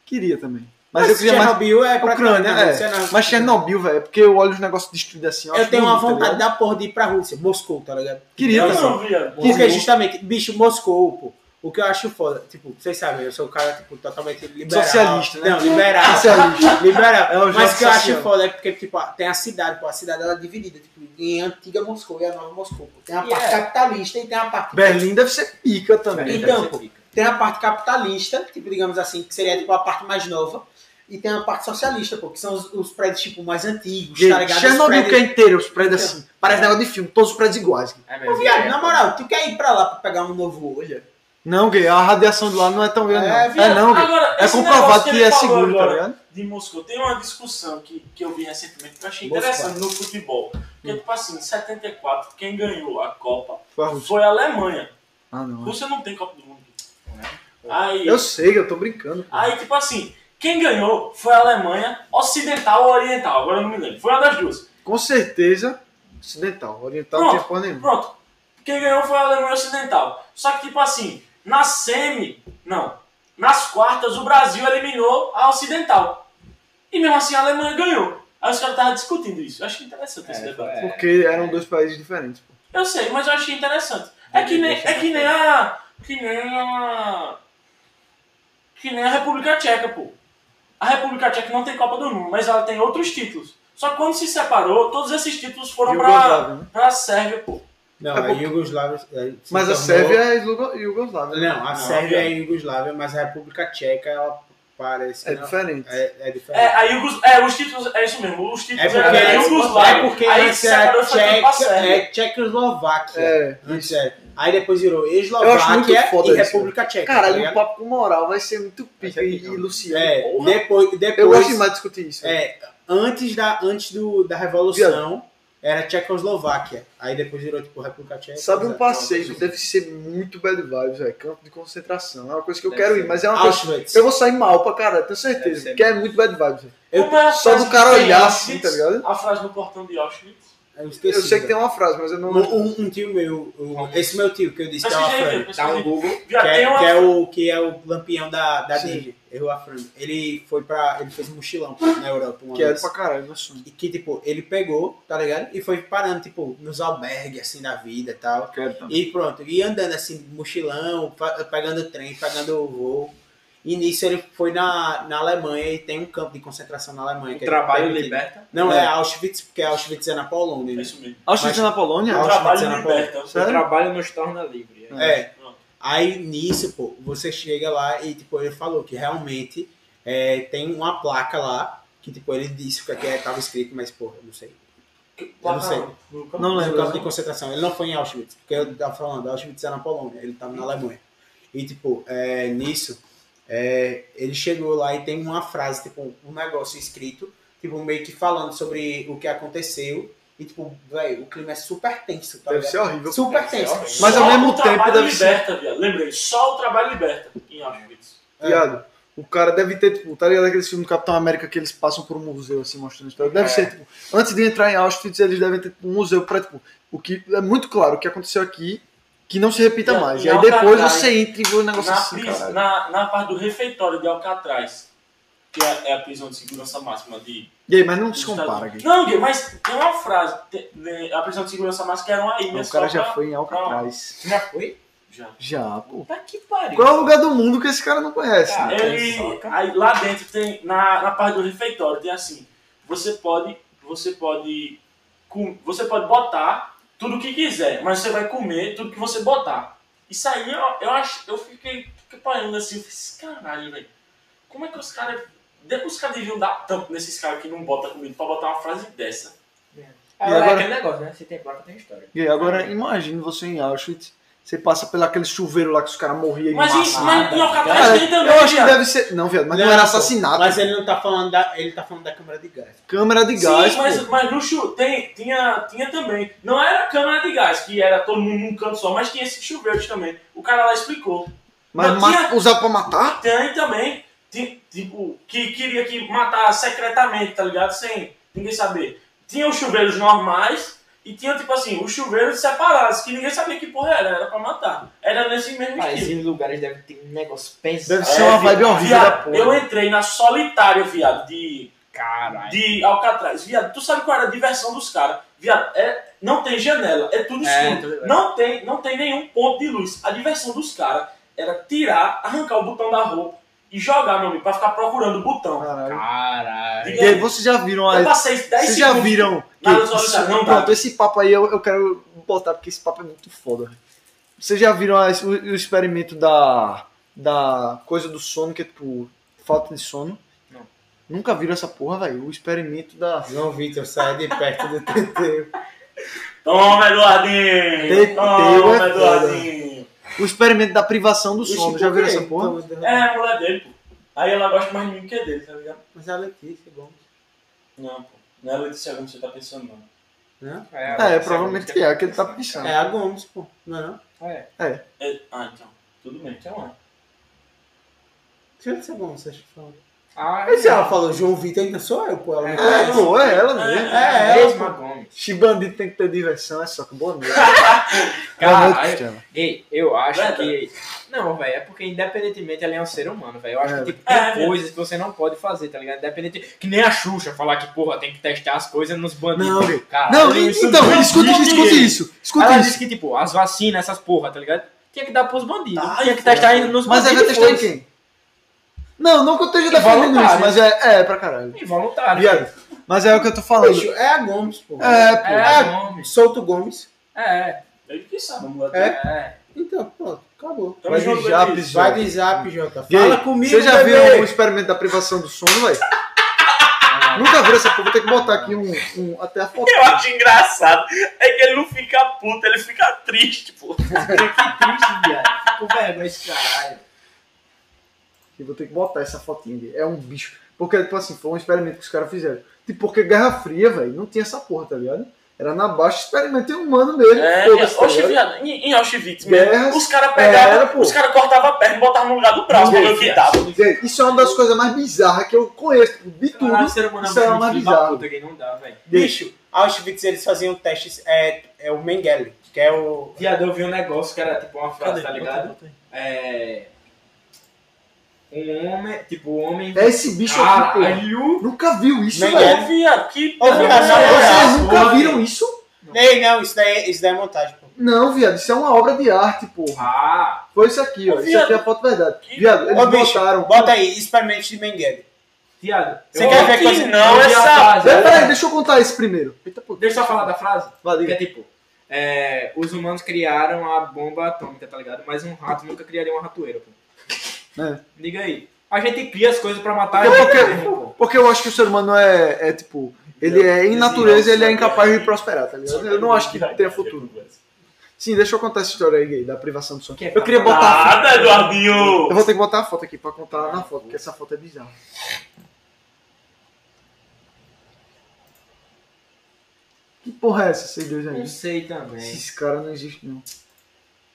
Queria também. Mas eu queria mais... Chernobyl é pra Ucrânia, caralho, é. Chernobyl. Mas Chernobyl, velho, é porque eu olho os negócios destruídos assim. Eu tenho uma vontade da porra de ir pra Rússia, Moscou, tá ligado? Queria, Eu tá não, viado. Porque justamente, bicho, Moscou, pô. O que eu acho foda, tipo, vocês sabem, eu sou um cara, tipo, totalmente liberal. Socialista, né? Não, liberal. Socialista. Liberal. É o jogo Mas o que eu acho social. foda é porque, tipo, ah, tem a cidade, pô, a cidade ela é dividida, tipo, em antiga Moscou e a nova Moscou. pô. Tem a parte Yeah. capitalista e tem a parte. Berlim deve ser pica também. Então, Deve ser pô. pica. Tem a parte capitalista, tipo, digamos assim, que seria, tipo, a parte mais nova. E tem a parte socialista, pô, que são os, os prédios, tipo, mais antigos, tá Gente, ligado? Os Chernobyl que é prédios- inteiro, os prédios assim. Parece negócio de filme, todos os prédios iguais. É Ô, mesmo. viado, é. na moral, tu quer ir pra lá pra pegar um novo olho? Não, gay, a radiação de lá não é tão grande, É, não. É não, gay. Agora, É esse comprovado negócio que, ele é falou seguro, agora, tá ligado? de Moscou. Tem uma discussão que, que eu vi recentemente que eu achei Moscou. interessante no futebol. Porque, tipo assim, em 74, quem ganhou a Copa Foi a Rússia. foi a Alemanha. Ah, não. Rússia não tem Copa do Mundo. né? Aí, Eu sei, eu tô brincando. pô. aí, tipo assim, quem ganhou foi a Alemanha ocidental ou oriental, agora eu não me lembro. Foi uma das duas. Com certeza, ocidental. Oriental não Não. tinha porra nenhuma. Pronto. Quem ganhou foi a Alemanha ocidental. Só que, tipo assim, na semi, não. Nas quartas, o Brasil eliminou a ocidental. E mesmo assim, a Alemanha ganhou. Aí os caras estavam discutindo isso. Eu achei interessante esse É, debate. foi- Porque eram dois países diferentes. pô. Eu sei, mas eu achei interessante. É que nem, é que nem a. Que nem a. Que nem a República Tcheca, pô. A República Tcheca não tem Copa do Mundo, mas ela tem outros títulos. Só que quando se separou, todos esses títulos foram pra, Iugoslávia, né? pra Sérvia, pô. Não, É a porque- Iugoslávia. eh, se Mas a tornou- Sérvia é Yugo- Iugoslávia. né? Não, a Não, Sérvia cara. é Iugoslávia, mas a República Tcheca, ela parece. É não, diferente. É, é diferente. É, a Yugos, é, os títulos, é isso mesmo, os É títulos porque, eram é Yugoslávia. porque aí antes era separou e foi tudo pra Tcheca, Sérvia. é Tchecoslováquia. É, Antes era. Aí depois virou Eu acho muito Eslováquia foda e isso, né? República Tcheca. tá Caralho, o ligado? papo com moral vai ser muito pica ser e pica. e Luciano. é, porra. depois, depois Eu gosto demais de discutir isso. é, antes da antes do, da revolução era Tchecoslováquia. Aí depois virou tipo República Tcheca. Sabe um né? passeio que deve ser muito bad vibes, velho? Campo de concentração. É uma coisa que eu Deve quero ser. ir, mas é uma coisa. Auschwitz. Eu vou sair mal pra caralho, tenho Deve certeza. ser Porque é muito bad vibes. velho. Eu- Como era a só do frase cara de olhar Auschwitz, assim, tá ligado? A frase no portão de Auschwitz. Eu esqueci. Eu sei que tem velho. uma frase, mas eu É um não. um, um tio meu, o- esse meu tio que eu disse que é o Pesquisei, Afrânio, eu Dá um pesquisei. Google. Já que, tem é, um uma. que é o que é o lampião da da Sim. Disney, errou a Fran. Ele foi para ele fez um mochilão na Europa uma Quero vez. é pra caralho, meu sonho. E que tipo, ele pegou, tá ligado? E foi parando tipo nos albergues assim da vida e tal. Quero também. E pronto, e andando assim, mochilão, fa- pegando trem, pegando voo. E nisso ele foi na, na Alemanha e tem um campo de concentração na Alemanha. O ele Um trabalho pega aqui. liberta. Não, é. É. Auschwitz, porque Auschwitz é na Polônia. É né? isso mesmo. Auschwitz na Polônia? O Auschwitz é trabalho na liberta. O Sério? trabalho nos torna livre. É. É. Pronto. Aí nisso, pô, você chega lá e tipo, ele falou que realmente é, tem uma placa lá que tipo, ele disse o que é que é, tava escrito, mas porra, eu não sei. Eu não sei. Não Não, lembro. campo de concentração. Ele não foi em Auschwitz, porque eu tava falando, Auschwitz era na Polônia, ele tava na Alemanha. E, tipo, é, nisso, é, ele chegou lá e tem uma frase, tipo, um negócio escrito, tipo, meio que falando sobre o que aconteceu. E, tipo, velho, o clima é super tenso, tá Deve ligado? ser horrível. Super Deve ser tenso. horrível. Mas Só ao mesmo o tempo trabalho deve ser- liberta, viado. Lembrei, só o trabalho liberta em Auschwitz. É. Viado, o cara deve ter, tipo, tá ligado aqueles filmes do Capitão América que eles passam por um museu, assim, mostrando a história? Deve É. ser, tipo, antes de entrar em Auschwitz, eles devem ter tipo, um museu pra, tipo, o que é muito claro, o que aconteceu aqui, que não se repita Não, mais. É, e E aí ao depois contrário, você entra e vê um negócio na, assim, pris- cara. na, na parte do refeitório de Alcatraz, que é, é a prisão de segurança máxima de. E aí, mas não se dos Estados compara, Unidos. Gui. Não, Gui, mas tem uma frase. te- né, a prisão de segurança máxima que era uma ilha. O cara só pra- já foi em Alcatraz. Já foi? Já. Já, pô. Tá que pariu. Qual é o lugar do mundo que esse cara não conhece? Cara, né? Ele, Soca. aí, lá dentro tem. Na, na parte do refeitório tem assim. Você pode. Você pode. com- você pode botar tudo que quiser, mas você vai comer tudo que você botar. Isso aí eu, eu acho. Eu fiquei, fiquei parando assim, eu fiz, caralho, velho. Como é que os caras. de- Os caras deviam dar tanto nesses caras que não botam comida pra botar uma frase dessa. Agora, agora? é aquele negócio, né? Se tem placa, tem história. E aí, agora, imagina você em Auschwitz, você passa pelo aquele chuveiro lá que os caras morriam em Mas, massa. isso, mas em Alcatraz Cara, tem também. Eu acho que viado. deve ser. Não, viado, mas não, Não, era pô, assassinato. Mas ele não tá falando da. Ele tá falando da câmera de gás. Câmera de gás. Sim, pô. mas, mas luxo tem, tinha, tinha também. Não era câmara de gás, que era todo mundo num canto só, mas tinha esses chuveiros também. O cara lá explicou. Mas Não, ma- tinha- usar pra matar? Tem também, ti- tipo, que queria que matar secretamente, tá ligado? Sem ninguém saber. Tinha os chuveiros normais e tinha, tipo assim, os chuveiros separados, que ninguém sabia que porra era, era pra matar. Era nesse mesmo Mas estilo. esses lugares devem ter um negócio pesado. Deve ser uma vi- vibe horrível né, viado, é da porra. eu entrei na solitária, viado, de Caralho. de Alcatraz. Viado, tu sabe qual era a diversão dos caras? Viado, é, não tem janela, é tudo É, escuro. tudo bem. não, tem, não tem nenhum ponto de luz. A diversão dos caras era tirar, arrancar o botão da roupa e jogar, meu amigo, pra ficar procurando o botão. Caralho. Caralho. E aí, vocês já viram a. Eu passei 10 Vocês segundos. já viram. Que... Nada solidário, não dá. Pronto, esse papo aí eu, eu quero botar, porque esse papo é muito foda. velho. Vocês já viram a- o, o experimento da. Da coisa do sono, que é tipo. Falta de sono? Não. Nunca viram essa porra, velho? O experimento da. João Vitor, sai de perto do TT. Toma, Eduardinho! Tem- Toma, tem- Eduardinho! O experimento da privação do sono. Ixi, Já por viram quê? essa porra? Então, É, a mulher dele, pô. Aí ela gosta mais de mim que dele, tá ligado? Mas a Letícia, é bom. Não, pô. Não é Letícia Gomes que você tá pensando, não. Né? É, provavelmente é, que ele tá pensando. É a Gomes, pô. Não é não? É. É- Ah, então. Tudo bem, então é. Deixa eu ver se é bom, você acha que fala. Ah, Mas se ela falou João Vitor, ainda sou eu, pô. Ela me É, conhece. pô, é ela mesmo. É, é, Mesma Gomes. Se bandido tem que ter diversão, é só que boa noite. Boa noite, Caralho. Cristiano. Ei, eu acho Verdade. que. Não, velho, é porque independentemente ele é um ser humano, velho. Eu acho É. que tipo, tem É, velho. coisas que você não pode fazer, tá ligado? Independente. Que nem a Xuxa falar que, porra, tem que testar as coisas nos bandidos. Não, velho. Caralho, Não, e- isso então, não escute, existe. escute isso. Escute Ela isso. disse que, tipo, as vacinas, essas porra, tá ligado? Tinha que dar pros bandidos. Ai, tinha que testar ainda nos Tá, Mas é aí vai bandidos. testar em quem? Não, não que eu esteja defendendo Involuntário. isso, mas é, é pra caralho. Involuntário. Viado. Mas é o que eu tô falando. Bicho, é a Gomes, pô. É, É, pô. é, Gomes. Solto Gomes. É, Ele que sabe, a mulher É. dele. é. Então, pronto, acabou. Tamo Vai de junto, japa, Letícia. Jota. Vai de zap, Jota. E aí, Fala comigo, Você já viu bebê. o experimento da privação do sono, velho? Nunca viu essa porra. Vou ter que botar aqui um, um- até a foto. Eu acho engraçado. É que ele não fica puto, ele fica triste, pô. Que triste, viado. Fico com vergonha esse caralho. E vou ter que botar essa fotinha ali. É um bicho. Porque, tipo assim, foi um experimento que os caras fizeram. Tipo, porque Guerra Fria, velho, não tinha essa porra, tá ligado? Era na baixa experimento humano mesmo. É, foda-se, tá Oxe, ligado? viado, em, em Auschwitz Guerras. mesmo, os caras Era, pegavam, pô. os caras cortavam a perna e botavam no lugar do braço pra ver o que dava. Gente, Isso é uma das coisas mais bizarras que eu conheço tipo, de tudo. Caralho, ser humano Isso é muito uma filho da bizarra. puta que não dá, velho. Bicho, Auschwitz eles faziam testes, é, é o Mengele, que é o. Viado, eu vi um negócio que era tipo uma Cadê? frase, tá ligado? Botei, botei. É. Um homem, tipo, um homem. uh, É esse bicho Ah, aqui, pô. Caralho! Nunca viu isso, Nem velho. Ô, É, viado, que Ô, viado, porra. é na moral. Vocês nunca viram isso? Ei, não, isso daí, isso daí é montagem, pô. Não, viado, isso é uma obra de arte, porra. Ah! Foi isso aqui, ó. Ô, Isso aqui é a foto verdade. Viado, eles Ô, bicho, botaram. Bota aí, experimente de Mengele. Viado. Você eu- quer ver coisa? Não, eu vi a essa. frase, Peraí, olha. peraí, deixa eu contar esse primeiro. Eita, pô. né? Deixa eu só falar da frase. Valeu. Porque é tipo, é, os humanos criaram a bomba atômica, tá ligado? Mas um rato nunca criaria uma ratoeira, pô. É. Liga aí. A gente cria as coisas pra matar a Porque- gente porque- mesmo, pô. Porque eu acho que o ser humano é, é, tipo, ele é em natureza ele é incapaz de prosperar, tá ligado? Eu não acho que tenha futuro. Sim, deixa eu contar essa história aí, gay, da privação do sono. Que é Eu queria botar a foto. Nada, Eduardinho. Eu vou ter que botar a foto aqui pra contar na foto, porque essa foto é bizarra. Que porra é essa, vocês dois aí? Não sei também. Esses caras não existem, não.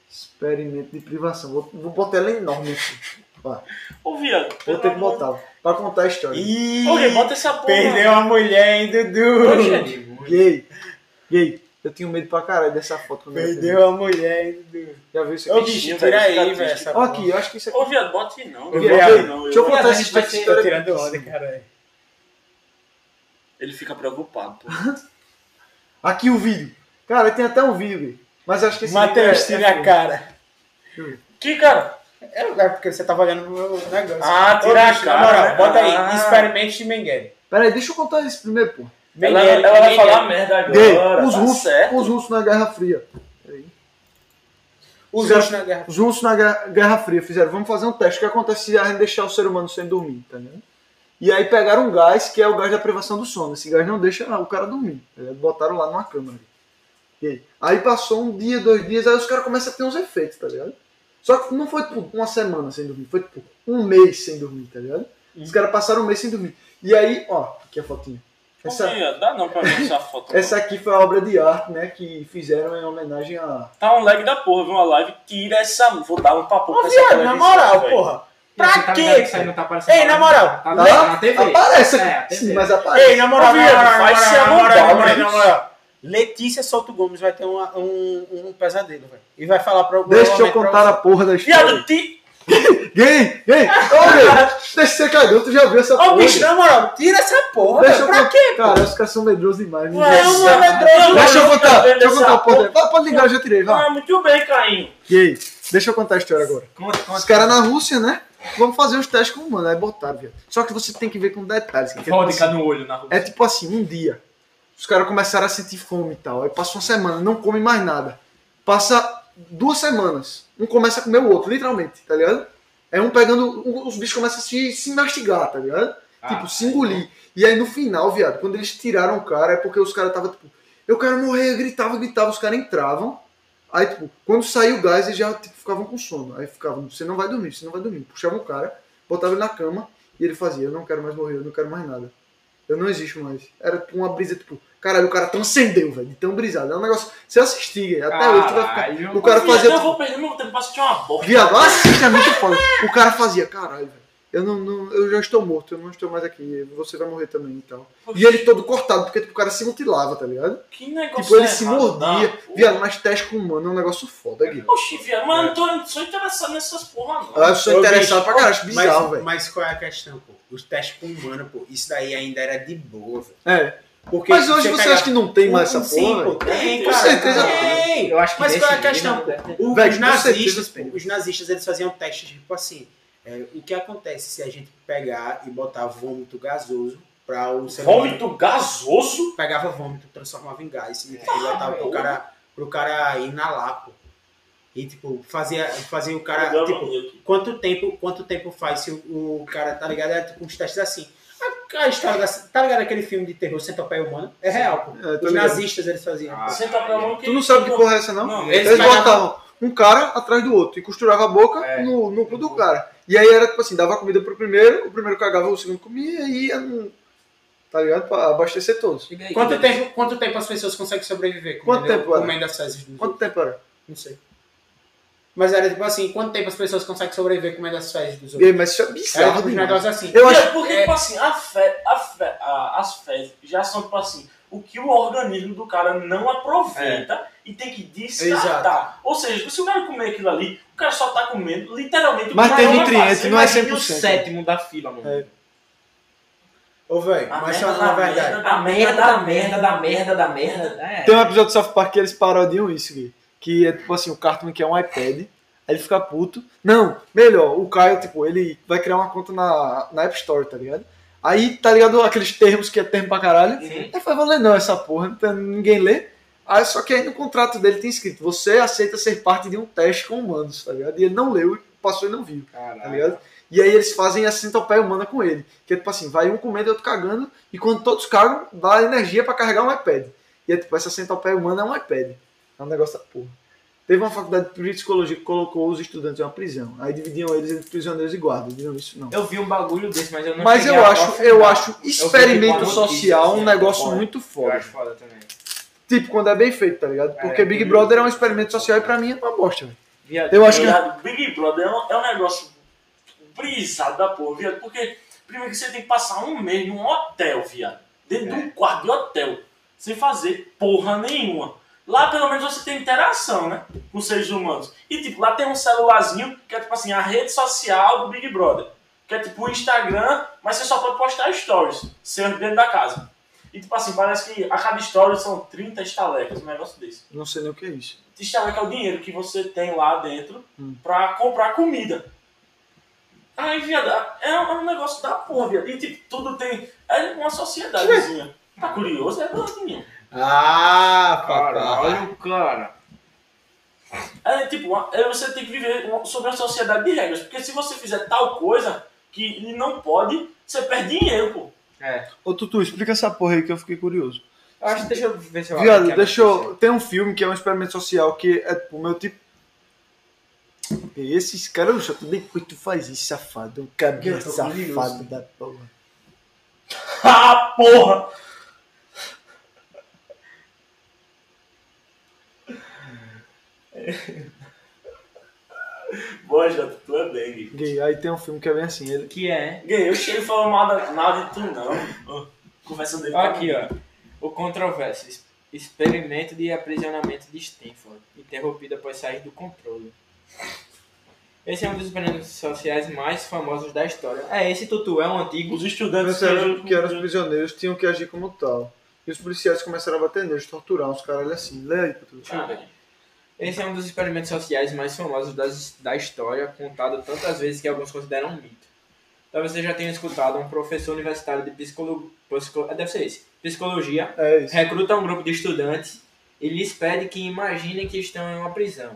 Experimento de privação. Vou, vou botar ela enorme aqui. Ó, Ô, viado. Vou ter que botar. Pra contar a história. Ih, Olha, bota essa porra. perdeu a mulher, hein, Dudu? Oxe, muito. Gay. Gay. Eu tinho medo pra caralho dessa foto. Quando eu era criança. Perdeu a mulher, hein, Dudu? Já viu isso Ô, aqui? bicho, Bichinho, tira velho, aí, fica velho. é triste. essa Ó, porra. aqui, eu acho que isso aqui. Ô, viado, bota aí não. Eu viado. viado, não, deixa eu eu- contar Viado, a essa gente vai história. ser- Tô tirando onda, caralho. Ele fica preocupado, pô. Aqui o vídeo. Cara, tem até um vídeo, gay. Mas eu acho que esse Matheus, vídeo é- tira a cara. Que cara? É é porque você tava olhando pro meu negócio. Ah, Ô, tira a bicho, na cara, moral, né? bota Ah. aí, experimente de Mengele. Pera aí, deixa eu contar esse primeiro, pô. Ela, Mengele, ela vai Mengele. falar merda Gay. agora. Os tá russos, certo. os russos na Guerra Fria. Os outros na guerra. Os russos na Guerra Guerra Fria fizeram, vamos fazer um teste. O que acontece se a gente deixar o ser humano sem dormir, tá ligado? E aí pegaram um gás, que é o gás da privação do sono. Esse gás não deixa o cara dormir. tá ligado? Botaram lá numa câmara. E aí? Aí passou um dia, dois dias, aí os caras começam a ter uns efeitos, tá ligado? Só que não foi tipo uma semana sem dormir, foi tipo um mês sem dormir, tá ligado? Uhum. Os caras passaram um mês sem dormir. E aí, ó, aqui a fotinha. Ô, Essa, viado, dá não pra ver essa foto. não. essa aqui foi a obra de arte, né, que fizeram em homenagem a... Tá um lag da porra, viu? Uma live, tira essa. Vou dar um papo Ô, com essa viado, na televisão, moral, velho. porra. Você Pra tá ligado que quê? isso aí cara? não tá aparecendo Ei, na moral. Tá na, na TV. Aparece É, aqui. a TV. Sim, mas aparece. Ei, na moral, Ô, na viado, moral, vai na se moral, na moral, arrumar, na moral, velho. na moral. Letícia Souto Gomes vai ter uma- um, um pesadelo, velho. E vai falar pra Deixa eu provavelmente pra contar a porra da história. Viado, ti... Gay, gay, ô meu, deixa de ser cagão, tu já viu essa Ô, porra? bicho, na moral, tira essa porra, deixa velho. eu Pra contar. quê? Cara, os caras são medrosos demais. né? Ué, não é medroso, deixa eu não, contar, tá vendo deixa eu contar um essa a porra. Pode, pode ligar, eu já tirei, vá. Ah, muito bem, Caim. Gay, deixa eu contar a história agora. Conta, conta. Os caras na Rússia, né? Vamos fazer os testes com o humano, aí botaram, viado. Só que você tem que ver com detalhes. que é tipo assim- Vodka no olho na rua. É tipo assim, um dia. Os caras começaram a sentir fome e tal. Aí passa uma semana, não come mais nada. Passa duas semanas. Um começa a comer o outro, literalmente, tá ligado? É um pegando. um- Os bichos começam a se, se mastigar, tá ligado? Ah, tipo, se engolir. E aí no final, viado, quando eles tiraram o cara, é porque os caras tava tipo, eu quero morrer, gritava, gritava, os caras entravam. Aí, tipo, quando saiu o gás, eles já tipo, ficavam com sono. Aí ficavam, você não vai dormir, você não vai dormir. Puxavam o cara, botavam ele na cama e ele fazia, eu não quero mais morrer, eu não quero mais nada. Eu não existo mais. Era tipo, uma brisa, tipo, caralho, o cara transcendeu, velho, de tão brisado. É um negócio, você assistir, até hoje tu vai ficar. Ah, Caralho. O cara Viado, fazia. eu vou perder meu tempo pra assistir uma bosta. Viado, assiste, é muito foda. O cara fazia, caralho, velho. Eu, não, não- eu já estou morto, eu não estou mais aqui, você vai morrer também e tal. E ele todo cortado, porque tipo, o cara se mutilava, tá ligado? Que negócio Tipo, ele se errado, mordia. tá? Viado, mas teste com humano é um negócio foda, Gui. Oxi, viado, mas eu não tô, não sou interessado nessas porra, não. Ah, Eu sou Ô, interessado bicho, pra caralho, acho mas- bizarro, velho. Mas qual é a questão, pô? Os testes com humano, pô, isso daí ainda era de boa, velho. É. Porque Mas hoje você pega- acha que não tem mais essa Sim, porra, pô, velho? um, tem, Com cara. certeza tem. Eu acho que Mas qual é a desse questão? nível, né? O- Velho, os com nazistas, certeza pô, os nazistas eles faziam testes tipo assim. é, o que acontece se a gente pegar e botar vômito gasoso para o ser humano- Vômito gasoso? Pegava vômito, transformava em gás e Ah, botava pro cara, pro cara inalar, pô. E tipo, fazia, fazia o cara, Dá uma tipo, mania aqui. quanto tempo, quanto tempo faz se o, o cara, tá ligado? É tipo uns testes assim. A, a história da, tá ligado aquele filme de terror Centopeia Humana? É real, pô. É, tô Os ligado. nazistas eles faziam. Ah, Senta pra mão que... Tu não sabe que porra é essa, um não? Não, Eles Eles pegavam- botavam um cara atrás do outro e costurava a boca É. no no cu do cara. E aí era tipo assim, dava comida pro primeiro, o primeiro cagava, o segundo comia e ia no... Tá ligado? Pra abastecer todos. Diga aí, Quanto diga aí. tempo, quanto tempo as pessoas conseguem sobreviver? Quanto comendo- tempo era? Comendo as fezes dos outros? Quanto tempo era? Não sei. Mas era tipo assim, quanto tempo as pessoas conseguem sobreviver comendo as fezes dos E outros? aí, mas isso é Era bizarro tipo um é demais. negócio assim. Eu acho Viado, porque, tipo assim, a fe... A fe... a- as fezes já são, tipo assim, o que o organismo do cara não aproveita e tem que descartar. Ou seja, se o cara comer aquilo ali, o cara só tá comendo literalmente o Mas que tem o cara vai nutriente, fazer. não é Imagine o 100%. sétimo da fila, mano. Ô, velho, A mas merda falando a da verdade. merda, da merda, da merda, da merda. da merda. É. Tem um episódio do South Park que eles parodiam isso, Gui. Que é tipo assim, o Cartman quer um iPad, aí ele fica puto. Não, melhor, o Caio, tipo, ele vai criar uma conta na, na App Store, tá ligado? Aí, tá ligado aqueles termos que é termo pra caralho? Sim. Ele fala, vou ler não essa porra, não tem- ninguém lê. Aí, só que aí no contrato dele tem escrito, você aceita ser parte de um teste com humanos, tá ligado? E ele não leu, passou e não viu tá ligado? E aí eles fazem a centopeia humana com ele. Que é tipo assim, vai um comendo e outro cagando, e quando todos cagam, dá energia pra carregar um iPad. E é tipo, essa centopeia humana é um iPad. É um negócio da porra. Teve uma faculdade de psicologia que colocou os estudantes em uma prisão. Aí dividiam eles entre prisioneiros e guardas. Diziam isso não. Eu vi um bagulho desse, mas eu não Mas cheguei eu a acho, aprofundar. eu acho tipo experimento uma notícia, social assim, um negócio foda. muito Eu foda. acho foda também. Tipo, quando é bem feito, tá ligado? Porque É, Big eu- Brother é um experimento social e pra mim é uma bosta, velho. Viado, Eu acho que- Viado, É Big Brother é um, é um negócio brisado da porra, viado. Porque, primeiro que você tem que passar um mês num hotel, viado. Dentro É. de um quarto de hotel. Sem fazer porra nenhuma. Lá, pelo menos, você tem interação, né? Com os seres humanos. E, tipo, lá tem um celularzinho que é, tipo assim, a rede social do Big Brother. Que é, tipo, o Instagram, mas você só pode postar stories. Sendo dentro da casa. E, tipo assim, parece que a cada story são 30 estalecas, um negócio desse Não sei nem o que é isso. destaca o dinheiro que você tem lá dentro pra comprar comida. Aí, viado, é um, é um negócio da porra, viado. E tipo, tudo tem. É uma sociedadezinha. Tá curioso? É doidinho. Ah, um papai. Caralho, cara. É tipo, uma- é, você tem que viver uma- sobre uma sociedade de regras. Porque se você fizer tal coisa que ele não pode, você perde dinheiro, pô. É. Ô Tutu, explica essa porra aí que eu fiquei curioso. Eu acho, é deixa eu ver se eu Viado, aqui a deixa notícia. eu. Tem um filme que é um experimento social que é tipo o meu tipo. E esses caras, eu já tô bem que tu faz isso, safado. Um cabelo Eu tô assim. safado curioso. da porra. Ah, porra! Boa, Jota, tu é dengue. Gay, aí tem um filme que é bem assim. Ele... Que é? Gay, eu chego falando mal da- nada de tu, não. Conversa dele Aqui, ó. O controverso. es- Experimento de aprisionamento de Stanford. Interrompido após sair do controle. Esse é um dos experimentos sociais mais famosos da história. É, esse Tutu é um antigo. Os estudantes Pensaram que eram os prisioneiros tinham que agir como tal. E os policiais começaram a bater neles, torturar uns caralho assim. Lê aí, Tutu. Deixa eu ver. Esse é um dos experimentos sociais mais famosos das- da história, contado tantas vezes que alguns consideram um mito. Talvez você já tenha escutado um professor universitário de psicologia. deve ser esse. Psicologia É isso. recruta um grupo de estudantes e lhes pede que imaginem que estão em uma prisão.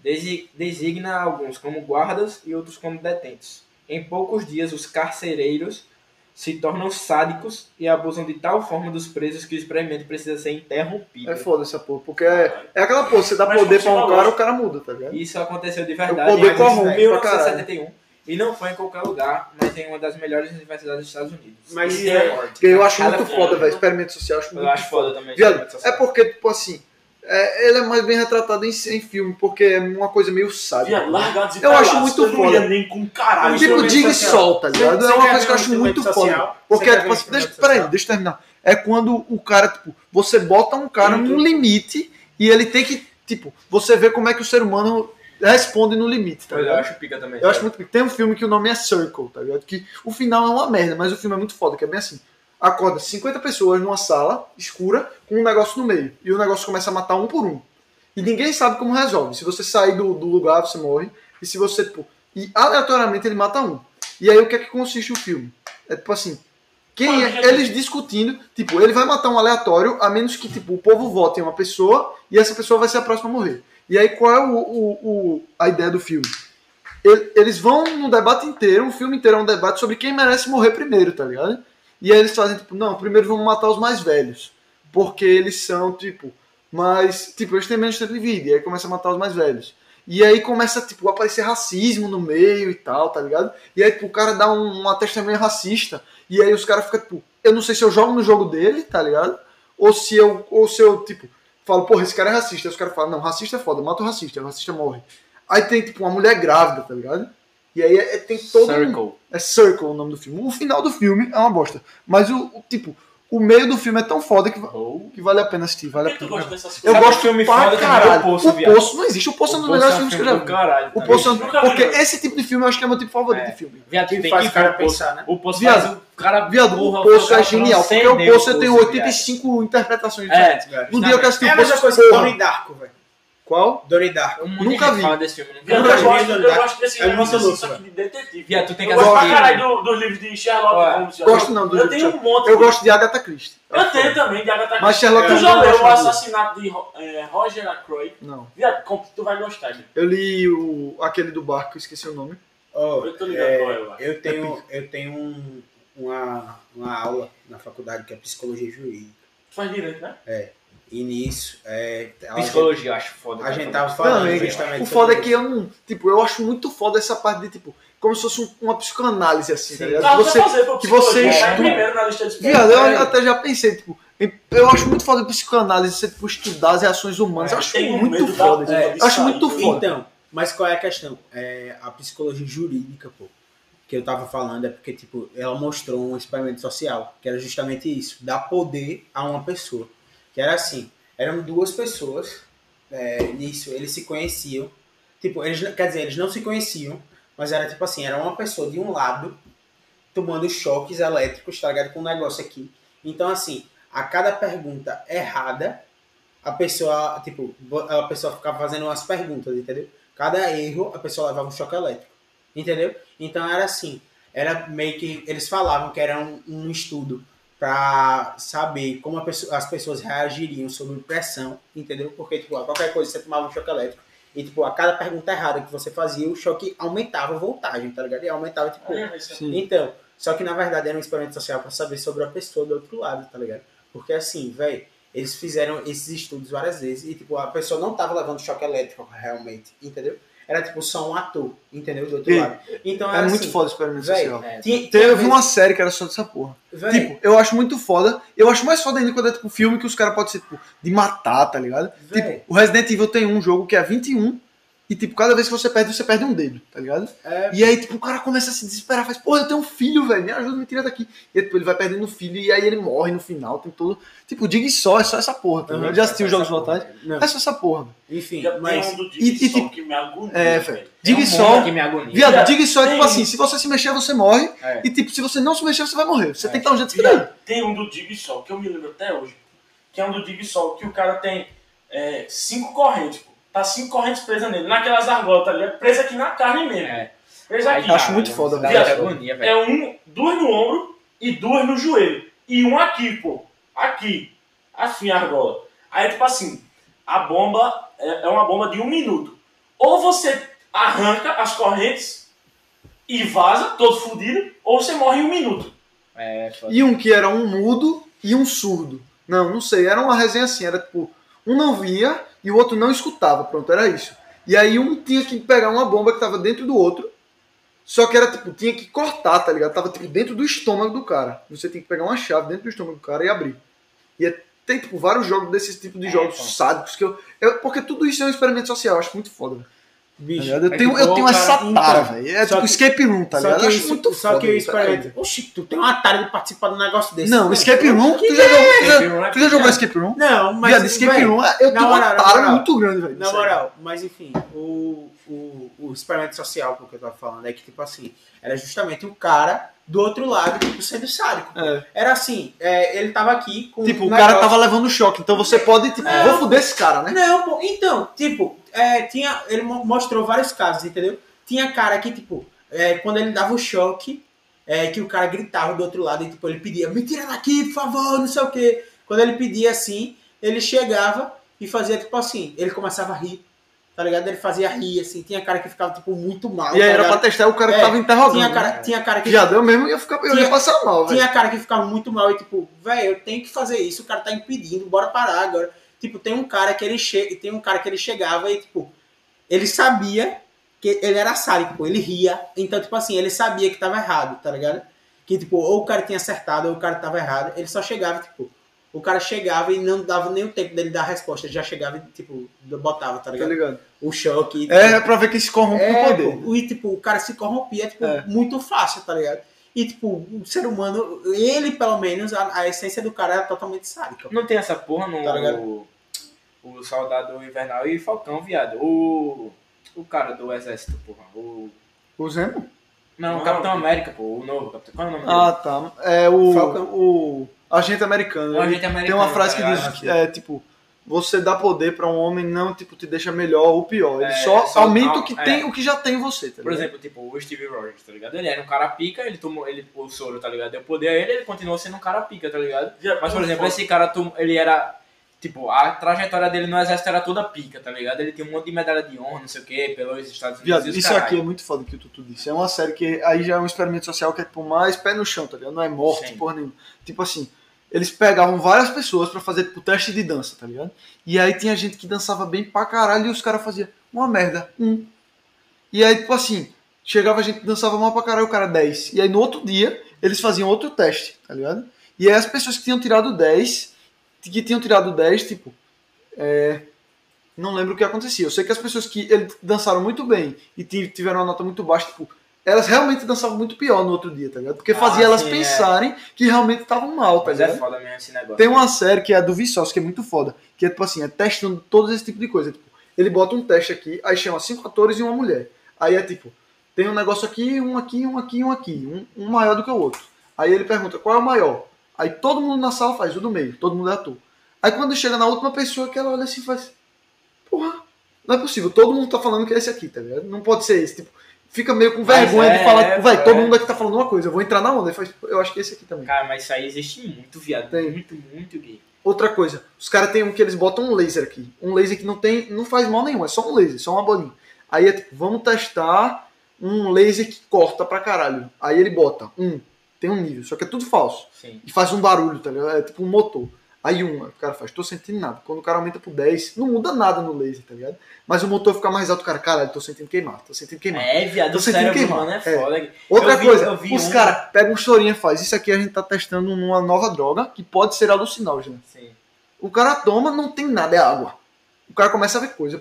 Desi- Designa alguns como guardas e outros como detentos. Em poucos dias, os carcereiros se tornam sádicos e abusam de tal forma dos presos que o experimento precisa ser interrompido. É foda essa porra, porque é, é aquela porra, você dá Mas poder como pra você um falou- cara, o cara muda, tá ligado? Isso aconteceu de O verdade poder em corrompe pra caralho. 1971 e não foi em qualquer lugar, mas em uma das melhores universidades dos Estados Unidos. Mas Isso é- forte. Gay, eu acho Cada muito filme- foda, velho. Experimento social, é um- eu acho Eu muito acho foda também. Viado, essa é cena. porque, tipo assim, é, ele é mais bem retratado em, em filme, porque é uma coisa meio sábia. Viado, largados e Eu acho pelados, muito todo mundo foda. ia nem com caralho. tipo, experimento diga e é um social. solta, ligado? Você É uma quer coisa que eu ver acho um muito experimento foda. social? Porque, Você quer tipo ver um assim, deixa, experimento peraí, deixa eu terminar. É quando o cara, tipo, você bota um cara num Uhum. limite e ele tem que, tipo, você vê como é que o ser humano responde no limite, tá é. Mas eu ligado? acho pica também. Eu acho muito. Tem um filme que o nome é Circle, tá ligado? Que o final é uma merda, mas o filme é muito foda, que é bem assim. Acorda 50 pessoas numa sala escura com um negócio no meio. E o negócio começa a matar um por um. E ninguém sabe como resolve. Se você sair do, do lugar, você morre. E se você, tipo. E aleatoriamente ele mata um. E aí o que é que consiste o filme? É tipo assim. Quem é, eles discutindo, tipo, ele vai matar um aleatório, a menos que, tipo, o povo vote em uma pessoa e essa pessoa vai ser a próxima a morrer. E aí qual é o, o- o- a ideia do filme? Ele- Eles vão num debate inteiro, um filme inteiro é um debate sobre quem merece morrer primeiro, tá ligado? E aí eles fazem, tipo, não, primeiro vamos matar os mais velhos. Porque eles são, tipo, mas, tipo, eles têm menos tempo de vida. E aí começa a matar os mais velhos. E aí começa, tipo, a aparecer racismo no meio e tal, tá ligado? E aí, tipo, o cara dá um, uma testemunha racista. E aí os caras ficam, tipo, eu não sei se eu jogo no jogo dele, tá ligado? Ou se eu, ou se eu tipo, falo, porra, esse cara é racista. Aí os caras falam, não, racista é foda, mata o racista, o racista morre. Aí tem, tipo, uma mulher grávida, tá ligado? E aí é- é- tem todo um- Circle. é Circle o nome do filme. O final do filme é uma bosta. Mas o, o tipo, O meio do filme é tão foda que, va- Ou- que vale a pena assistir. Vale Por a que tu pena. gosta dessas Eu coisas? Sabe gosto um filme pra foda que não é o caralho. Poço, o viado? Poço não existe. O Poço é um dos melhores filmes que eu já vi. Caralho, O tá Poço é Nunca vi, Porque não. esse tipo de filme eu acho que é meu tipo favorito de filme. Viado, Que tem faz que o cara ver o Poço. pensar, né? O Poço Viado, faz o cara. Viado, o porra, Poço é cara genial. Porque transcendeu o Poço eu tenho viado. 85 interpretações É, diferentes. No Um dia que eu assisti É a o mesma Poço, coisa que porra. Donnie Darko, velho. Qual? Donnie Darko. Um monte Nunca de gente vi. fala desse filme. Eu, Nunca Nunca vi. gosto, vi, eu gosto desse É negócio muito assim, louco, só que de detetive. Viado, tu tem que eu gosto pra assistir. caralho do- dos livros de Sherlock Ué, Holmes. Sherlock. Gosto não. do Eu livro tenho de- um monte. Eu gosto de Agatha Christie. É Eu tenho também de Agatha Mas Christie. Sherlock Tu Holmes já eu leu gosto o muito. assassinato de Ro- eh, Roger Ackroyd? Não. Viado, como que tu vai gostar, né? Eu li o, aquele do barco, esqueci o nome. Ó, Eu tô ligado é, qual é, eu acho. eu tenho, eu tenho um- uma, uma aula na faculdade que é psicologia jurídica. Tu faz direito, né? E nisso, é, tá a, gente, Psicologia, eu acho foda. a cara. gente tá tava Não, falando é- justamente. o foda é sobre que eu não. Tipo, eu acho muito foda essa parte de, tipo, como se fosse um- uma psicanálise assim, tá ligado? Tá, Você, vai fazer, pô, que você psicologia, tá em estuda- primeiro na lista de viado, eu espera. até já pensei, tipo, em- eu acho muito foda a psicanálise, você tipo, estudar as reações humanas. eu acho Tem um muito medo da- foda. é, eu acho muito isso aí, isso. foda. Então, mas qual é a questão? É, a psicologia jurídica, pô, que eu tava falando é porque, tipo, ela mostrou um experimento social, que era justamente isso, dar poder a uma pessoa. Que era assim, eram duas pessoas, é, nisso, eles se conheciam, tipo, eles, não- quer dizer, eles não se conheciam, mas era tipo assim, era uma pessoa de um lado, tomando choques elétricos, tá ligado, com um negócio aqui. Então, assim, a cada pergunta errada, a pessoa, tipo, bo- a pessoa ficava fazendo umas perguntas, entendeu? Cada erro, a pessoa levava um choque elétrico, entendeu? Então era assim, era meio que eles falavam que era um, um estudo para saber como a pessoa- as pessoas reagiriam sob pressão, entendeu? Porque tipo, a qualquer coisa você tomava um choque elétrico e tipo, a cada pergunta errada que você fazia, o choque aumentava a voltagem, tá ligado? E aumentava tipo, É, isso é- então, só que na verdade era um experimento social pra saber sobre a pessoa do outro lado, tá ligado? Porque assim, velho, eles fizeram esses estudos várias vezes e, tipo, a pessoa não tava levando choque elétrico realmente, entendeu? Era, tipo, só um ator, entendeu? Do outro E- lado. Então É era muito assim, foda o experimento Véi, social. É. Tinha, tinha Teve vezes- uma série que era só dessa porra. véi, Tipo, eu acho muito foda. Eu acho mais foda ainda quando é tipo filme que os caras podem ser tipo, de matar, tá ligado? Véi. Tipo, o Resident Evil tem um jogo que é 21 e tipo, cada vez que você perde, você perde um dedo, tá ligado? É. E aí tipo, o cara começa a se desesperar, faz, pô, eu tenho um filho, velho, me ajuda, me tira daqui. E tipo, ele vai perdendo o filho e aí ele morre no final, tem todo. Tipo, diga só, é só essa porra, tá ligado? Uhum, já assisti os essa jogos porra, voltados. não, É só essa porra. velho. enfim, Já é mas é tem um do e- Dickinson e- que me agonia, É, velho. velho. Tem um Diga mundo só. que me agonia. Viado, diga só, é tipo Tem- assim, se você se mexer, você morre. É. E tipo, se você não se mexer, você vai morrer. Você É. tem que dar um jeito de se Viado, Tem um do Dig Sol, que eu me lembro até hoje, que é um do Dig Sol, que o cara tem é, cinco correntes, pô. Tá cinco correntes presas nele, naquelas argolas, tá ligado? Presa aqui na carne mesmo. É. Presa Aí, aqui. Eu acho cara, muito foda, dá velho. muita agonia, velho. É um, duas no ombro e duas no joelho. E um aqui, pô. Aqui. Assim, a argola. Aí, tipo assim, a bomba é, é uma bomba de um minuto. Ou você arranca as correntes e vaza, todo fudido, ou você morre em um minuto. É, foda. E um que era um mudo e um surdo. Não, não sei. Era uma resenha assim. Era tipo, um não via e o outro não escutava. Pronto, era isso. E aí um tinha que pegar uma bomba que tava dentro do outro. Só que era tipo, tinha que cortar, tá ligado? Tava tipo dentro do estômago do cara. Você tem que pegar uma chave dentro do estômago do cara e abrir. E é- tem tipo vários jogos desses tipo de É, jogos então. sádicos que eu, eu- Porque tudo isso é um experimento social, eu acho muito foda. velho. Tá bicho, ligado? Eu é tenho, que eu bom, tenho essa cara. tara, Então, velho. É só tipo que- escape room, tá só ligado? que, Eu acho isso- muito só foda. que o isso, cara. experimento... Oxi, tu tem um atalho de participar de um negócio desse. Não, mano. escape room, tu já jogou, tu já- um tu já jogou escape room? Não, é, mas... Viado, escape véi, room, é- eu tenho na uma moral, na tara moral. muito grande, velho. Na moral, mas enfim, o, o, o experimento social porque eu tava falando é que, tipo assim, era justamente o cara do outro lado, tipo, sendo sádico. É. Era assim, é, ele tava aqui com. Tipo, um o cara negócio- tava levando choque, então você pode, tipo, Não. vou foder esse cara, né? Não, pô, então, tipo, é, tinha, ele mo- mostrou vários casos, entendeu? Tinha cara que, tipo, é, quando ele dava o choque, é, que o cara gritava do outro lado e, tipo, ele pedia, me tira daqui, por favor, não sei o quê. Quando ele pedia assim, ele chegava e fazia, tipo assim, ele começava a rir, tá ligado? Ele fazia rir, assim, tinha cara que ficava, tipo, muito mal. E aí tá era ligado? pra testar o cara que É, tava interrogando. tinha cara, né? tinha cara que Viado, eu mesmo ia ficar, eu Tinha- ia passar mal, velho. tinha cara que ficava muito mal e tipo, velho, eu tenho que fazer isso, o cara tá impedindo, bora parar agora. Tipo, tem um cara que ele chega, tem um cara que ele chegava e tipo, ele sabia que ele era sádico, pô, ele ria. Então, tipo assim, ele sabia que tava errado, tá ligado? Que tipo, ou o cara tinha acertado ou o cara tava errado, ele só chegava, tipo, o cara chegava e não dava nem o tempo dele dar a resposta, ele já chegava e tipo, botava, tá Tá ligado? ligado? O choque. tá É pra ver quem se corrompe no É, poder. pô, e tipo, o cara se corrompia, tipo, É. muito fácil, tá ligado? E, tipo, o ser humano, ele pelo menos, a, a essência do cara é totalmente sádica. Não tem essa porra no. Tá ligado? o, o soldado invernal e Falcão, viado. O. O cara do exército, porra. O. O Zemo? Não, Não. o Capitão América, pô. O novo Capitão. Qual é o nome Ah, tá. É o, Falcão. o agente americano. dele? O Ele agente americano. Tem uma frase que tá diz ligado? que é tipo, você dá poder pra um homem não tipo te deixa melhor ou pior. Ele É, só, só aumenta dá- o que é. tem, o que já tem em você, tá Por ligado? exemplo, tipo, o Steve Rogers, tá ligado? Ele era um cara pica, ele tomou. Ele, o soro, tá ligado? Deu poder a ele, ele continuou sendo um cara pica, tá ligado? Mas, por exemplo, esse cara, tom- ele era. Tipo, a trajetória dele no exército era toda pica, tá ligado? Ele tinha um monte de medalha de honra, não sei o quê, pelos Estados Unidos. Viado, e os isso caralho. aqui é muito foda que o Tutu disse. É uma série que aí já é um experimento social que é tipo mais pé no chão, tá ligado? Não é morte, Sim. porra nenhuma. Tipo assim, eles pegavam várias pessoas pra fazer tipo teste de dança, tá ligado? E aí tinha gente que dançava bem pra caralho e os caras faziam uma merda, um. E aí, tipo assim, chegava a gente que dançava mal pra caralho, o cara 10. E aí no outro dia, eles faziam outro teste, tá ligado? E aí as pessoas que tinham tirado 10, que tinham tirado 10, tipo, é, não lembro o que acontecia. Eu sei que as pessoas que ele, dançaram muito bem e ti- tiveram uma nota muito baixa, tipo, elas realmente dançavam muito pior no outro dia, tá ligado? Porque Ah, fazia elas sim, é. pensarem que realmente estavam mal, tá Mas é ligado? foda mesmo esse negócio. Tem uma série que é a do Vsauce, que é muito foda, que é tipo assim, é testando todos esse tipo de coisa. Tipo, ele bota um teste aqui, aí chama cinco atores e uma mulher. Aí é tipo, tem um negócio aqui, um aqui, um aqui, um aqui, um, um maior do que o outro. Aí ele pergunta qual é o maior. Aí todo mundo na sala faz o do meio, todo mundo é ator. Aí quando chega na última pessoa que ela olha assim e faz, porra, não é possível, todo mundo tá falando que é esse aqui, tá ligado? Não pode ser esse, tipo, fica meio com Mas vergonha é, de falar, é, tipo, vai, é. todo mundo aqui tá falando uma coisa, eu vou entrar na onda. Ele faz, eu acho que é esse aqui também. Cara, mas isso aí existe muito, viado. Tem. Muito, muito gay. Outra coisa, os caras têm um que eles botam um laser aqui. Um laser que não tem, não faz mal nenhum, é só um laser, só uma bolinha. Aí é tipo, vamos testar um laser que corta pra caralho. Aí ele bota um, tem um nível, só que é tudo falso. Sim. E faz um barulho, tá ligado? É tipo um motor. Aí um, aí o cara faz, tô sentindo nada. Quando o cara aumenta pro 10, não muda nada no laser, tá ligado? Mas o motor fica mais alto, o cara, caralho, tô sentindo queimar, tô sentindo queimar. É, viado, Tô o sentindo cérebro queimar. humano é É. foda. Outra Eu vi- coisa, eu vi os um- caras pegam um chorinha e faz. Isso aqui a gente tá testando uma nova droga que pode ser alucinógena. Sim. O cara toma, não tem nada, é água. O cara começa a ver coisa.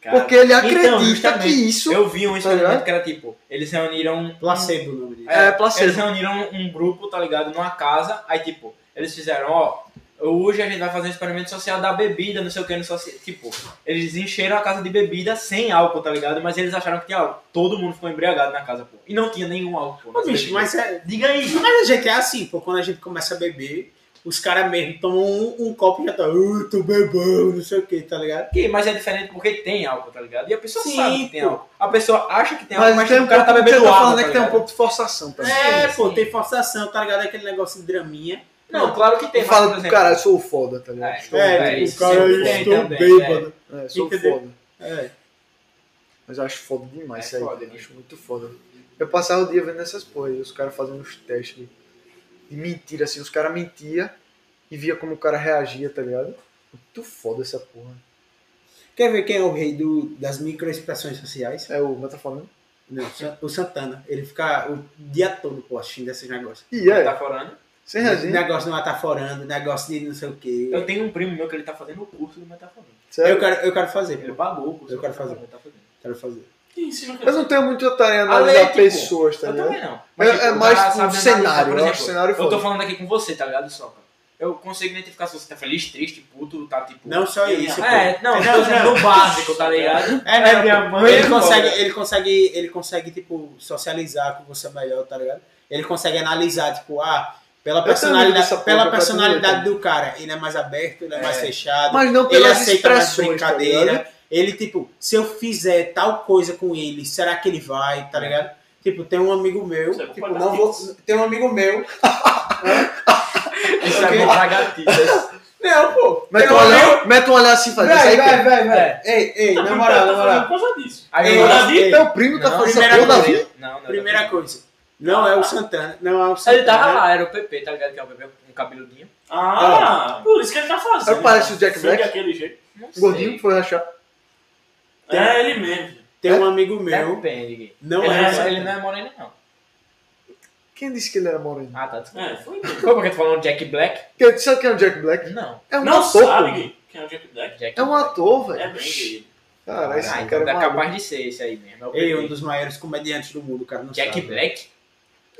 Cara, porque ele acredita então, justamente, que isso tá Eu vi um experimento ligado? que era tipo, eles reuniram. um Placebo, o nome disso. é, placebo. Eles reuniram um grupo, tá ligado? Numa casa, aí tipo, eles fizeram, ó, hoje a gente vai fazer um experimento social da bebida, não sei o que, não sei o que. Tipo, eles encheram a casa de bebida sem álcool, tá ligado? Mas eles acharam que tinha álcool. Todo mundo ficou embriagado na casa, pô. E não tinha nenhum álcool. né? Ô, nas bicho, mas bebidas. é. Diga aí. Mas a gente é assim, pô, quando a gente começa a beber, os caras mesmo tomam um, um copo e já tá, "Ah, tô bebendo, não sei o que, tá ligado? Que, mas é diferente porque tem álcool, tá ligado? E a pessoa Sim, sabe que tem pô. álcool. A pessoa acha que tem álcool, Mas, mas, tem um o cara tá pouco- o que eu bebendo tô água, falando tá é que tem um ligado? pouco de forçação também. É, Sim, pô, sim. tem forçação, tá ligado? Aquele negócio de draminha. Não, claro que tem, mas, Fala, por exemplo, caralho, sou foda, tá ligado? É, Sou- é, tipo, é, isso sempre tem também, é. sou entendeu? foda. É. Mas eu acho foda demais É isso aí. foda, eu né? acho muito foda. Eu passava o dia vendo essas porra aí, os caras fazendo uns testes de- de mentira, assim, os caras mentiam e via como o cara reagia, tá ligado? Muito foda essa porra. Quer ver quem é o rei do, das microexpressões sociais? É o Metaforando? Não, o San- o Santana. Ele fica o dia todo, pô, assistindo esses negócios. E é, né? tá forando. sem resenha. Negócio do mataforando, negócio de não sei o quê. Eu tenho um primo meu que ele tá fazendo o curso do metaforando. Eu sério. quero, eu quero fazer, Ele pô. pagou o curso. Eu quero do fazer. metaforando, ele tá fazendo. Quero fazer. Eu não tenho muito tarefa de Ale, analisar tipo, pessoas, tá Eu ligado? também não. tipo, É- é o mais cara pro sabe analisar, cenário, eu acho o cenário eu tô foda. falando aqui com você, tá ligado, só, cara? Eu consigo identificar se você tá feliz, triste, puto, tá tipo. Não só É, isso, É, não, Não, tô dizendo não. do básico, tá ligado? É, né, né, minha mãe, Ele pô. consegue, ele consegue, ele consegue, tipo, socializar com você melhor, tá ligado? Ele consegue analisar, tipo, ah, pela lido personalidade, essa porra, pela eu personalidade também. do cara, ele é mais aberto, ele é, É. mais fechado, Mas não ele pelas aceita mais expressões, tá brincadeira. ligado? ele, tipo, se eu fizer tal coisa com ele, será que ele vai, tá ligado? Tipo, tem um amigo meu, Você vai tipo, concordar não com vou, isso? tem um amigo meu, Isso Ok. é bom pra gatilhas. não, pô, Mete tem um um amigo, olhar, mete um olhar assim, faz isso vai, aí. vai, quer. vai, vai, ei, ei, né, na moral, na moral, tá Por causa disso. Aí Ei, eu Davi, ei, Teu primo tá Não, fazendo primeira essa porra da coisa. vida. Não, não. primeira não. coisa, não é o Santana, não é o Santana. Ele tava lá, era o PP, tá ligado? Que é o PP com um cabeludinho. Ah, por isso que ele tá fazendo. Ele parece o Jack Foi Black. daquele jeito. Não sei. Gordinho que foi rachar. É ele mesmo. Tem um amigo meu, Depende, Gui. não ele, é, essa- não ele não é moreno, não. Quem disse que ele era moreno? Ah, tá, desculpa. É, foi mesmo. Foi porque tu falou Jack Black? Quem disse que era o Jack Black? Não. É um Não ator, sabe pô. Gui, quem é o Jack Black. Jack É um Black. ator, É velho. bem gay. Cara, esse Ah, então cara é é maluco. um capaz de ser esse aí mesmo. é o Ei, PP. um dos maiores comediantes do mundo, cara. Não Jack sabe. Black?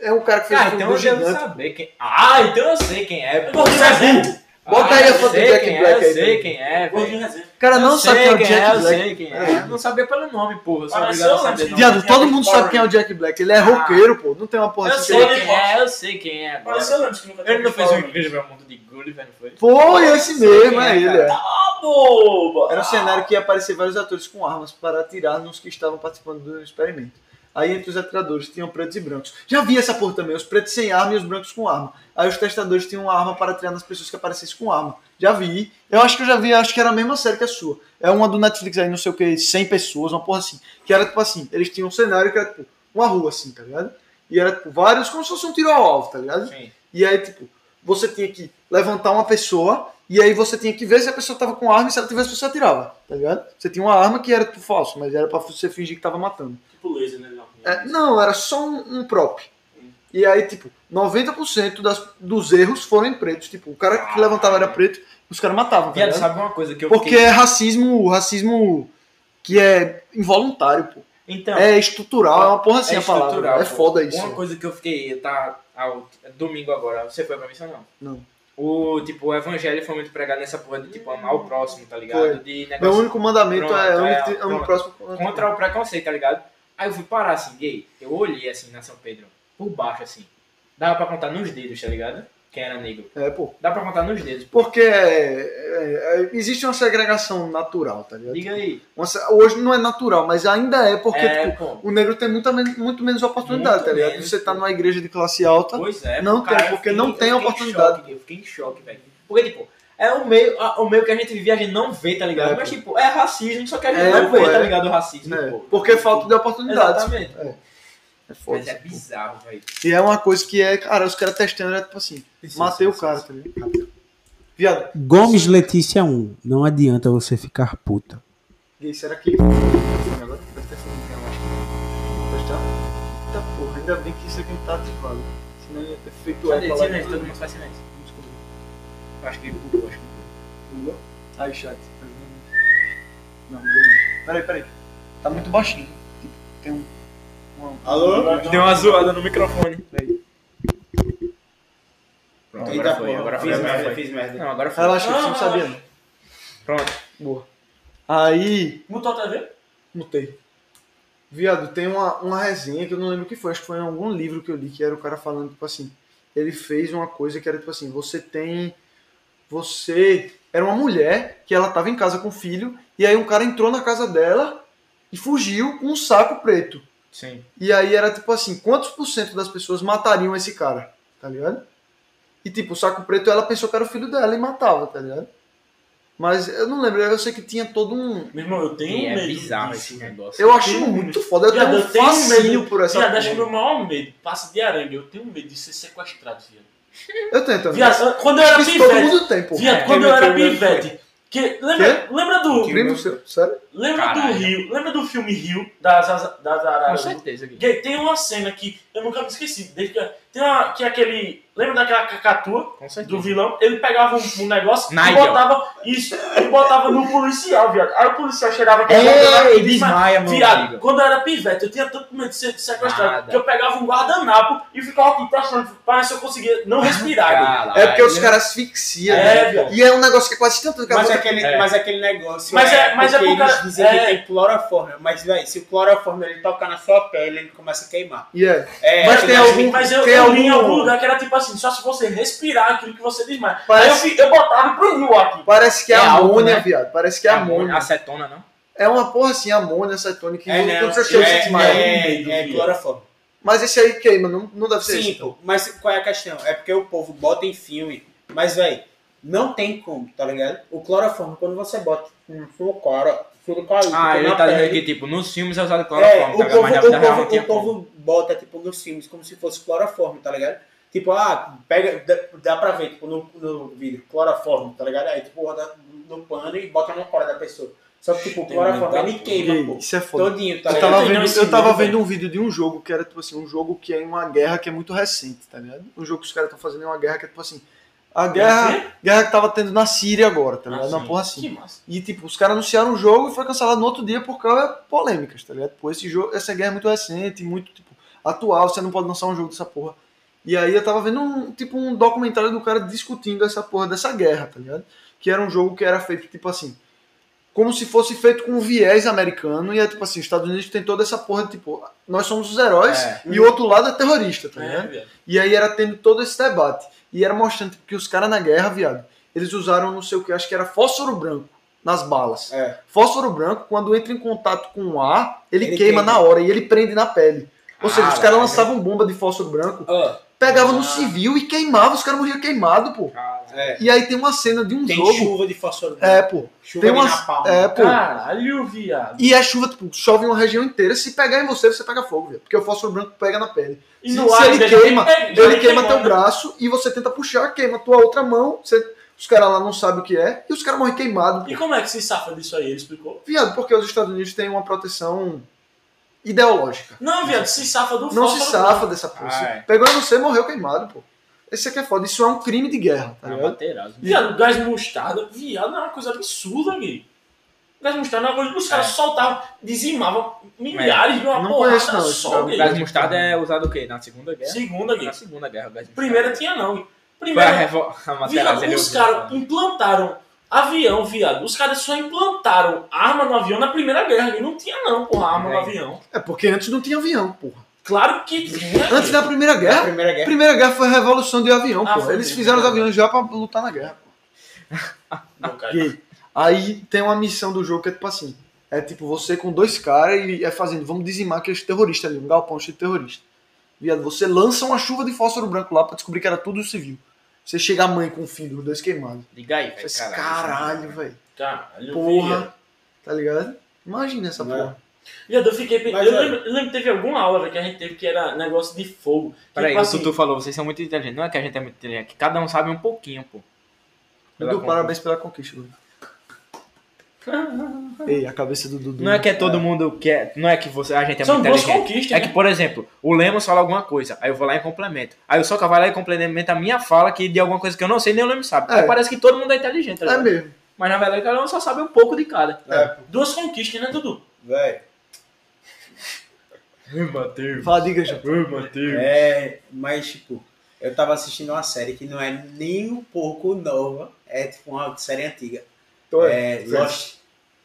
É o cara que fez Ah, o filme então eu do devo gigante. saber quem. Ah, então eu sei quem é. pô. Gordinho reserva. Bota Ah, aí a eu foto do sei Jack quem é, Black Eu aí sei também. quem é, velho. Gordinho reserva. O cara não Eu sabe sei quem é o quem Jack é, eu Black. sei quem é. Eu não sabia pelo nome, porra. Eu sou Pareceu obrigado a antes saber de- nome. Viado, todo mundo sabe quem é o Jack Black. Ele é roqueiro, pô. Não tem uma porra Eu assim. sei Tony quem Hawk. é, eu sei quem é agora. Pareceu antes que nunca Ele não tinha fez um ouvido uma falar. igreja pra mundo de Gulliver, não foi? Pô, é esse mesmo, Sei é quem é, ele. é. Ah, boba! Era um cenário que ia aparecer vários atores com armas para atirar nos que estavam participando do experimento. Aí entre os atiradores tinham pretos e brancos. Já vi essa porra também, os pretos sem arma e os brancos com arma. Aí os testadores tinham uma arma para atirar nas pessoas que aparecessem com arma. Já vi. Eu acho que eu já vi, acho que era a mesma série que a sua. É uma do Netflix aí, não sei o que, 100 pessoas, uma porra assim. Que era tipo assim, eles tinham um cenário que era tipo uma rua assim, tá ligado? E era tipo vários, como se fosse um tiro ao alvo, tá ligado? Sim. E aí, tipo, você tinha que levantar uma pessoa e aí você tinha que ver se a pessoa tava com arma e se ela tivesse, você atirava, tá ligado? Você tinha uma arma que era tipo, falso, mas era pra você fingir que tava matando. Tipo laser, né? Não. É, não, era só um, um prop. E aí, tipo, 90% das, dos erros foram em pretos. Tipo, o cara que levantava era preto, os caras matavam, tá Viado, ligado? sabe uma coisa que eu Porque fiquei... é racismo, racismo que é involuntário, pô. Então, É estrutural, é uma porra assim é a palavra. estrutural, É pô. foda isso. Uma coisa que eu fiquei, tá, ao, domingo agora, você foi pra missa ou não? Não. O, tipo, o evangelho foi muito pregado nessa porra de, tipo, amar o próximo, tá ligado? Foi. De Meu negócio único mandamento Pronto, é ame é, te- ame o pronto. próximo. contra o preconceito, tá ligado? Aí eu fui parar, assim, gay. Eu olhei, assim, na São Pedro, por baixo, assim. Dava pra contar nos dedos, tá ligado? Quem era negro. É, pô. Dá pra contar nos dedos. Porque é, é, existe uma segregação natural, tá ligado? Diga aí. Uma se- hoje não é natural, mas ainda é porque é, tipo, pô. o negro tem muita, men- muito menos oportunidade, Muito tá ligado? menos, Você tá pô. numa igreja de classe alta, Pois é. Não cara, tem, eu porque não eu tem fiquei em oportunidade. choque, eu fiquei em choque, velho. Porque, tipo, é o meio, a- o meio que a gente vive, a gente não vê, tá ligado? É, Mas, tipo, é racismo, só que a gente É, não pô, vê, tá é. ligado? O racismo, né? pô. Porque falta de oportunidade. Exatamente. É foda. Mas é bizarro, velho. E é uma coisa que é, cara, os caras testando era tipo assim, matei o cara, tá ligado? Viado, Gomes Letícia 1. Não adianta você ficar puta. gay, será que. Agora vai ter fome, eu acho que. Pois tá? Eita porra, ainda bem que isso aqui não tá ativado. Senão ia ter feito Cadê? eco lá. Silêncio, é todo mundo faz silêncio. Eu acho que ele pulou, acho que Aí, chat. um Não, não. Peraí, peraí. Tá muito baixinho. Tipo, Tem um. uma- Alô? Deu uma zoada no microfone. Pronto, Eita agora foi, porra, agora foi, fiz merda, agora foi. fiz merda. Não, agora foi. Relaxa, que você Ah, não sabia. né? não. Pronto. Aí, Mutou a TV? mutei. Viado, tem uma, uma resenha que eu não lembro o que foi. Acho que foi em algum livro que eu li que era o cara falando, tipo assim. Ele fez uma coisa que era tipo assim: você tem. Você. Era uma mulher que ela tava em casa com o filho. E aí um cara entrou na casa dela e fugiu com um saco preto. Sim. E aí era tipo assim, quantos por cento das pessoas matariam esse cara, tá ligado? E tipo, o saco preto, ela pensou que era o filho dela e matava, tá ligado? Mas eu não lembro, eu sei que tinha todo um... Meu irmão, eu tenho E é medo. bizarro disso, esse velho. negócio. Eu acho tenho muito foda, eu Viado, tenho um eu tenho fascínio medo. por essa Viado, acho que porra. meu maior medo, passe de aranha, eu tenho um medo de ser sequestrado, viado. Tá Eu tenho também. Viado, eu- quando eu era Isso todo pivete, mundo tem, pô. viado, É, quando quem eu era me pegou pivete, que, lembra, lembra do, Crime seu, sério? lembra Caralho. do Rio, lembra do filme Rio, das, das, das Com araras, certeza. Gui. Gay, tem uma cena que eu nunca me esqueci. Desde que, tem uma que é aquele. Lembra daquela cacatua Com do certeza. vilão? Ele pegava um, um negócio e Nigel. botava isso. E botava no policial, viado. Aí o policial chegava aqui. É, e desma- desmaia, meu Viado, amigo. quando eu era pivete, eu tinha tanto medo de ser sequestrado Nada. que eu pegava um guardanapo e ficava aqui prestando para ver se eu conseguia não respirar. gay. É porque os Caralho. caras asfixiam, né? É, viado. E é um negócio que é quase tanto que a Mas boca- aquele, É. mas aquele negócio. Mas é- mas é porque pro cara- eles dizem é. que tem cloroforme. Mas, velho, se o cloroforme ele tocar na sua pele, ele começa a queimar. E é. É, Mas tem algum- Mas eu, tem eu li em algum- algum lugar que era tipo assim, só se você respirar aquilo que você desmaia. Aí eu, Parece, fi- eu botava pro rio aqui. parece que é, É álcool, amônia, né? viado. Parece que é amônia. assim. Acetona, não? É uma porra assim, amônia, acetônica, que É, não, quando você é, cheira, você é, desmaia. medo, é viado. cloroforme. Mas esse aí queima, não, não deve ser Sim, esse. pô. Mas qual é a questão? É porque o povo bota em filme, mas, velho, não tem como, tá ligado? O cloroforme, quando você bota no seu cara, fica caindo Ah, ele na tá dizendo pele. que, tipo, nos filmes é usado É, cloroforme, o tá ligado? povo, Mas na o, vida real não povo, tinha o como. povo bota, tipo, nos filmes como se fosse cloroforme, tá ligado? Tipo, ah, pega, dá, dá pra ver, tipo, no, no vídeo, cloroforme, tá ligado? Aí, tipo, roda no pano e bota na cara da pessoa. Só que, tipo, o Tem muita cloroforme, ele coisa. queima, pô. Isso é foda. Todinho, tá Eu ligado? tava, Tem vendo, esse eu tava nível, vendo um vídeo de um jogo que era, tipo assim, um jogo que é em uma guerra que é muito recente, tá ligado? Um jogo que os caras estão fazendo em uma guerra que é, tipo assim, a guerra, guerra que tava tendo na Síria agora, tá ligado? Uma porra assim. Que massa. E, tipo, os caras anunciaram o jogo e foi cancelado no outro dia por causa de polêmicas, tá ligado? Pô, esse jogo, essa guerra é muito recente, muito, tipo, atual, você não pode lançar um jogo dessa porra. E aí eu tava vendo um, tipo um documentário do cara discutindo essa porra dessa guerra, tá ligado? Que era um jogo que era feito tipo assim, como se fosse feito com um viés americano e é tipo assim, os Estados Unidos tem toda essa porra de tipo, nós somos os heróis É. e o outro lado é terrorista, tá ligado? É, viado. E aí era tendo todo esse debate. E era mostrando tipo, que os caras na guerra, viado, eles usaram não sei o que, acho que era fósforo branco nas balas. É. Fósforo branco, quando entra em contato com o ar, ele, Ele queima queima. Ah, na hora e ele prende na pele. Ou seja, os caras Caralho. lançavam bomba de fósforo branco, Ah, pegavam no Ah. civil e queimavam, os caras morriam queimados, pô. É. E aí tem uma cena de um Tem jogo. chuva de fósforo. É, pô. Chuva Tem de uma. napalm. É, pô. Caralho, viado. E a chuva, tipo, chove em uma região inteira. Se pegar em você, você pega fogo, viado. Porque o fósforo branco pega na pele. E Se- no se ar ele ainda já tem queima, pe- já Ele tem queima teu queimado. braço e você tenta puxar, queima tua outra mão. você- Os caras lá não sabem o que é e os caras morrem queimados. E como é que se safa disso aí? Ele explicou. Viado, porque os Estados Unidos têm uma proteção ideológica. Não, viado, se safa do Não se fósforo, safa dessa porra. Ah, é. Se Pegou em você, morreu queimado, pô. Esse aqui é foda. Isso é um crime de guerra, tá tá ligado? bateirado. Viado, gás mostarda, viado, é uma coisa absurda, amigo. Gás mostarda, é uma coisa que os caras É. soltavam, dizimavam milhares de uma Não porrada conheço, não, esse só, cara. gay. O gás mostarda é usado o quê? Na Segunda Guerra? Segunda, gay. Na Segunda Guerra, o gás mostarda. Primeira tinha não. gay. Foi é. a Primeira, revolta. A viado, Materazzi, ele os usou, caras né? implantaram avião, viado. Os caras só implantaram arma no avião na Primeira Guerra, gay. Não tinha não, porra, arma no É. avião. É porque antes não tinha avião, porra. Claro que tinha. Antes gay. da Primeira A Guerra, É? primeira a guerra. Primeira Guerra foi a revolução de avião, Ah, porra. foi Eles mesmo, fizeram os verdade. aviões já pra lutar na guerra. Não, cara. E aí tem uma missão do jogo que é tipo assim: é tipo você com dois caras e é fazendo, vamos dizimar aqueles terroristas ali, um galpão cheio de terrorista. Viado, você lança uma chuva de fósforo branco lá pra descobrir que era tudo civil. Você chega a mãe com o filho, os dois queimados. Liga aí, É, Faz, velho. né?" Caralho, velho. Caralho, viado. Porra. Tá ligado? Imagina essa Não é? porra. Viado, eu fiquei. pe- Mas, é. eu olha- lembro, eu lembro que teve alguma aula velho, que a gente teve que era negócio de fogo. Que, Peraí, tipo o assim, Tutu falou, vocês são muito inteligentes. Não é que a gente é muito inteligente, é que cada um sabe um pouquinho, pô. Pela Dudu, conta. parabéns pela conquista, Dudu. Ei, a cabeça do Dudu. é. Não é que é todo mundo que é, não é que você, a gente é São muito boas inteligente. conquistas. É né? que, por exemplo, o Lemos fala alguma coisa, aí eu vou lá e complemento. Aí o Soca vai lá e complementa a minha fala que de alguma coisa que eu não sei, nem o Lemos sabe. É. Aí parece que todo mundo é inteligente, tá É ligado? mesmo. Mas na verdade cada um só sabe um pouco de cada. É, pô. Duas conquistas, né, Dudu? Véi. Mateus. Fala, diga já. Mateus. É, mas tipo, eu tava assistindo uma série que não é nem um pouco nova. É tipo uma série antiga. É, Lost.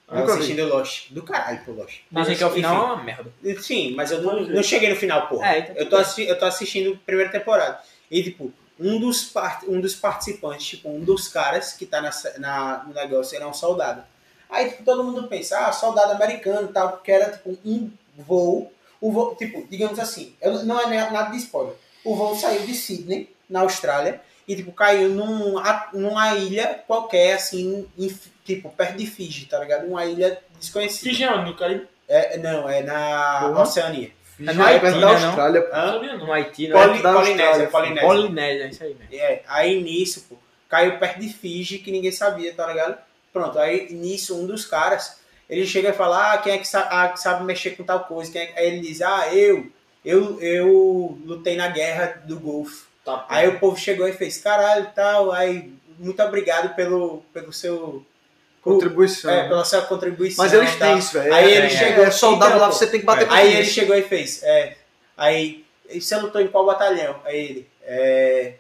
Eu Nunca tava assistindo Lost. Do caralho, pô, Lost. Dizem que ao final é uma merda. Sim, mas eu não, não cheguei no final, porra. É, então Eu tudo tô, bem. assi- eu tô assistindo a primeira temporada. E, tipo, um dos, part- um dos participantes, tipo, um dos caras que tá na, se- na- no negócio, ele é um soldado. Aí, tipo, todo mundo pensa, ah, soldado americano e tal, porque era, tipo, um voo. O voo, tipo, digamos assim, eu, não é nem- nada de spoiler. O voo saiu de Sydney, na Austrália, e, tipo, caiu num, a- numa ilha qualquer, assim, em- tipo, perto de Fiji, tá ligado? Uma ilha desconhecida. Fiji é onde? No Caribe? É, não, é na Porra. Oceania. É Já é perto da Haiti, né, Austrália, pô. Não Hã? sabia, não. No Haiti, não Poli- da Polinésia, Austrália, é? Polinésia. Polinésia, é isso aí mesmo. É, aí nisso, pô, caiu perto de Fiji, que ninguém sabia, tá ligado? Pronto, aí nisso, um dos caras, ele chega e fala, ah, quem é que, sa- ah, que sabe mexer com tal coisa? Quem é que-" Aí ele diz, ah, eu, eu, eu lutei na guerra do Golfo. Tá, Aí o povo chegou e fez, caralho, tal, aí, muito obrigado pelo, pelo seu... Contribuição. né? É, pela sua contribuição. Mas eles tal." têm isso, velho. Aí ele É, chegou, é soldado então, lá, pô. você tem que bater Aí com ele isso. chegou e fez. É, aí, e você lutou em qual batalhão? Aí ele, é,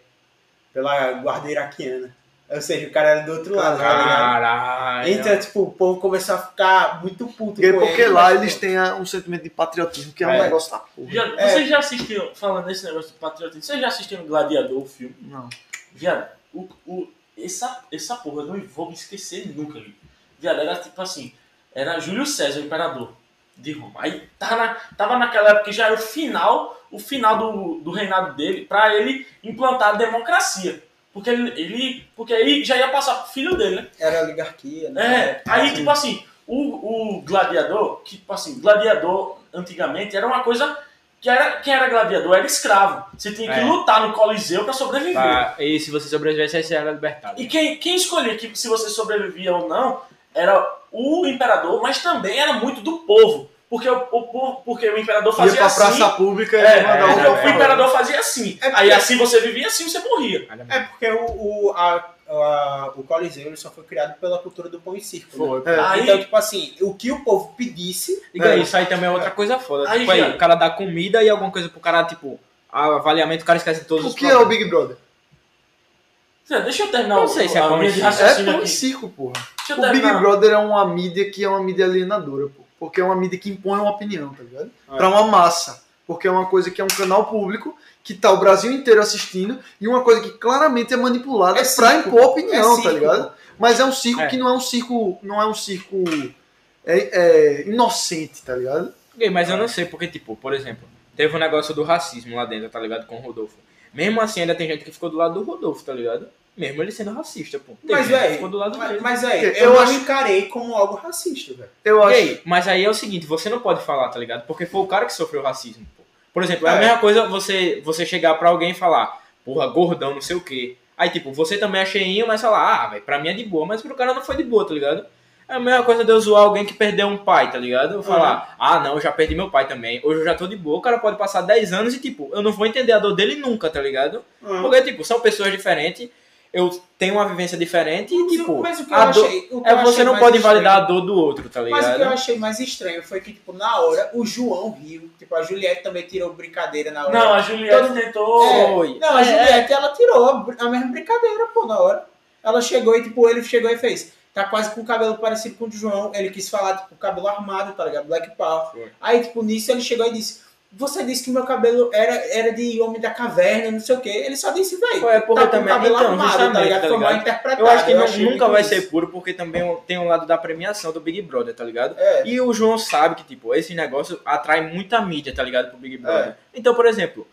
pela guarda iraquiana. Ou seja, o cara era do outro lado, tá ligado? Caralho. Então, tipo, o povo começou a ficar muito puto Porque, Tipo, com porque é ele, né? lá mas, eles pô, têm ah, um sentimento de patriotismo, que é um É. negócio da porra. Viado, vocês já assistiram, falando desse negócio de patriotismo, vocês já assistiram Gladiador, o filme? Não. Viado, o, o, essa, essa porra eu não vou me esquecer nunca, viu? Viado, era tipo assim, era Júlio César, o imperador de Roma. Aí tava, na, tava naquela época que já era o final, o final do, do reinado dele, pra ele implantar a democracia. Porque ele, ele- porque aí já ia passar pro filho dele, né? Era oligarquia, né? É, aí tipo assim, o, o gladiador, que tipo assim, gladiador antigamente era uma coisa que era, quem era gladiador era escravo. Você tinha que É. lutar no Coliseu pra sobreviver. Pra- E se você sobrevivesse, aí você era libertado. E quem, quem escolhia que se você sobrevivia ou não era o imperador, mas também era muito do povo. Porque o, o povo- porque o imperador Ia fazia pra assim. praça pública é, e mandar um é, pra o imperador fazia assim. É porque- Aí assim você vivia, assim você morria. É porque o, o, a- a- o Coliseu ele só foi criado pela cultura do pão e circo. né? É. Aí, Então, tipo assim, o que o povo pedisse Diga aí, isso aí também é outra coisa foda. Aí, tipo aí, Jean. o cara dá comida e alguma coisa pro cara, tipo, avaliamento, o cara esquece todos O os que é o Big Brother? Zé, deixa eu terminar Não o- sei se é a como linha isso. de É raciocínio pão e Tá aqui. circo, porra. Deixa eu O Big terminar. Brother é uma mídia que é uma mídia alienadora, pô. Porque é uma mídia que impõe uma opinião, tá ligado? Pra uma massa. Porque é uma coisa que é um canal público, que tá o Brasil inteiro assistindo, e uma coisa que claramente é manipulada É pra circo, impor opinião, É tá circo, ligado? Mas é um circo É. que não é um circo. Não é um circo. É, é inocente, tá ligado? Ok, mas eu não sei, porque, tipo, por exemplo, teve um negócio do racismo lá dentro, tá ligado? Com o Rodolfo. Mesmo assim, ainda tem gente que ficou do lado do Rodolfo, tá ligado? Mesmo ele sendo racista, pô. Tem Mas, gente que véi, ficou do lado Mas, dele. mas aí, eu, Eu não acho- encarei como algo racista, velho. Eu Ok, acho. mas aí é o seguinte, você não pode falar, tá ligado? Porque foi o cara que sofreu racismo, pô. Por exemplo, é, a É. mesma coisa você, você chegar pra alguém e falar, porra, gordão, não sei o quê. Aí, tipo, você também é cheinho, mas falar, ah, velho, pra mim é de boa, mas pro cara não foi de boa, tá ligado? É a mesma coisa de eu zoar alguém que perdeu um pai, tá ligado? Eu falar, Uhum. ah, não, eu já perdi meu pai também, hoje eu já tô de boa, o cara pode passar 10 anos e, tipo, eu não vou entender a dor dele nunca, tá ligado? Ah, Uhum. Porque, tipo, são pessoas diferentes, eu tenho uma vivência diferente e, tipo, mas o que eu a dor... achei, o que É eu você achei não mais pode estranho- invalidar a dor do outro, tá ligado? Mas o que eu achei mais estranho foi que, tipo, na hora, o João riu. Tipo, a Juliette também tirou brincadeira na hora. Não, a Juliette Todo- tentou. Foi. Não, a É, Juliette, ela tirou a br- a mesma brincadeira, pô, na hora. Ela chegou e, tipo, ele chegou e fez. Tá quase com o cabelo parecido com o do João. Ele quis falar, tipo, cabelo armado, tá ligado? Black Power. Foi. Aí, tipo, nisso ele chegou e disse: Você disse que meu cabelo era, era de homem da caverna, não sei o quê. Ele só disse, é, velho. foi, é porque tá com o também. cabelo Então, armado, tá justamente, ligado? tá Foi mal ligado? interpretado. Eu acho que não- achei nunca muito vai isso. ser puro, porque também é um, tem o lado da premiação do Big Brother, tá ligado? É. E o João sabe que, tipo, esse negócio atrai muita mídia, tá ligado? Pro Big Brother. Então, por exemplo,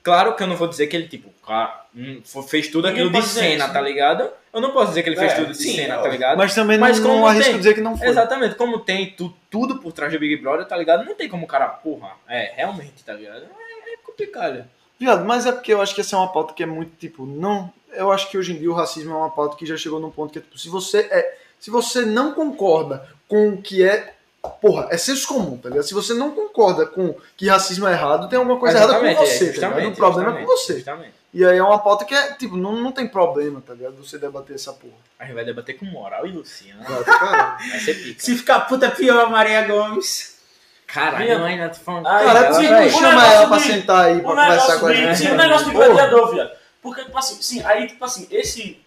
claro que eu não vou dizer que ele, tipo, cara, hum, fo- fez tudo Ninguém aquilo de pode dizer cena, isso, tá ligado? Eu não posso dizer que ele fez É, tudo de sim, cena, ó. tá ligado? Mas também Mas não, como não não arrisco tem- dizer que não foi. Exatamente, como tem tu- tudo por trás do Big Brother, tá ligado? Não tem como o cara, porra, é, realmente, tá ligado? É, é complicado. Viado, mas é porque eu acho que essa é uma pauta que é muito tipo, não. Eu acho que hoje em dia o racismo é uma pauta que já chegou num ponto que é tipo, se você é. Se você não concorda com o que é. Porra, é senso comum, tá ligado? Se você não concorda com que racismo é errado, tem alguma coisa errada Exatamente, com é, você, tá ligado? justamente, O problema é com justamente, você. Justamente. E aí é uma pauta que é, tipo, não, não tem problema, tá ligado? Você debater essa porra. A gente vai debater com moral e Luciano. Vai, caralho. Vai ser pica. Se ficar puta, pior a Maria Gomes. Caralho, tipo, Minha- não, ainda tô tá falando. Ai, Cara, sim, você velho. não O chama negócio ela pra de- sentar aí pra O conversar com Um negócio a de, um gente. sim, o negócio de Porra. gladiador, viado. Porque, tipo assim, sim, aí, tipo assim, esse.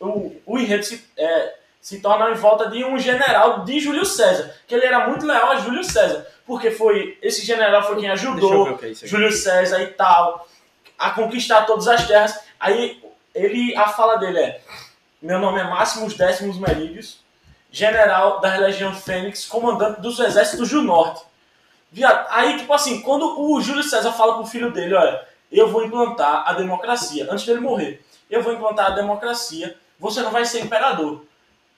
O, o enredo se, é, se torna em volta de um general de Júlio César. Que ele era muito leal a Júlio César. Porque foi. Esse general foi quem Deixa eu ver ajudou o que é isso aqui. Júlio César e tal a conquistar todas as terras. Aí ele, a fala dele é: Meu nome é Máximo Décimos Merídios, general da Legião Fênix, comandante dos exércitos do Norte. Viado, aí, tipo assim, quando o Júlio César fala pro filho dele, olha, eu vou implantar a democracia, antes dele morrer, eu vou implantar a democracia, você não vai ser imperador.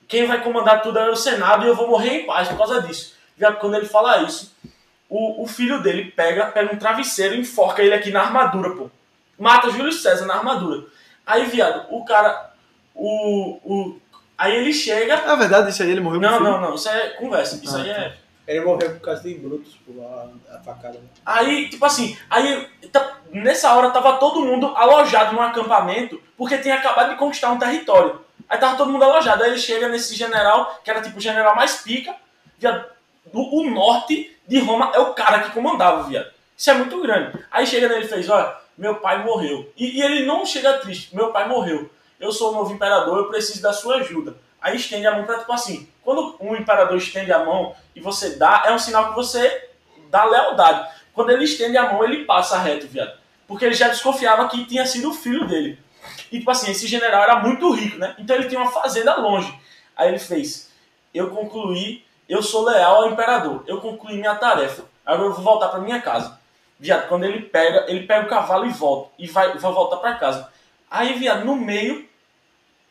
Quem vai comandar tudo é o Senado e eu vou morrer em paz por causa disso. Viado, quando ele fala isso, o, o filho dele pega, pega um travesseiro e enforca ele aqui na armadura, pô. Mata Júlio César na armadura. Aí, viado, o cara. O. o aí ele chega. Na É verdade, isso aí ele morreu Não, com não, não, isso aí é conversa. Isso aí é. Ele morreu por causa de brutos, pô, a, a facada. Aí, tipo assim, aí tá- nessa hora tava todo mundo alojado num acampamento porque tinha acabado de conquistar um território. Aí tava todo mundo alojado. Aí ele chega nesse general, que era tipo o general mais pica, viado. O, o norte de Roma é o cara que comandava, viado. Isso é muito grande. Aí chega nele e fez: Olha, meu pai morreu. E, e ele não chega triste: Meu pai morreu. Eu sou o novo imperador, eu preciso da sua ajuda. Aí estende a mão pra, tipo assim, quando um imperador estende a mão e você dá, é um sinal que você dá lealdade. Quando ele estende a mão, ele passa reto, viado. Porque ele já desconfiava que tinha sido o filho dele. E, tipo assim, esse general era muito rico, né? Então ele tinha uma fazenda longe. Aí ele fez: Eu concluí, eu sou leal ao imperador, eu concluí minha tarefa. Agora eu vou voltar pra minha casa. Viado, quando ele pega, ele pega o cavalo e volta. E vai, vai voltar pra casa. Aí, viado, no meio,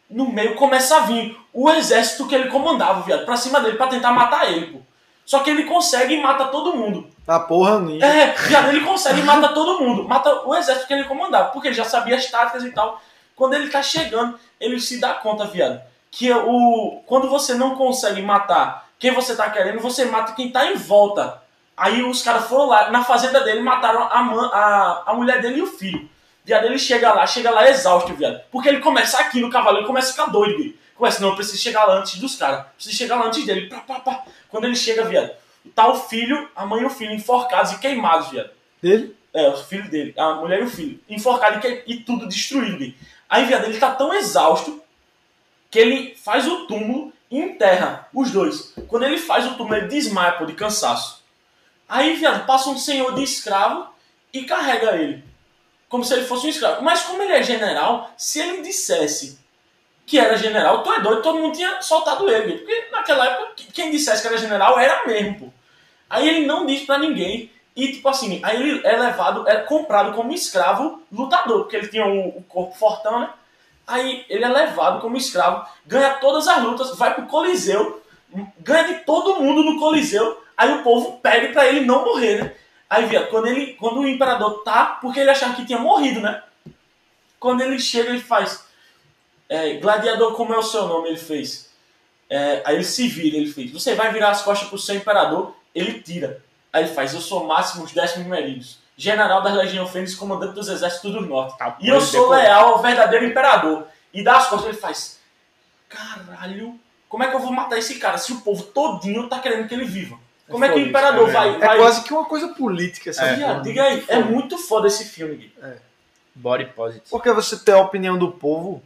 no meio começa a vir o exército que ele comandava, viado, pra cima dele, pra tentar matar ele, pô. Só que ele consegue e mata todo mundo. a porra ninja. É, viado, ele consegue matar todo mundo. Mata o exército que ele comandava, porque ele já sabia as táticas e tal. Quando ele tá chegando, ele se dá conta, viado, que o quando você não consegue matar quem você tá querendo, você mata quem tá em volta. Aí os caras foram lá na fazenda dele, mataram a, man- a, a mulher dele e o filho. Viado, ele chega lá, chega lá exausto, viado. Porque ele começa aqui no cavalo, ele começa a ficar doido, viado. Começa, não, eu preciso chegar lá antes dos caras. Preciso chegar lá antes dele. Pá, pá, pá. Quando ele chega, viado, tá o filho, a mãe e o filho enforcados e queimados, viado. Dele? É, o filho dele, a mulher e o filho. Enforcado e, que- e tudo destruído, viado. Aí, viado, ele tá tão exausto que ele faz o túmulo e enterra os dois. Quando ele faz o túmulo, ele desmaia, pô, de cansaço. Aí, viado, passa um senhor de escravo e carrega ele. Como se ele fosse um escravo. Mas como ele é general, se ele dissesse que era general, tu é doido, todo mundo tinha soltado ele. Porque naquela época, qu- quem dissesse que era general era mesmo, pô. Aí ele não diz pra ninguém. E, tipo assim, aí ele é levado, é comprado como escravo lutador, porque ele tinha o, o corpo fortão, né? Aí ele é levado como escravo, ganha todas as lutas, vai pro Coliseu, ganha de todo mundo no Coliseu. Aí o povo pede pra ele não morrer, né? Aí via, quando, ele, quando o imperador tá, porque ele achava que tinha morrido, né? Quando ele chega, ele faz. é, gladiador, como é o seu nome? Ele fez. É, aí ele se vira, ele fez. Você vai virar as costas pro seu imperador, ele tira. Aí ele faz, eu sou Máximo dos Décimos Merinos, general da Legião Fênix, comandante dos exércitos do norte. Tá, e eu ele sou decorou. leal ao verdadeiro imperador. E dá as costas, ele faz. Caralho, como é que eu vou matar esse cara se o povo todinho tá querendo que ele viva? Como é que o foda isso, imperador é vai, É vai quase que uma coisa política essa Viado, porra. diga aí, é muito foda esse filme, Gui. Body positive. Porque você tem a opinião do povo,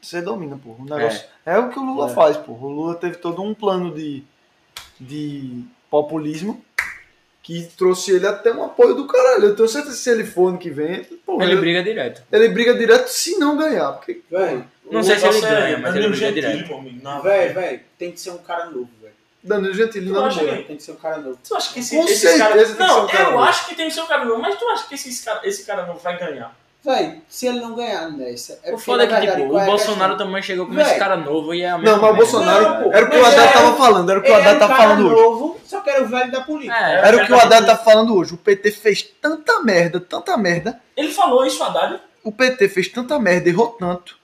você domina, porra. O negócio é, o que o Lula É. faz, porra. O Lula teve todo um plano de, de populismo que trouxe ele até um apoio do caralho. Eu tenho certeza que se ele for ano que vem, porra, Ele ele, briga direto. ele briga direto se não ganhar. Porque Véi, Não sei se ele Nossa, é ganha, mas ele Danilo briga Gentili, direto. meu amigo, não. véi, véi, tem que ser um cara novo, velho. Danilo Gentili Tu não acha ganha. que- Tem que ser um cara novo. Tu acha que esse, Com esses certeza caras. tem que ser Não, um cara eu novo. acho que tem que ser um cara novo, mas tu acha que esses cara, esse cara não vai ganhar? Véi, se ele não ganhar nessa. É O porque, foda é na que, tipo, verdade, qual o é a Bolsonaro também chegou como Véi. esse cara novo e é a mesma Não, mas o merda. Bolsonaro. Não, pô, era o que o mas Haddad é- tava falando, tá- era o que o questão? Ele é Haddad um tava cara falando hoje. novo, só que era o velho da política. É, Era o que o Haddad tá. tá falando hoje. O PT fez tanta merda, tanta merda, Ele falou isso, Haddad. o PT fez tanta merda, errou tanto,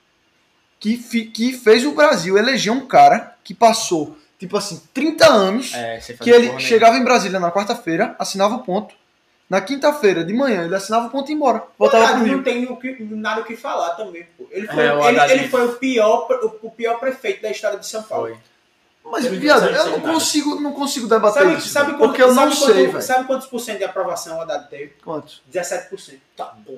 que, fi- que fez o Brasil eleger um cara que passou, tipo assim, 30 anos, É, você faz que ele porra chegava em Brasília na quarta-feira, assinava o ponto. Na quinta-feira de manhã, ele assinava o ponto e ia embora. Voltava pro Haddad não Rio. tem o que- nada o que falar também, pô. Ele foi, É, o ele- Haddad- ele foi o, pior, pre- o, o pior prefeito da história de São nenhuma. Paulo. Foi. Mas, Ele não viado, sabe eu dizer não nada. consigo, não congo debater Sabe, isso. sabe velho, porque eu quanto- não sabe quanto- sei, velho. Sabe quantos por cento de aprovação o Haddad teve? Quanto? 17%. Tá porra.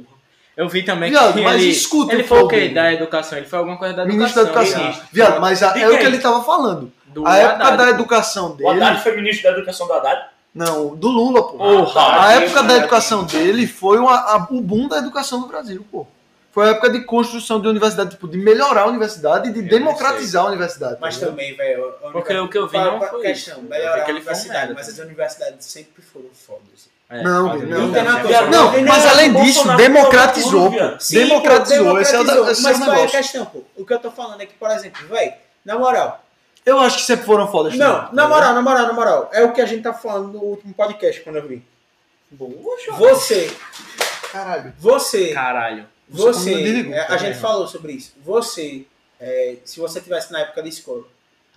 Eu vi também Viado, que mas ele, escuta ele o foi o povo. quê? Da educação. Ele foi alguma coisa da educação. Ministro da Educação. ministro. Viado, mas a- De é o que quem? ele tava falando. Do A época Haddad. da educação O dele. Haddad foi ministro da educação do Haddad. Não, do Lula, pô. Porra, a gente, época da né? educação dele foi uma- a- o boom da educação do Brasil, pô. Foi a época de construção de universidade, tipo, de melhorar a universidade e de Eu democratizar a universidade. Mas tá ligado? também, velho. Porque o que eu vi Qual- não qual a foi questão? isso. Eu vi Melhorar a que ele foi um universidade, merda. mas as universidades sempre foram fodas. É, Não, fazendo não. isso, né? Viado, Não, Ele mas era além Bolsonaro, disso, Bolsonaro, democratizou, tudo, viado. pô. Democratizou, esse é o, da- democratizou, esse é o Mas qual é a negócio. questão, pô? O que eu tô falando é que, por exemplo, velho, na moral. Eu acho que sempre foram fodas. também, Não, tá na ligado? moral, na moral, na moral. É o que a gente tá falando no último podcast quando eu vi. Boa, João. Você, Caralho. você, Caralho. Você você. como líder, é, a também, gente falou sobre isso. Você, é, se você tivesse na época da escola,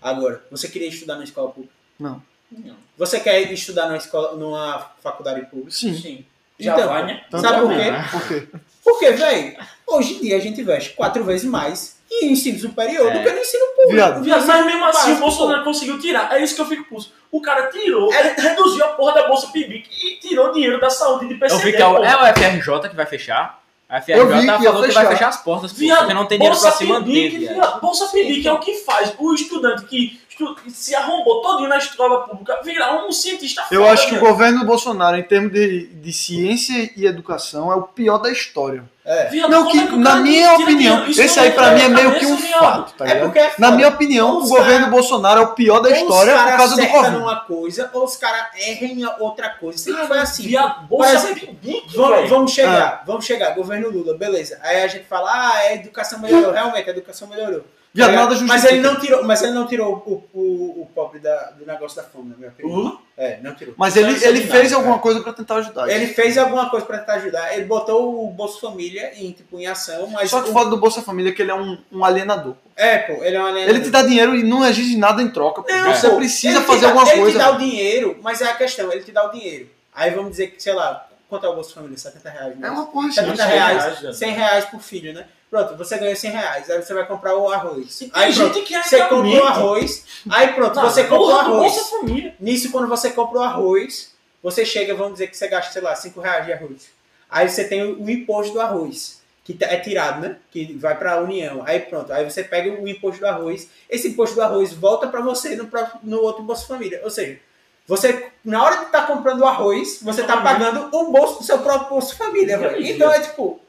agora, você queria estudar numa escola pública? Não. Não. Você quer estudar numa escola, numa faculdade pública? Sim. Sim. Já Então, vai, né? Tanto Sabe por é. quê? Por quê? Porque, velho, hoje em dia a gente investe quatro vezes mais em ensino superior É. do que no ensino público. Viado. Viado, mas mesmo assim Fácil, o Bolsonaro conseguiu tirar. É isso que eu fico puto. O cara tirou, É. reduziu a porra da Bolsa Pibic e tirou dinheiro da saúde de Eu PCD, vi que é o porra. é o FRJ que vai fechar. A FRJ Eu vi que ia falou que vai fechar. fechar as portas, pô, Viado, porque não tem dinheiro pra se Pedic, manter. viado. viado, Bolsa Pedic é o que faz o estudante que estu- se arrombou todinho na escola pública virar um cientista Eu foda, acho que o viado. governo Bolsonaro, em termos de, de ciência e educação, é o pior da história. É. Viado, Não, como que, é o na cara minha tira opinião, dinheiro? Isso esse não aí pra mim é meio cabeça, que um viado. fato, tá É ligado? porque é Na foda. minha opinião, Ou o os governo cara- Bolsonaro é o pior da ou os história por cara causa do acertam Covid. uma coisa, ou os caras erram em outra coisa. Sempre Cara, foi assim. Ah, Viado, Por Bolsa exemplo, Pedic, Vamos, velho. vamos chegar, Ah. vamos chegar, governo Lula, beleza. Aí a gente fala, ah, a educação melhorou. Realmente, a educação melhorou. Viado, Tá ligado? nada mas justifica. ele não tirou, mas ele não tirou o, o, o pobre da- do negócio da fome, na minha O opinião. Uhum. Lula? É, não tirou. Uhum. Mas ele, Isso é ele fez inaceitável, alguma coisa pra tentar ajudar. Ele fez alguma coisa pra tentar ajudar. Ele botou o Bolsa Família em, tipo, em ação, mas. Só que o- foda do Bolsa Família é que ele é um, um alienador. É, pô, ele é um Ele te dá dinheiro e não exige nada em troca. pô. Não, Você pô, precisa ele te fazer dá- alguma Ele te coisa. dá o velho. dinheiro, mas é a questão, ele te dá o dinheiro. Aí vamos dizer que, sei lá, quanto é o Bolsa Família? 70 reais, né? É uma porra assim. 70 100 reais, reais, é né? 100 reais por filho, né? Pronto, você ganha 100 reais, aí você vai comprar o arroz. E tem Aí pronto, gente que você compra o realmente- arroz, aí pronto, Não, você compra o porra do arroz. Bolsa é Família. Nisso, quando você compra o arroz, você chega, vamos dizer que você gasta, sei lá, 5 reais de arroz. Aí você tem o, o imposto do arroz, que tá- é tirado, né? Que vai para a União. Aí pronto, aí você pega o imposto do arroz. Esse imposto do arroz volta para você no, próprio- no outro Bolsa Família. Ou seja, você, na hora de estar comprando arroz, você tá pagando o bolso do seu próprio Bolsa Família. velho. Então é tipo.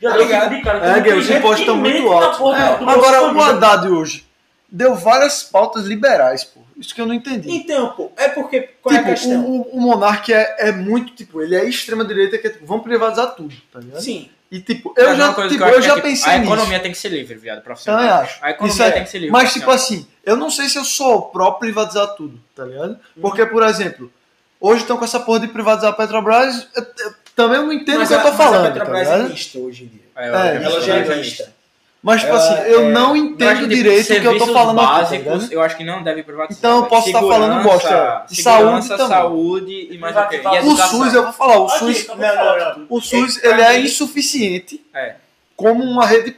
Já Tá deu ligado? É, de cara, É, tem Gui, os gente impostos que estão mente muito na altos. porra do- do Bolsa Agora, o Família. Haddad hoje deu várias pautas liberais, pô. Isso que eu não entendi. Então, pô, é porque. Qual é a Tipo, questão? o, o, o Monark é, é muito, tipo, ele é extrema-direita, que é tipo, vamos privatizar tudo, tá ligado? Sim. E, tipo, eu Mas já, uma coisa que tipo, acho eu que é, já tipo, pensei A nisso. economia tem que ser livre, viado, profissional. Também acho. A Isso economia é. tem que ser livre. Mas, tipo profissional. assim, eu não sei se eu sou pró privatizar tudo, tá ligado? Porque, por exemplo, hoje estão com essa porra de privatizar a Petrobras, eu- eu também não entendo o que eu tô a, falando, mas a Petrobras tá é ligado? mista hoje em dia. É, é, Ela já é mista. Mas, tipo Ela assim, eu é- não Eu acho entendo que, tipo, direito o que eu tô serviços falando aqui, tá básicos, ligado? eu acho que não deve privatizar. Então eu velho. posso tá falando Segurança, bosta. E Segurança, saúde também. saúde e mais o quê? E Privatização. O educação. SUS, eu vou falar, o Aqui, SUS, tá bom, Não, não, não. o SUS ele pra é mim- insuficiente É. como uma rede,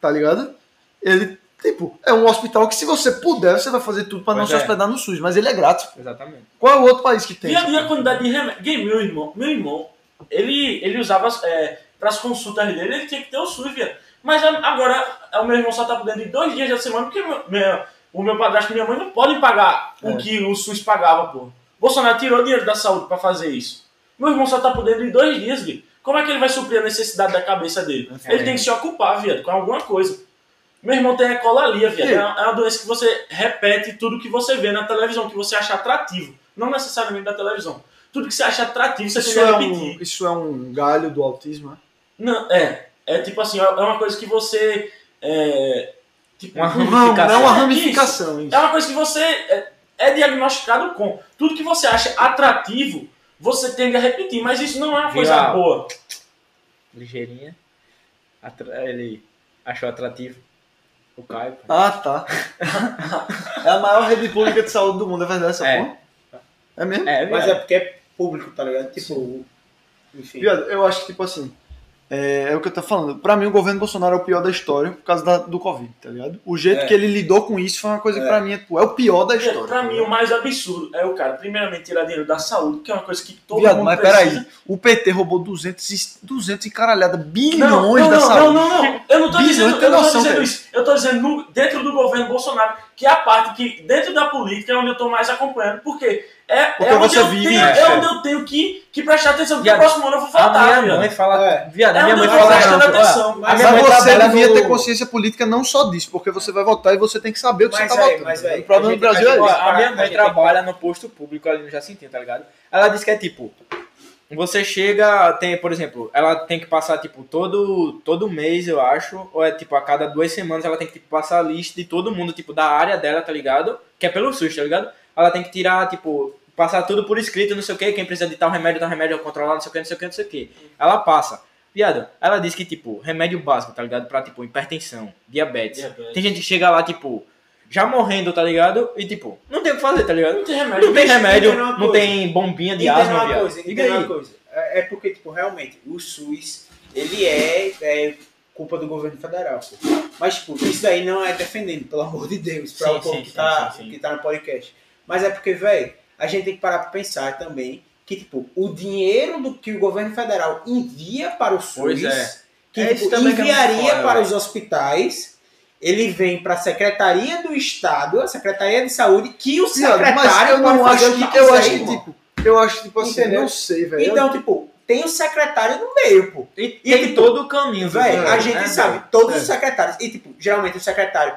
tá ligado? Ele, tipo, é um hospital que se você puder, você vai fazer tudo pra não Pois se é. hospedar no SUS, mas ele é grátis. pô. Exatamente. Qual é o outro país que tem? tipo, E a, isso? e a quantidade de remédio? Gui, meu irmão, meu irmão, ele, ele usava é, para as consultas dele, ele tinha que ter o SUS, viado. Mas a- agora o meu irmão só tá podendo ir dois dias da semana, porque meu- meu- o meu padrasto e minha mãe não podem pagar o que o SUS pagava, pô. Bolsonaro tirou dinheiro da saúde para fazer isso. Meu irmão só tá podendo ir dois dias, Gui. Como é que ele vai suprir a necessidade da cabeça dele? É. Ele tem que se ocupar, viado, com alguma coisa. Meu irmão tem ecolalia, viado. Sim. É uma é uma doença que você repete tudo que você vê na televisão, que você acha atrativo. Não necessariamente da televisão. Tudo que você acha atrativo, você Isso tem que é, repetir. um, isso é um galho do autismo, é? Não, é. É tipo assim, é uma coisa que você. É, tipo, Uma Não, não é ramificação. uma ramificação. Isso. é uma coisa que você é, é diagnosticado com. Tudo que você acha atrativo, você tende a repetir. Mas isso não é uma coisa Viral. boa. Ligeirinha. Atra- Ele achou atrativo. O Caio. pô. Ah, tá. é a maior rede pública de saúde do mundo, é verdade essa É. porra? É mesmo? É, Mas viado. é porque é público, tá ligado? Tipo, enfim. Viado, eu acho que, tipo assim, é, é o que eu tô falando. Pra mim, o governo Bolsonaro é o pior da história por causa da- do Covid, tá ligado? O jeito É. que ele lidou com isso foi uma coisa que, pra mim, é, pô, é o pior da história. Pra tá mim, ligado? o mais absurdo é o cara, primeiramente, tirar dinheiro da saúde, que é uma coisa que todo Viado, mundo mas precisa. peraí, o PT roubou 200 e, 200 e caralhada, bilhões Não, não, da não, saúde. não, não, não. Eu não tô Bicho, dizendo, eu tenho eu não tô noção, dizendo velho. isso. Eu tô dizendo no- dentro do governo Bolsonaro, que é a parte que, dentro da política, é onde eu tô mais acompanhando. Porque é, Porque é, onde, você eu vive, tenho, né, é cara? onde eu tenho que, que prestar atenção, porque Viado, o próximo ano eu vou A faltar, minha mãe viado. fala. É. Viado, a É minha onde mãe eu tô fala. prestando não, pô. atenção. mas Mas minha mãe você trabalha devia no- ter consciência política não só disso, porque você vai votar e você tem que saber o que Mas você tá aí, votando. mas tá ligado? aí, o problema do a gente- Brasil a é gente- isso. Ó, parar, a minha a mãe gente tem que trabalha no posto público ali no Jacintinho, tá ligado? Ela diz que é tipo, você chega, tem, por exemplo, ela tem que passar, tipo, todo, todo mês, eu acho, ou é tipo, a cada duas semanas ela tem que tipo, passar a lista de todo mundo, tipo, da área dela, tá ligado? Que é pelo SUS, tá ligado? Ela tem que tirar, tipo, passar tudo por escrito, não sei o que, quem precisa de tal remédio, tal remédio, controlar, não sei o que, não sei o que, não sei o que. Ela passa. Viado, ela diz que, tipo, remédio básico, tá ligado? Pra, tipo, hipertensão, diabetes. Diabetes. Tem gente que chega lá, tipo, já morrendo, tá ligado? E, tipo, não tem o que fazer, tá ligado? Não tem remédio. Não tem Bicho, remédio, entenda uma não coisa. tem bombinha de Entenda asma, uma viado. coisa, Diga entenda uma aí. coisa. É é porque, tipo, realmente, o SUS, ele é, é culpa do governo federal. pô. Mas, tipo, isso daí não é defendendo, pelo amor de Deus, pra Sim, o povo sim, que, sim, tá, sim, sim. que tá no podcast. Mas é porque, velho, a gente tem que parar pra pensar também que, tipo, o dinheiro do que o governo federal envia para o SUS, Pois é. que É isso tipo, também que é muito enviaria foda, para velho. os hospitais... Ele vem para a Secretaria do Estado, a Secretaria de Saúde, que o Viado, secretário mas eu pode não fazer acho o que que, eu quiser, acho que, irmão. tipo, eu acho, tipo assim, Entendeu? não sei, velho. Eu- Então, tipo, tem o secretário no meio, pô. E tem tipo, todo o caminho, Véi, velho. a gente É, sabe, velho. todos É. os secretários. E, tipo, geralmente o secretário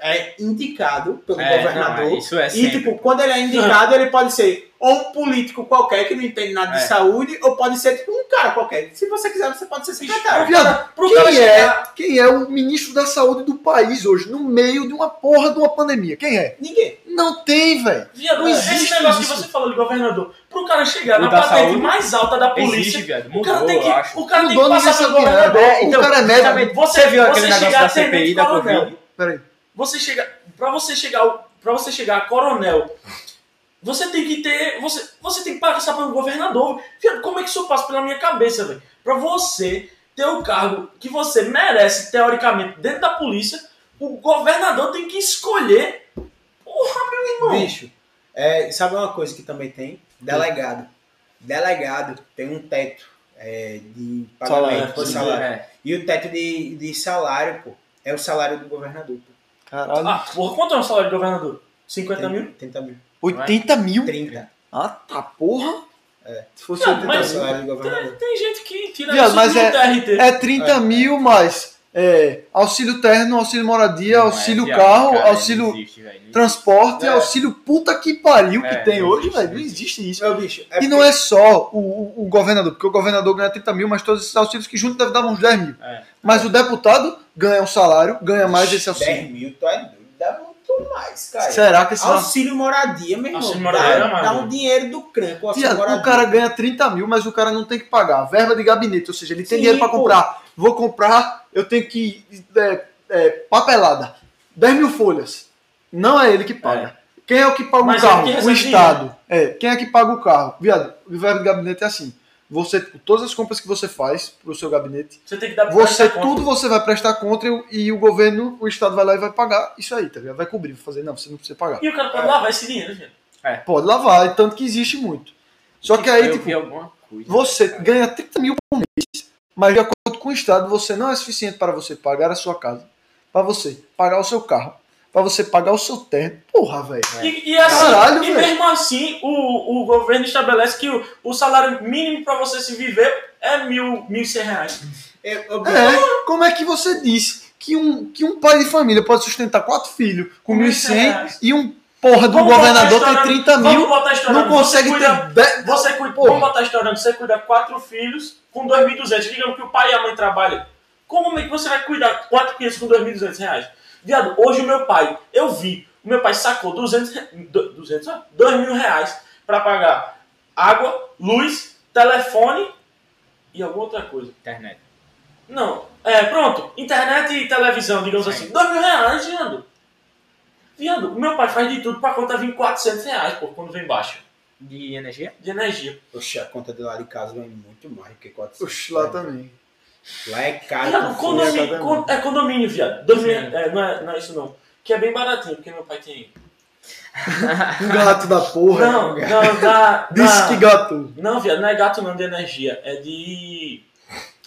é indicado pelo É, governador. não, é, isso é e, sempre. tipo, quando ele é indicado, ele pode ser ou um político qualquer que não entende nada de É. saúde, ou pode ser, tipo, um cara qualquer. Se você quiser, você pode ser secretário. Viado, pro cara quem chegar- é, quem é o ministro da saúde do país hoje, no meio de uma porra de uma pandemia? Quem é? Ninguém. Não tem, velho. Viado, Não esse existe negócio isso. que você falou de governador, pro cara chegar O na da patente saúde? mais alta da polícia, Existe, viado. o cara Mudou, tem que, eu acho. o cara tem que Mudou, ninguém passar pelo sabe quem governador. né? é. então, O cara é médico. justamente, Você, viu aquele negócio da CPI da coronel. Covid? Peraí. Você chega, para você chegar, para você chegar a coronel Você tem que ter. Você, você tem que passar pelo um governador. Filho, Como é que isso passa pela minha cabeça, velho? Pra você ter o cargo que você merece, teoricamente, dentro da polícia, o governador tem que escolher. Porra, meu irmão. Bicho, é, sabe uma coisa que também tem? Delegado. Delegado tem um teto é, de pagamento de salário. É. E o teto de, de salário, pô, é o salário do governador. Pô. Caralho. Ah, porra, quanto é o salário do governador? 50 Tem- mil? 30 mil. 80 mil? 30. Ah, tá porra. É, Se fosse Não, 80 mas- o salário do governador. Tem, tem gente que tira Viado, isso mas do é- TRT. É 30 mil mais é, auxílio terno, auxílio moradia, Não, é auxílio viado, carro, cara, auxílio não existe, velho, não transporte, É. auxílio puta que pariu que É, tem não hoje, existe, velho. não Não existe isso. Meu bicho, é E não é só o, o- o governador, porque o governador ganha 30 mil, mas todos esses auxílios que juntos deve dar uns 10 mil. É. Mas o deputado ganha um salário, ganha mais esse porque auxílio. 10 mil, tu é doido. Dá muito mais, cara. Será que esse auxílio... Auxílio moradia, meu irmão. Auxílio moradia dá, era mais, dá né? um dinheiro do cranco. Auxílio Viado, moradia. o cara ganha 30 mil, mas o cara não tem que pagar. a Verba de gabinete, ou seja, ele tem Sim, dinheiro pra pô. comprar. Vou comprar, eu tenho que. É, é, papelada. 10 mil folhas. Não é ele que paga. Quem é o que paga Mas o ele carro? que o recebe Estado. É, quem é que paga o carro? Viado, o verba de gabinete é assim. Você, todas as compras que você faz pro seu gabinete, Você tem que dar você prestar conta. tudo você vai prestar contra e o- e o governo, o Estado vai lá e vai pagar isso aí, tá ligado? Vai cobrir, vai fazer, não, você não precisa pagar. E o cara pode lavar esse dinheiro, gente. Pode lavar, e tanto que existe muito. Só que aí, Eu tipo, vi alguma coisa. Você ganha 30 mil por mês, mas de acordo com o Estado, você não é suficiente para você pagar a sua casa, para você pagar o seu carro, para você pagar o seu terno. Porra, velho. E, e assim, Caralho, e velho. mesmo assim, o, o governo estabelece que o, o salário mínimo pra você se viver é mil, mil e cem reais. Eu, eu, É, como é que você diz que um, que um pai de família pode sustentar quatro filhos com Com 1.100 1.100 e um porra do Vamos botar governador tem estourando- 30 Vamos É mil, botar estourando. não consegue você cuida, ter 10... Você cuida, Porra. vamos botar estourando. Você cuida quatro filhos com 2.200. Digamos que o pai e a mãe trabalham. Como é que você vai cuidar quatro crianças com 2.200 reais? Viado, hoje o meu pai, eu vi, o meu pai sacou 200, re- du- 200, ó, 2 mil reais pra pagar água, luz, telefone e alguma outra coisa. Internet. Não. É, pronto. Internet e televisão, digamos assim. Dois mil reais, viado. Viado, o meu pai faz de tudo pra conta vir 400 reais, pô, quando vem baixa. De energia? De energia. Oxe, a conta de lá de casa vem muito mais do que 400. Oxe, lá também. Lá é caro. Viado, tu condomínio, fica- con- é condomínio, viado. Dois mil, Sim. é, não, é, não é isso não. Que é bem baratinho, porque meu pai tem... Um gato da porra. Não, não, dá... Disse que gato. Não, viado, não é gato não, de energia. É de...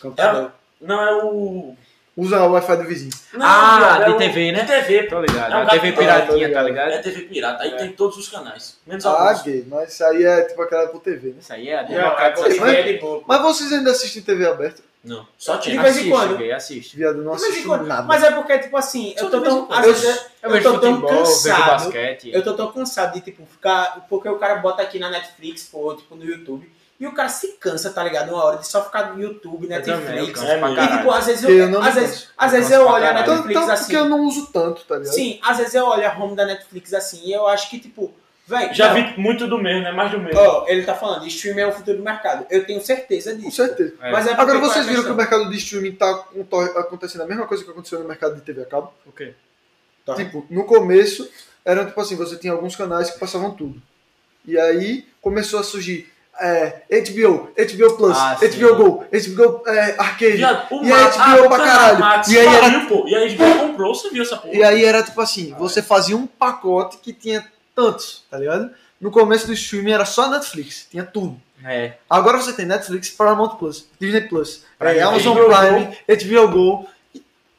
Computador. Não, é o... Usa o Wi-Fi do vizinho. Não, Ah, viado, é de o- TV, né? De TV, pô. Tô ligado. É um a gato TV pirata, piratinha, tô tá ligado. ligado? É TV pirata, aí tem todos os canais. Menos Ah, alguns. gay, mas isso aí é tipo aquela por TV, né? Isso aí é a Não, é democratização. você de boa. Mas vocês ainda assistem TV aberta? Não, só De tinha. vez em Assiste, quando. gay, assiste. Viado, não De vez em assisto quando. nada. Mas é porque, tipo assim, eu tô tão. às Eu- vezes Eu vejo tô tão futebol, vejo cansado. basquete. Eu tô tão cansado de, tipo, ficar. Porque o cara bota aqui na Netflix, pô, tipo, no YouTube. E o cara se cansa, tá ligado? Uma hora de só ficar no YouTube, Eu também, eu Netflix. canso E, É, pra tipo, caralho. às vezes eu. Eu não me às, vezes, canso. às vezes canso eu pra olho a caralho. Tanto, Netflix tanto assim. que Então, eu não uso tanto, tá ligado? Sim, às vezes eu olho a home da Netflix assim e eu acho que, tipo, velho. Já vi muito do mesmo, né? Mais do mesmo. Ó, ele tá falando, streaming é o futuro do mercado. Eu tenho certeza Com disso. certeza. É. Mas é porque Agora qual é a vocês viram que questão? o mercado de streaming tá com tor- acontecendo a mesma coisa que aconteceu no mercado de TV a cabo? O quê? Torre. Tipo, no começo, era tipo assim, você tinha alguns canais que passavam tudo. E aí começou a surgir é, HBO, HBO Plus, Ah, sim. HBO Go, HBO é, Arcade. Viado, o E a Max- HBO ah, o pra canal caralho. Max E aí era- faliu, pô. E a HBO comprou, você viu essa porra. E aí era tipo assim, você fazia um pacote que tinha tantos, tá ligado? No começo do streaming era só Netflix, tinha tudo. É. Agora você tem Netflix, Paramount Plus, Disney Plus, Prime é, Amazon Video. Prime, HBO Go,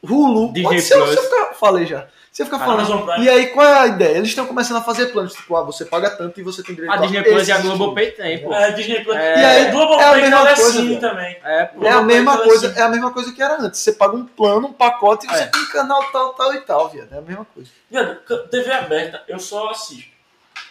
Hulu. Disney Pode ser, Plus. Você ficar, falei já. Você fica Ah, falando. Amazon Prime. E aí, qual é a ideia? Eles estão começando a fazer planos, tipo, ah, você paga tanto e você tem direito A Disney Plus esses e a filmes. Globopay tem, pô. É, Disney Plus. É. E aí, Global é a Play mesma Telecine coisa, velho. assim também. É, pô. É a, Globopay, mesma Telecine. coisa, é a mesma coisa que era antes. Você paga um plano, um pacote e você assim. É. tem canal tal, tal e tal, viado. É a mesma coisa. Viado, c- TV aberta, eu só assisto.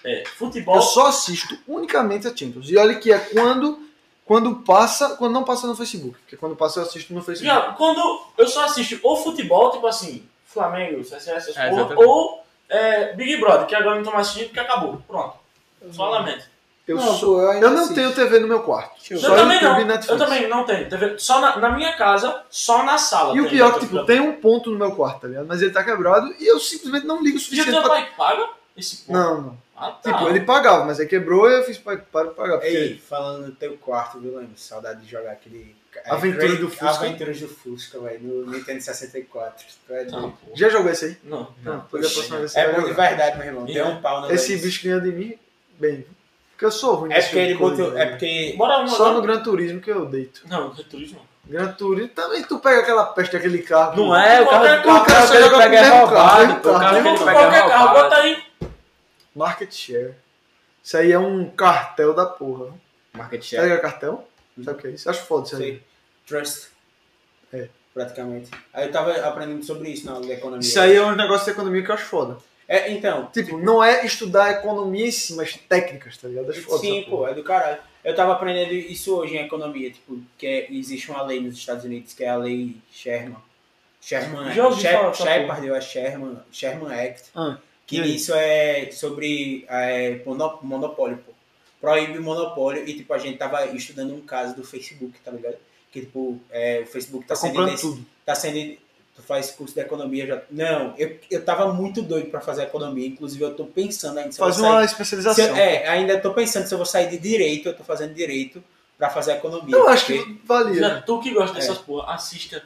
É, futebol. Eu só assisto unicamente a Champions. E olha que é quando, quando passa, quando não passa no Facebook. Porque quando passa eu assisto no Facebook. Viado, quando eu só assisto ou futebol, tipo assim, Flamengo, CSS, essas É, porra, exatamente. ou é, Big Brother, que agora eu não tô mais assistindo porque acabou. Pronto. Uhum. Só lamento. Eu, Não, sou- pô, ainda eu não assisto. tenho TV no meu quarto. Eu Só também YouTube não. e Netflix. Eu também não tenho. TV Só na, na minha casa, só na sala. E o tem pior é que, outra tipo, coisa. tem um ponto no meu quarto, tá ligado? Mas ele tá quebrado e eu simplesmente não ligo o Já suficiente teu pra... pai paga esse ponto? Não, não. Ah, tá. Tipo, ele pagava, mas aí quebrou e eu fiz pa- para de pagar. Porque Ei, falando no teu quarto, viu, Lembro? Saudade de jogar aquele. é, Aventura Crazy- do Fusca. Aventuras do Fusca, velho, no Nintendo 64. Tu é Não, doido. Tá, pô. já jogou esse aí? Não. Não, foi da próxima vez que É você vai bom de jogar. verdade, meu irmão. Deu um pau na Esse bicho ganha de mim, bem. Porque eu sou ruim É nesse porque tipo ele de coisa, botou. né? É porque. Bora uma Só agora. no Gran Turismo que eu deito. Não, é returismo. Gran Turismo, também tu pega aquela peste daquele carro. Não é, o carro, Qualquer o carro carro que você que ele joga pega é com o mesmo carro, roubado, pô, mesmo o carro que Pergunta ele pra pega é um qualquer carro, roubado. bota aí. Market share. Isso aí é um cartel da porra. Market Sabe o share. que é cartel? Sabe o que é isso? Acho foda isso aí. Sei. Trust. É. Praticamente. Aí eu tava aprendendo sobre isso na aula de economia. Isso aí é um negócio de economia que eu acho foda. É, então. Tipo, não é estudar economia em si, mas técnicas, tá ligado? Acho foda Sim, essa pô, porra. é do caralho. Eu tava aprendendo isso hoje em economia, tipo, que é- existe uma lei nos Estados Unidos que é a lei Sherman. Sherman Já ouvi falar Sher, dessa Shepard, eu acho Sherman, Sherman Act. Ah, que e aí? isso é sobre é, mono- monopólio, pô. Proíbe o monopólio e, tipo, a gente tava estudando um caso do Facebook, tá ligado? Que, tipo, é, o Facebook tá, Tá sendo comprando lic- tudo. tá sendo. Tu faz curso de economia já. Não, eu, eu tava muito doido pra fazer economia. Inclusive, eu tô pensando ainda se eu Faz vou sair uma se especialização. eu- é, ainda tô pensando se eu vou sair de direito, eu tô fazendo direito pra fazer economia. Eu acho porque- que valia. Zé, tu que gosta É. dessas porra, assista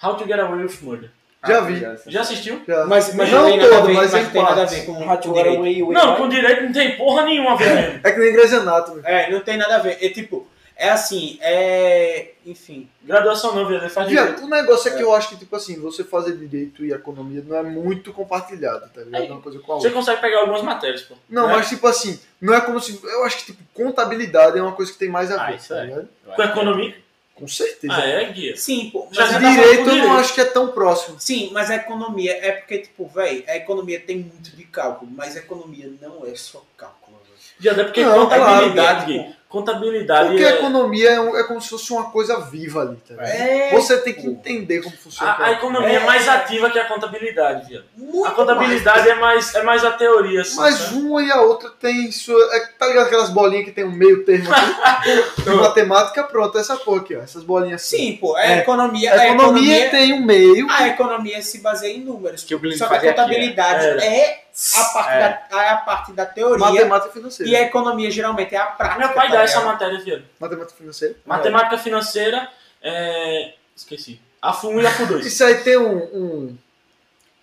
How to Get Away with Murder. Já vi. Já assistiu? Já. Mas, mas Não não, tem nada todo, a ver, mas é mas, em não tem nada a partes. ver com Rádio com agora é direito. um Way, Way. Não, com direito não tem porra nenhuma, velho. É que nem Grey's Anatomy. É, não tem nada a ver. É tipo, é assim, é. Enfim. Graduação não, velho. Faz direito. Viado, o negócio é que eu acho que, tipo assim, você fazer direito e economia não é muito compartilhado, tá ligado? Aí. É uma coisa com a Você outra. consegue pegar algumas matérias, pô. Não, né? mas tipo assim, não é como se. Eu acho que, tipo, contabilidade é uma coisa que tem mais a Ah, ver, isso tá é. ligado? Com economia. Com certeza. Ah, é, guia. Sim, pô, Já mas, tá falando Direito com eu não direito. acho que é tão próximo. sim, mas a economia é porque, tipo, velho, a economia tem muito de cálculo, mas a economia não é só cálculo. véi. Já dá porque Não, tipo, contabilidade, claro, Gui. Contabilidade Porque é... a economia é, um- é como se fosse uma coisa viva ali, tá ligado? É, Você tem que entender como funciona. A, a economia é, mais ativa que a contabilidade, viado. muito A contabilidade é mais, é mais a teoria, assim. Mas sabe? uma e a outra tem sua. é, tá ligado aquelas bolinhas que tem um meio termo aqui? de matemática, pronto, essa porra aqui, ó. Essas bolinhas assim. Sim, pô, é, É. economia. A economia, a economia, é- tem um meio. a economia se baseia em números. Que o Blind Só que a fazia aqui, contabilidade Era. é a parte, da, é a parte da teoria Matemática e financeira. a economia geralmente é a prática. Meu pai tá dá essa ligado? matéria, viado. Matemática financeira. Matemática financeira é... Esqueci. A FU1 e a FU2. Isso aí tem um. um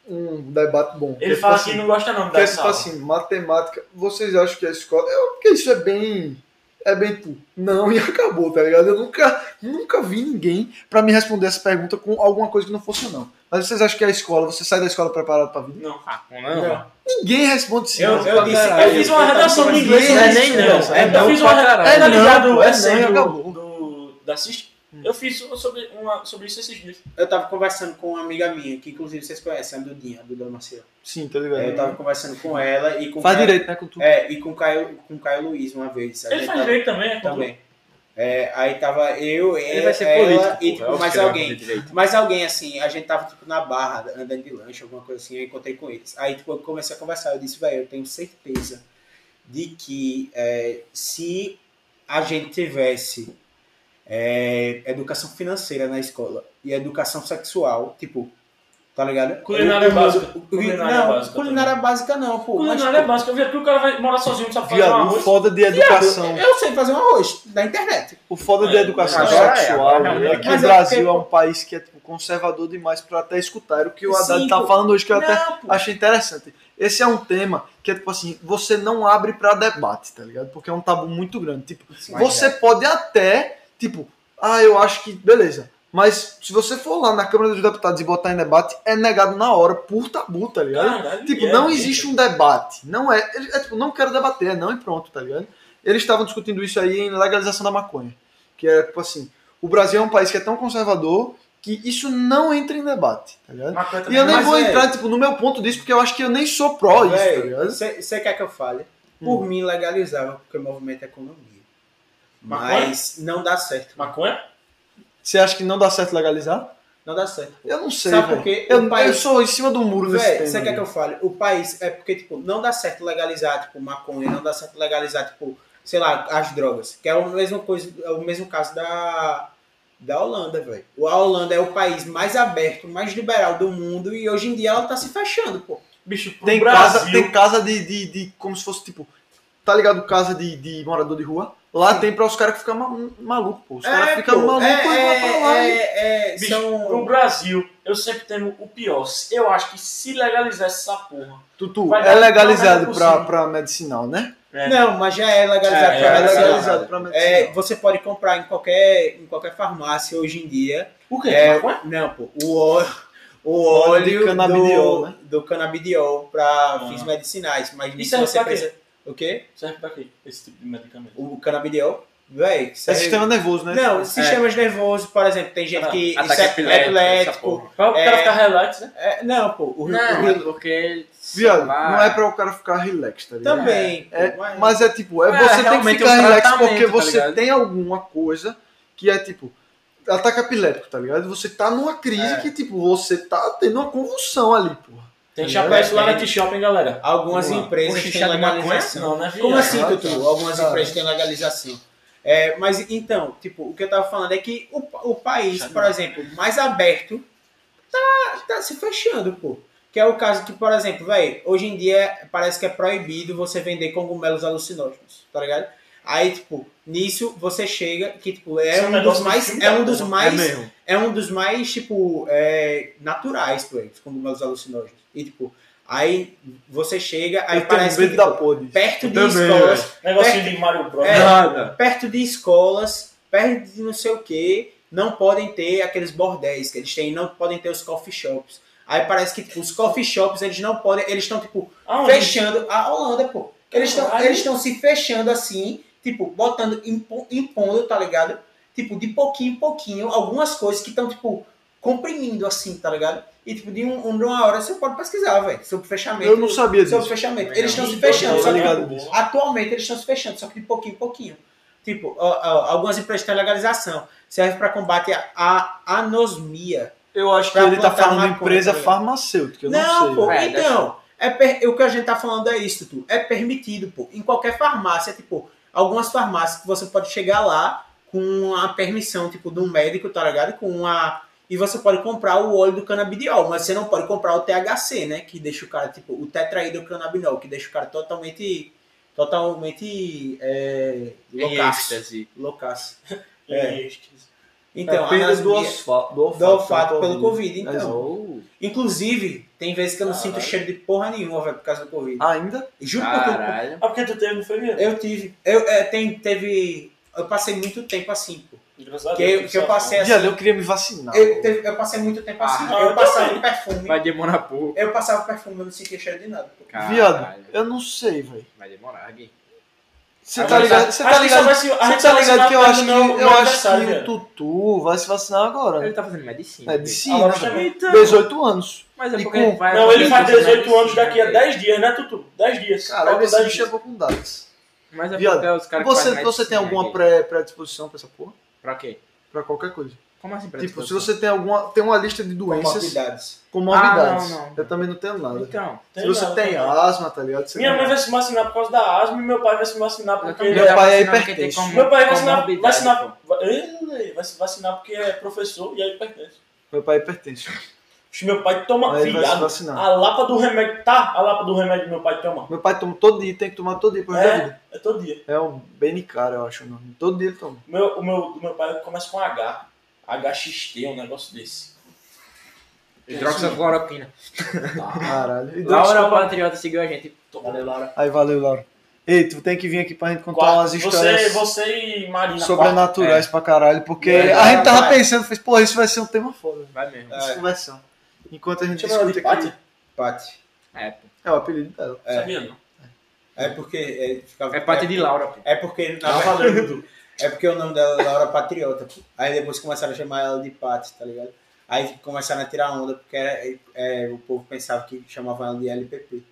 um debate bom. Ele é fala tipo que assim, não gosta não que é dessa tipo aula. assim, matemática, vocês acham que a escola. Eu, porque isso é bem. É bem tu. Não, e acabou, tá ligado? Eu nunca, nunca vi ninguém pra me responder essa pergunta com alguma coisa que não fosse não. Mas vocês acham que a escola, você sai da escola preparado pra vida? Não. Não, Ninguém responde sim. Eu, não, eu pra disse, caralho. Eu fiz uma redação de inglês. tá né? Não é sobre nem isso, não, velho. é Então, Eu não fiz pra uma redação. caralho. É, tá É não, ligado? é não, É do, acabou. do, da CIST? Eu fiz sobre, uma, sobre isso esses dias. eu tava conversando com uma amiga minha, que inclusive vocês conhecem, a Dudinha, a Duda Macedo. Sim, tá É, Eu ligado? tava conversando com ela e com Faz Caio, direito, né, com tu. É, e com Caio, com Caio Luiz uma vez. A Ele gente faz tava- direito também, é também. também. É, aí tava eu, Ele ele vai ser ela político. e pô, tipo, é óbvio mais que ele vai alguém. fazer direito. Mas alguém, assim, a gente tava, tipo, na barra, andando de lanche, alguma coisa assim, eu encontrei com eles. Aí, tipo, eu comecei a conversar, eu disse, velho, eu tenho certeza de que é, se a gente tivesse é, educação financeira na escola e educação sexual, tipo, tá ligado? Culinária Eu- eu- básica. eu- Culinária não, básica culinária básica não, pô. mas, Culinária é tipo, básica. Eu vi que o cara vai morar sozinho, não sabe fazer um Viado, o arroz. foda de é, educação. Eu sei fazer um arroz da internet. O foda de educação Agora é, sexual agora é, é, que o mas é Brasil é, porque- um país que é tipo, conservador demais pra até escutar o que o Haddad Sim, tá pô. falando hoje, que eu até Não, pô. achei interessante. Esse é um tema que é tipo assim, você não abre pra debate, tá ligado? Porque é um tabu muito grande. Tipo, Mas é. você pode até, tipo, ah, eu acho que beleza. Mas se você for lá na Câmara dos Deputados e botar em debate, é negado na hora por tabu, tá ligado? Caralho, Tipo, é, não é. existe um debate. Não é, ele- é tipo, não quero debater, é não e pronto, tá ligado? Eles estavam discutindo isso aí em legalização da maconha. Que é tipo assim, o Brasil é um país que é tão conservador que isso não entra em debate, tá ligado? Maconha E também. é eu nem Mas, é. vou véi. entrar, tipo, no meu ponto disso, porque eu acho que eu nem sou pró isso, tá ligado? Hum. Você quer que eu fale? Por mim, legalizava, porque o movimento é economia. Mas não dá certo. Maconha? Você acha que não dá certo legalizar? Não dá certo. Eu não sei, Sabe velho. por quê? Eu, O país- eu sou em cima do muro desse tema. tá Você quer que eu fale? O país é porque, tipo, não dá certo legalizar, tipo, maconha, não dá certo legalizar, tipo, sei lá, as drogas. Que é a mesma coisa, é o mesmo caso da, da Holanda, velho. A Holanda é o país mais aberto, mais liberal do mundo e hoje em dia ela tá se fechando, pô. Bicho, pro Tem Brasil. casa, tem casa de, de, de- Como se fosse tipo. Tá ligado? Casa de, de morador de rua. Lá tem pra os caras que ficam ma malucos, pô. Os caras É, ficam pô, malucos é, e vão pra lá. é, e- é, é, Bicho, são... pro Brasil, eu sempre temo o pior. Eu acho que se legalizasse essa porra. Tutu, Vai dar- é legalizado vai dar pra, possível. pra medicinal, né? É. Não, mas já é legalizado. É, É pra é medicinal. legalizado pra medicinal. É, você pode comprar em qualquer, em qualquer farmácia hoje em dia. O quê? É, Maconha? não, pô, o óleo, o Óleo de óleo canabidiol, do, né? do canabidiol para Ah. fins medicinais. Mas nisso serve você pra quê? precisa. O quê? Serve pra quê? Esse tipo de medicamento. O canabidiol? Véi, É serve- sistema nervoso, né? Não, sistemas nervosos, por exemplo, tem gente Ah, que. Ataque isso é epilético, essa epilético. porra. Pra o É. cara ficar relax, né? É, não, pô, o, Não, o- é porque... sei Viado, lá. não é pra o cara ficar relax, tá ligado? também. É, pô, mas- Mas é tipo, é, É, você tem que realmente ficar um relax tratamento, porque tá você ligado? tem alguma coisa que é tipo ataque epilético, tá ligado? Você tá numa crise que tipo, você tá tendo uma convulsão ali, porra. Tem É. chapéu lá É. na T-Shopping, galera. Algumas Vamos lá. empresas Um têm xixá de maconha? legalização. Não, né? Como viado? assim, Ah, Tutu? Algumas Tá. empresas têm legalização. É, mas então, tipo, o que eu tava falando é que o, pa- o país, Chato. por exemplo, mais aberto, tá, tá se fechando, pô. Que é o caso que, por exemplo, velho, hoje em dia parece que é proibido você vender cogumelos alucinógenos, tá ligado? Aí, tipo, nisso você chega que, tipo, é Isso é um um dos negócio do mais. filme É da um dos porra. mais mesmo. é um dos mais, tipo, é, naturais, tu é, os cogumelos alucinógenos. E, tipo, aí você chega, aí eu tenho parece medo que, da tipo, porra disso. perto de Eu também, escolas, Negocinho de Mario Bros. É. Nada. perto de escolas, perto de não sei o que, não podem ter aqueles bordéis que eles têm, não podem ter os coffee shops. Aí parece que, tipo, os coffee shops, eles não podem, eles estão, tipo, Aonde? fechando a Holanda, pô. Eles estão Caralho. eles estão se fechando assim, tipo, botando, impo- impondo, tá ligado? Tipo, de pouquinho em pouquinho, algumas coisas que estão, tipo, comprimindo assim, tá ligado? E, tipo, de um, um- de uma hora você pode pesquisar, velho, sobre o fechamento. Eu não sabia disso. Sobre o fechamento. Eles estão se Então, fechando, tá só que ligado? Atualmente eles estão se fechando, só que de pouquinho em pouquinho. Tipo, ó, ó, algumas empresas têm legalização. Serve para combate a, a anosmia. Eu acho que Pra ele tá plantar falando maconha, empresa tá ligado? farmacêutica, eu não, Não, sei. pô, É, deve então. É per- O que a gente tá falando é isso, Tutu. É permitido, pô. Em qualquer farmácia, tipo, algumas farmácias que você pode chegar lá com a permissão, tipo, de um médico, tá ligado? Com a. E você pode comprar o óleo do canabidiol, mas você não pode comprar o THC, né? Que deixa o cara, tipo, o tetraidrocannabinol, que deixa o cara totalmente. Totalmente. É, Em loucaço. êxtase. Loucaço. É. É. Então, é perda do, anosmia- osfa- do olfato, do olfato pelo né? Covid, então. Exato. Inclusive, tem vezes que eu não sinto Caralho. cheiro de porra nenhuma, velho, por causa do Covid. Ainda? Juro por tudo. Caralho. Ah, porque tu teve, não foi mesmo? Eu tive. Eu, é, tem, teve. Eu passei muito tempo assim, pô. Graças a Que Deus, eu- que eu é só- passei assim. Viado, eu queria me vacinar. Eu, teve- eu passei muito tempo assim. Ah, eu eu passava também. perfume. Vai demorar pouco. Eu passava perfume, eu não sentia cheiro de nada, pô. Caralho. Viado, eu não sei, velho. Vai demorar, Gui. Você tá Agora, ligado? Você acho tá que só ligado? vai se- a Você gente tá vai se ligado que eu vacinar acho que, no- no eu acho é um aniversário, né? que o velho. Tutu vai se vacinar agora. Ele né? tá fazendo medicina. Medicina, é Agora velho. também tá. 18 anos. Mas é E porque com- vai... Não, ele faz vai- 18 anos daqui a né? 10 dias, né, Tutu? 10 dias. Caralho, Falta esse 10 bicho dias. é bom com dados. Mas é Viado, porque os caras que Você, fazem você tem medicina, né? alguma Gui. pré, predisposição pra essa porra? Pra quê? Pra qualquer coisa. Como assim pra Tipo, se disposição? você tem alguma. Tem uma lista de doenças Comorbidades. comorbidades. Ah, não, não. Eu também não tenho nada. Então, Tem se você nada, tem nada. asma, tá ligado? Você Minha não- mãe vai se vacinar por causa da asma e meu pai vai se vacinar porque eu ele Meu é... também pai é vacinado porque tem hipertenso. como- Meu pai vai vacinar, comorbidade, pô. vacinar, vai, Ele vai se vacinar porque é professor e aí pertence. Meu pai é hipertenso. Meu pai toma Aí ele vai se filhado. vacinar. A lapa do remédio. Tá, a lapa do remédio que meu pai toma. Meu pai toma todo dia, tem que tomar todo dia pro resto da vida. Ah. É, é todo dia. É um Benicar, eu acho o nome. Todo dia ele toma. Meu, o meu, meu pai começa com H. HXT, um negócio desse. hidroxicloroquina. Caralho. E Laura Patriota seguiu a gente. Valeu, Laura. Aí, valeu, Laura. Ei, tu tem que vir aqui pra gente contar umas histórias Você, você e Marina. quarta. sobrenaturais pra caralho, porque É, a gente tava vai. pensando, fez, pô, isso vai ser um tema foda. Vai mesmo. É. Vamos conversar. um-" Enquanto a gente Chama ela discute de aqui. Pati? Pati. É, pô. É o apelido dela. Sabia não? É porque. É, ficava, É parte de Laura, pô. É porque. Tá Na verdade, valendo, Dudu. é porque o nome dela é Laura Patriota, pô. Aí depois começaram a chamar ela de Pati, tá ligado? Aí começaram a tirar onda, porque era, é, o povo pensava que chamava ela de LPP.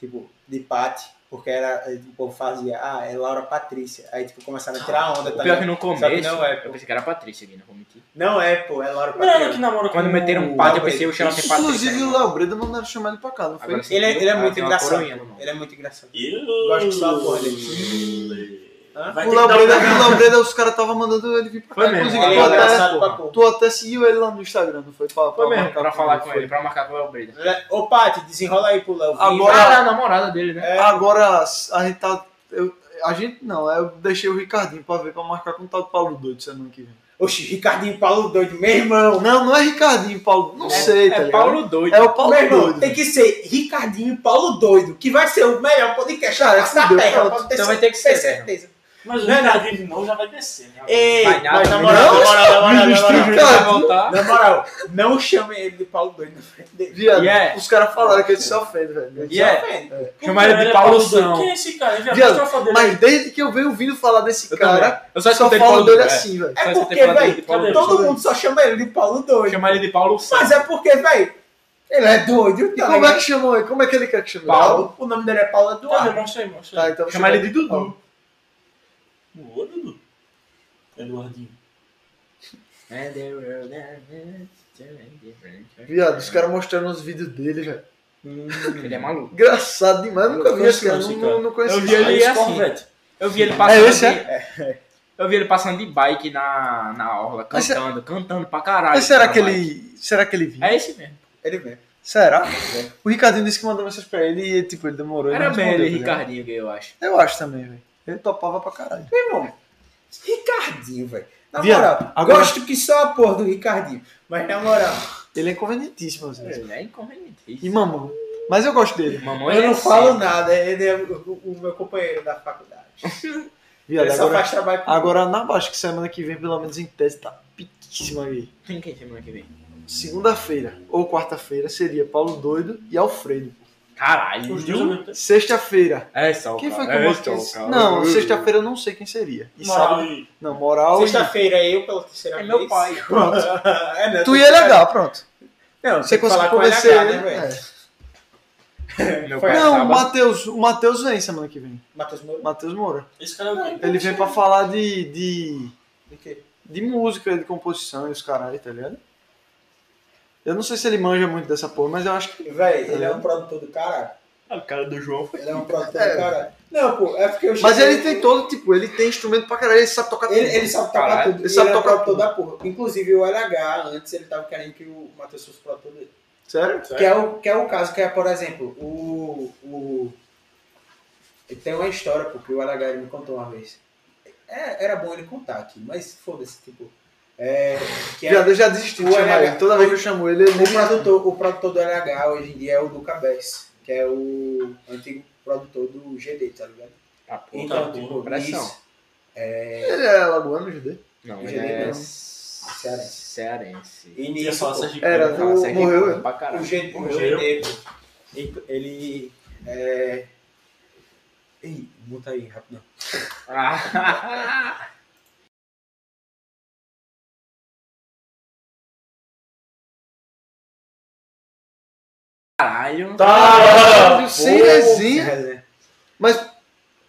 Tipo, de Pati, porque era, é, o povo fazia, ah, é Laura Patrícia. Aí, tipo, começaram a tirar onda, O tá pior que ligado? no Só que começo, não é, pô. eu pensei que era a Patrícia aqui, não vou mentir. Não é, pô, é Laura Miranda que Patrícia. namora Quando com meteram o- né? um pátio, eu Albert. pensei que eu chamava de Patrícia. Inclusive, o Léo Breda mandaram chamar ele pra cá, não foi? Agora sim. Ele é, ele é Ah, muito tem uma engraçado. coroinha no nome. Ele é muito engraçado. Eu Gosto só da porra dele. Vai O é ter que dar Labreda, um... o Labreda, os caras estavam mandando ele vir pra Foi cá. mesmo, Inclusive, ele tu é até, engraçado pra tu até seguiu ele lá no Instagram, não foi? Pra, Foi mesmo, marcar Pra falar com foi. ele, pra marcar com o Léo Breda. Ô, Paty, desenrola aí pro Léo. Vim. Agora- Ah, é a namorada dele, né? É, Agora a gente tá. eu- a gente não, é, eu deixei o Ricardinho pra ver pra marcar com o tal do Paulo Doido semana que vem. Oxi, Ricardinho Paulo doido, meu irmão. Não, não é Ricardinho, Paulo. Não sei, tá É ligado? Paulo doido. É o Paulo meu irmão, Doido. tem que ser Ricardinho Paulo doido, que vai ser o melhor podcast Cara, da fudeu, Terra. pronto. Pode ter Então vai cer- ter que ser, certeza. Mas o Não, não. Ricardinho de novo já vai descer. né? Ei, Vai nada, mas na vai moral, nada. na moral, na moral, na moral. Ministro Vai voltar. Na moral, não chamem ele de Paulo doido na frente dele. Viado, Yeah. os caras falaram que ele se ofende, velho. Yeah. Só ofende. Chama ele Cara, de é Paulo doido. São. Quem é esse cara? Ele Viado, viado, só dele. Mas desde que eu venho ouvindo falar desse Eu cara, também. Eu só só escutei falo Paulo dele doido. é. assim, velho. É Só porque, escutei falar dele véi, de Paulo cadê? doido. Todo mundo só chama ele de Paulo doido. Chama ele de Paulo São. Mas é porque, velho, ele é doido. E tá como é ligado? que chamou ele? Como é que ele quer que chame ele? Paulo, o nome dele é Tá. Paulo Cadê? Eduardo. Mostra aí, mostra Tá, aí. então Chama ele de Dudu. Paulo. Ô, Dudu. Eduardinho. Viado, os caras mostrando os vídeos dele, velho. Ele é maluco. Engraçado demais, eu nunca vi esse cara, Esse não, cara. não, não conheci Eu vi esse cara. ele Aí, é assim. Ah, Corvette. Eu vi ele passando. É esse, de... Eu vi ele passando de bike na, na orla, Mas se- cantando, cantando pra caralho. Mas será na que bike. ele. Será que ele viu? É esse mesmo. Ele vem. Será? O Ricardinho disse que mandou mensagem pra ele e, tipo, ele demorou. ele Era não bem respondeu, ele, tá ligado? Ricardinho, que eu acho. Eu acho também, velho. Ele topava pra caralho. Meu irmão, Ricardinho, velho. Na Viado, moral, agora- gosto que só a porra do Ricardinho. Mas na moral, Ele é inconvenientíssimo, às vezes. Ele é inconveniente. E mamão. Mas eu gosto dele. Mamãe eu é não assim. falo nada. Ele é o, o- o meu companheiro da faculdade. Viado, Ele só agora, faz trabalho com agora na baixa, que semana que vem, pelo menos em tese, tá piquíssima aí. Tem quem semana que vem? Segunda-feira ou quarta-feira seria Paulo Doido e Alfredo. Caralho. Os dois ao mesmo tempo. Sexta-feira. É só o Quem foi cara. que eu é botei? só o cara. Não, tá- sexta-feira eu não sei quem seria. E Moral sábado. e- Não, moral. E... Sexta-feira eu pela terceira É vez. meu pai. Pronto. é, né? Tu ia legal, pronto. Não, Você tem que falar conseguiu com convencer ele agora, né, ele. velho? é. Meu Foi pai Não, o sábado. Matheus, o Matheus vem semana que vem. Matheus Moura. Matheus Moura. Esse cara é o quê? Ele vem pra falar de, de, De quê? de música, de composição e os caralho, tá ligado? Eu não sei se ele manja muito dessa porra, mas eu acho que. Véi, ele é Uhum. um produtor do caralho. Ah, O cara do João foi. Ele é um produtor do caralho. Não, pô, é porque eu Mas cheguei- ele tem todo, tipo, ele tem instrumento pra caralho, ele sabe tocar Ele, tudo. ele sabe tocar Caralho, tudo. ele sabe é tocar produtor da porra. Inclusive o LH, antes ele tava querendo que o Matheus fosse produtor dele. Sério? Que é, o, que é o caso, que é, por exemplo, o. o ele tem uma história, porque o LH ele me contou uma vez. É, era bom ele contar aqui, mas foda-se, tipo. É, que é, Viado, eu já desisti de O chamar LH. ele. Toda vez que eu chamo ele, ele o, produtor, o produtor do LH hoje em dia é o Duca Bess, que é o antigo produtor do GD, tá ligado? Tá, pô. Então, tá, tipo, pressão. isso. Ele é lagoano, GD. Não, Ele ele é é mesmo. Cearense. cearense. E Ia nisso, falar pô, Sergipe. Era, Cara, o- Nossa, é que morreu, come né? pra O, caralho. G, o Morreu. GD, pô, ele- ele. É... Ih, muta aí, rapidão. Ah, Caralho. Ah, Tá. Caralho, sem Pô, resenha. resenha. Mas,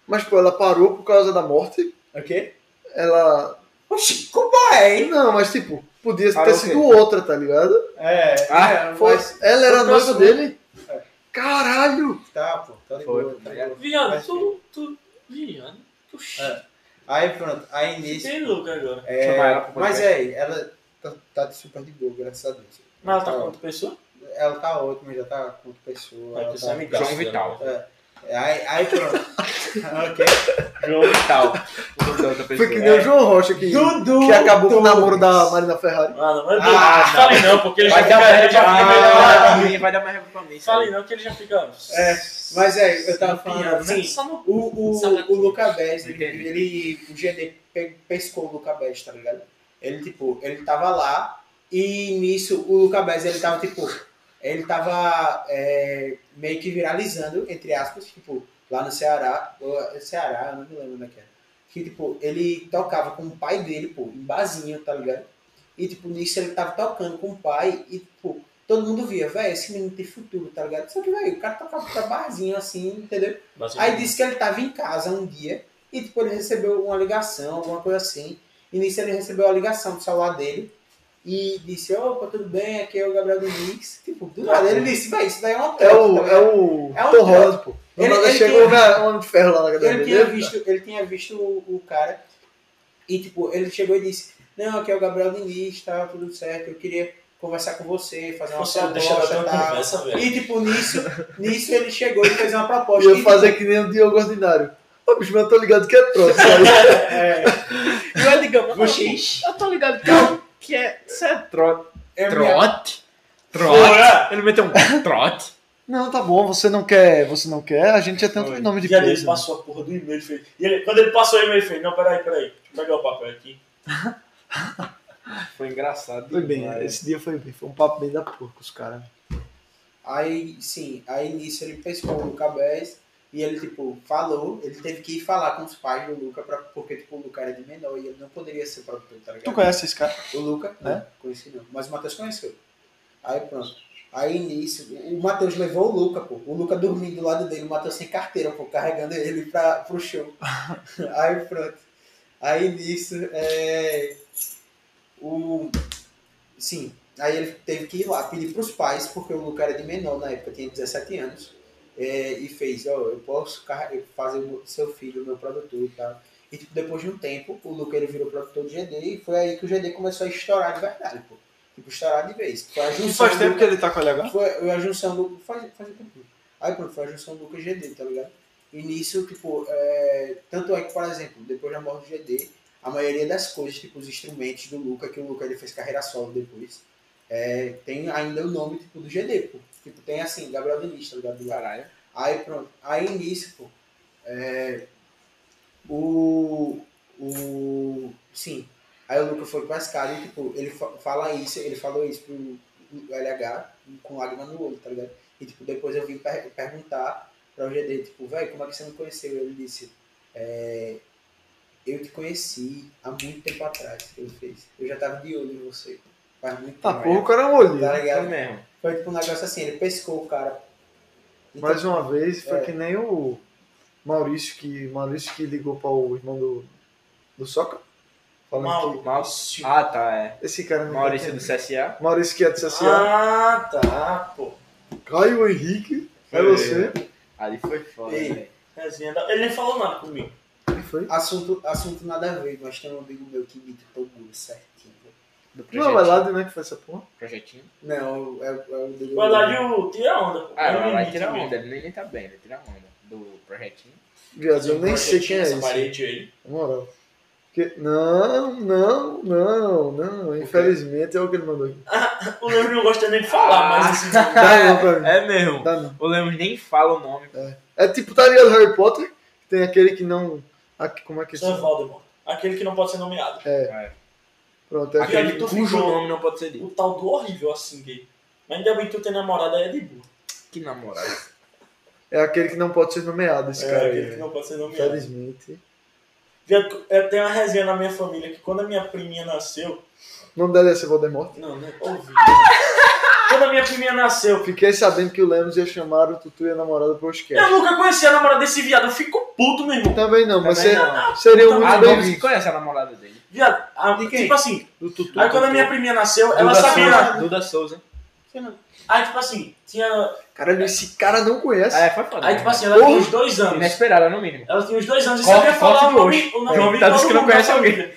mas, pô, ela parou por causa da morte. Ok? Ela. Oxi, como é, hein? Não, mas, tipo, podia Parou ter o quê? sido outra, tá ligado? É, Ah, é, Foi- É. mas Ela era foi noiva próximo. dele? Caralho! tá, pô, tá de Foi, boa, tá de boa. Viado, tu. tu viado. Tu É. Aí pronto, aí nisso. Fiquei louco agora. é, Chamar ela pro mas podcast. aí, ela tá, tá de super de boa, graças a Deus. Mas ela tá com outra pessoa? É, Ela tá ótima, já tá com outra pessoa. Vai Ela ter seu tá... amigaço João dela. Vital. é, aí, aí pronto. ok. João Vital. O nome da outra Foi que pessoa. nem o João Rocha que, Dudu! que acabou com o Torres. namoro da Marina Ferrari. Ah, não, mas Ah, não falei não, porque ele já Vai dar fica. mais Ele rap já pra fica. mim. Vai dar mais rap pra mim. Falei não, que ele já fica. É, mas aí, eu tava falando. Sim. né? Assim, o, o, Sabe- o Luca Bess, ele, Entendi. ele- o GD pe- pescou o Luca Bess, tá ligado? Ele, tipo, ele tava lá e nisso o Luca Bess, ele tava, tipo, ele tava é, meio que viralizando, entre aspas, tipo, lá no Ceará, ou- Ceará, eu não me lembro onde é que era. Que, tipo, ele tocava com o pai dele, pô, em barzinho, tá ligado? E, tipo, nisso ele tava tocando com o pai e, tipo, todo mundo via, velho, esse menino tem futuro, tá ligado? Só que, velho, o cara tocava pra barzinho, assim, entendeu? Aí disse que ele tava em casa um dia e tipo, ele recebeu uma ligação, alguma coisa assim. E nisso ele recebeu a ligação do celular dele e disse, opa, tudo bem, aqui é o Gabriel do Mix. Tipo, do nada ele disse, vai, isso daí é uma É o. É o. É o Tom Holland, pô. O Ele- nada ele chegou um tinha- na homem de ferro lá na cadeira Ele dele. tinha visto, ele tinha visto o, o cara e tipo, ele chegou e disse, não, aqui é o Gabriel Diniz, tá tudo certo, eu queria conversar com você, fazer uma Você deixa ela ter proposta, uma tá? conversa, velho. E tipo, nisso, nisso ele chegou e fez uma proposta. Eu E, ia fazer que nem o Diogo Ordinário. Ô, bicho, mas eu tô ligado que é troço. Aí, tipo, e o Edgão, Oxi, eu tô ligado que é, que é, isso é trote. eu me- Trote? Trote? Olha, Ele meteu um trote. Não, tá bom, você não quer, você não quer, a gente já tem outro é. nome de dia dele peso. passou a porra do e-mail, ele fez. E ele, quando ele passou o e-mail, ele fez: Não, peraí, peraí, deixa eu pegar o papel aqui. Foi engraçado. Foi bem, demais. esse dia foi bem, foi um papo bem da porca, os caras. Aí, sim, aí nisso ele pescou o Luca Bez e ele, tipo, falou, ele teve que ir falar com os pais do Luca, pra, porque, tipo, o Luca era de menor e ele não poderia ser produtor, tá ligado? Tu conhece esse cara? O Luca, né? Conheci não. Mas o Matheus conheceu. Aí pronto. Aí nisso, o Matheus levou o Luca, pô. O Luca dormindo do lado dele, o Matheus sem carteira, pô, carregando ele pra, pro show. Aí pronto. Aí nisso, é. O. Sim. Aí ele teve que ir lá pedir pros pais, porque o Luca era de menor na época, tinha 17 anos. é, e fez, ó, eu posso carre- fazer o meu- seu filho, meu produtor e tal. E tipo, depois de um tempo, o Luca ele virou produtor do GD e foi aí que o GD começou a estourar de verdade, pô. Tipo, estourar de vez. Foi a E junção faz do- tempo que ele tá com a LH? foi a junção do. Faz, faz um tempinho. Aí pronto, foi a junção do Lucas e GD, tá ligado? E nisso, tipo, é, tanto é que, por exemplo, depois da morte do GD, a maioria das coisas, tipo, os instrumentos do Luca, que o Luca ele fez carreira solo depois, é, tem ainda o nome, tipo, do GD, pô. Tipo, tem assim, Gabriel Diniz, tá ligado? Caralho. Aí pronto. Aí nisso, pô, é, o. O. Sim. Aí o Luca foi com as caras e, tipo, ele fa- fala isso, ele falou isso pro, o LH com lágrima no olho, tá ligado? E tipo, depois eu vim per- perguntar pra o GD, tipo, velho, como é que você me conheceu? Ele disse, é, eu te conheci há muito tempo atrás, ele fez. Eu já tava de olho em você. Faz muito Tá, tempo. porra, o cara é um olho. Tá ligado? mesmo. Foi tipo um negócio assim, ele pescou o cara. Então, Mais uma vez, foi É. que nem o Maurício que, Maurício que ligou para o irmão do, do Soca. Falando Mauro. Maurício. Ah, tá, é. que esse cara não Maurício do entende. CSA. Maurício que é do CSA. Ah, tá, pô. Caio Henrique, é Foi. você. Ali foi foda. Ei. velho. Resenha da- Ele nem falou nada comigo. Quem foi? assunto, assunto nada a ver, mas tem um amigo meu que imita todo mundo certinho. Do projetinho. Não, vai lá de né, que foi essa porra. Projetinho. Não, é, é o dele. Vai lá de o tira onda, pô. Ah, Ele vai lá imita tirar mesmo. onda. Ele nem tá bem, ele tira onda. Do projetinho. Viado, eu Um nem sei quem projetinho é nessa esse. Na parede aí. moral. Que- Não, não, não, não. Infelizmente é o que ele mandou aqui. O Lembro não gosta nem de Ah. falar, mas assim. Dá não pra mim. É mesmo. Dá não. O Lemos nem fala o nome. É tipo, tá ligado Harry Potter? Tem aquele que não. aqui- Como é que é? Isso é Valdemar. Aquele que não pode ser nomeado. Pronto, é Aquele tu cujo ficou. nome não pode ser dito. O tal do horrível assim, gay. Mas ainda bem que tu tem namorada aí é de boa. Que namorado. É aquele que não pode ser nomeado, esse É, cara aí. aquele que velho. não pode ser nomeado. Infelizmente. Viado, é, Tem uma resenha na minha família que quando a minha priminha nasceu. O nome é dela ia ser Voldemort. Não, não ouvi. quando a minha priminha nasceu. Fiquei sabendo que o Lemos ia chamar o Tutu e a namorada pro é? Oscar. Eu nunca conheci a namorada desse viado, eu fico puto, meu irmão. Também não, mas Também ser- não. seria Ah, muito não, você bem-vindo. conhece a namorada dele. Viado, a- De quem? tipo assim, Do Tutu. aí quando a minha priminha nasceu, ela Duda sabia. Souza. Duda Souza. Aí, tipo assim, tinha. Caralho, esse cara não conhece. Ah, é, foi foda. Aí, né? tipo assim, ela tinha uns dois anos. Inesperada, no mínimo. Ela tinha uns dois anos e Corte- sabia falar corte o de nome, o nome É, de tá todo dizendo que não mundo da conhece alguém. família.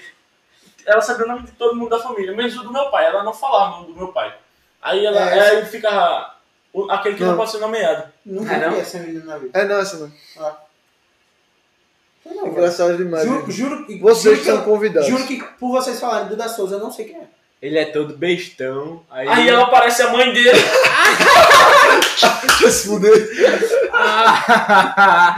Ela sabia o nome de todo mundo da família, menos o do meu pai. Ela não falava o nome do meu pai. Aí ela É. aí fica o- aquele que não. Não. pode ser nomeado. Nunca Ah, não? vi essa menina na vida. É, não, essa não. Não, não, velho. Engraçado demais. Juro, velho. Tipo, juro que. Vocês juro que eu- estão convidados. Juro que por vocês falarem Duda Souza, eu não sei quem é. Ele é todo bestão. Aí, Aí ela parece a mãe dele. Vai se fuder. Ah!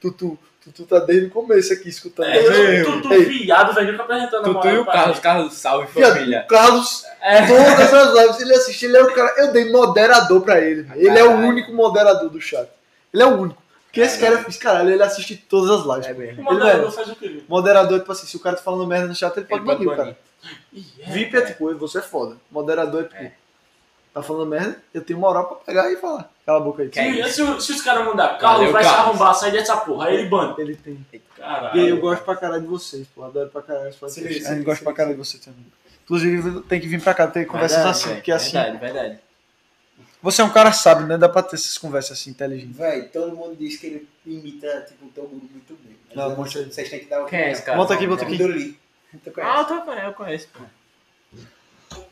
Tutu, Tutu tá desde o começo aqui escutando. É, Ei, eu sou tutu ei, viado, velho, nunca apresentando a Tutu e o pra Carlos. ele. Carlos, salve viado, família. o Carlos, todas as lives ele assiste, ele é o cara. Eu dei moderador pra ele. velho. Ele é o Caralho. único moderador do chat. Ele é o único. Porque esse cara, esse caralho, ele assiste todas as lives. É O mesmo. moderador faz o quê? meu? Moderador, tipo assim, se o cara tá falando merda no chat, ele pode Ele banir o pode cara. Ih, é. VIP é tipo, você é foda. Moderador é tipo, tá falando merda, eu tenho moral pra pegar e falar. Cala a boca aí. Que é Se- isso? Se, o- se os caras mandar, Carlos, Valeu, vai se Carlos. arrombar, sai dessa porra. Aí ele banda. Ele tem. E aí, eu Caralho. gosto pra caralho de vocês, pô. Adoro pra caralho os Sim, podcasts. sim, A gente sim, gosta sim, pra caralho de vocês também. Inclusive, tem que vir pra cá ter conversas Verdade, assim, velho. porque assim Verdade, verdade. Você é um cara sábio, né? Dá pra ter essas conversas assim, inteligentes. Véi, todo mundo diz que ele imita, tipo, todo mundo muito bem. Mas Não, eu- mostra aí. Vocês têm que dar o Quem é esse cara? Volta aqui, volta aqui. Duri. Tu Ah, conhece? eu, tô, eu conheço. pô.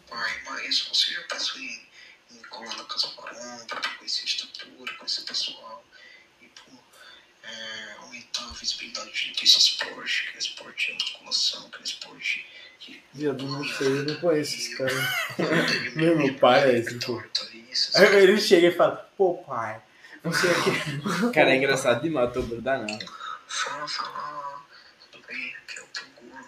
pai, mas você já pensou em, em colar na Casa Corona para conhecer a estrutura, conhecer o pessoal e pô, é, aumentar a visibilidade de- desse esporte, que é esporte de articulação, que é esporte que Viado, não sei, eu não conheço esse cara. Meu, pai é esse, pô. Aí ele chega e fala, pô, pai. Cara, é engraçado demais, tô danado. Fala, fala, tudo bem? Aqui é o Toguro,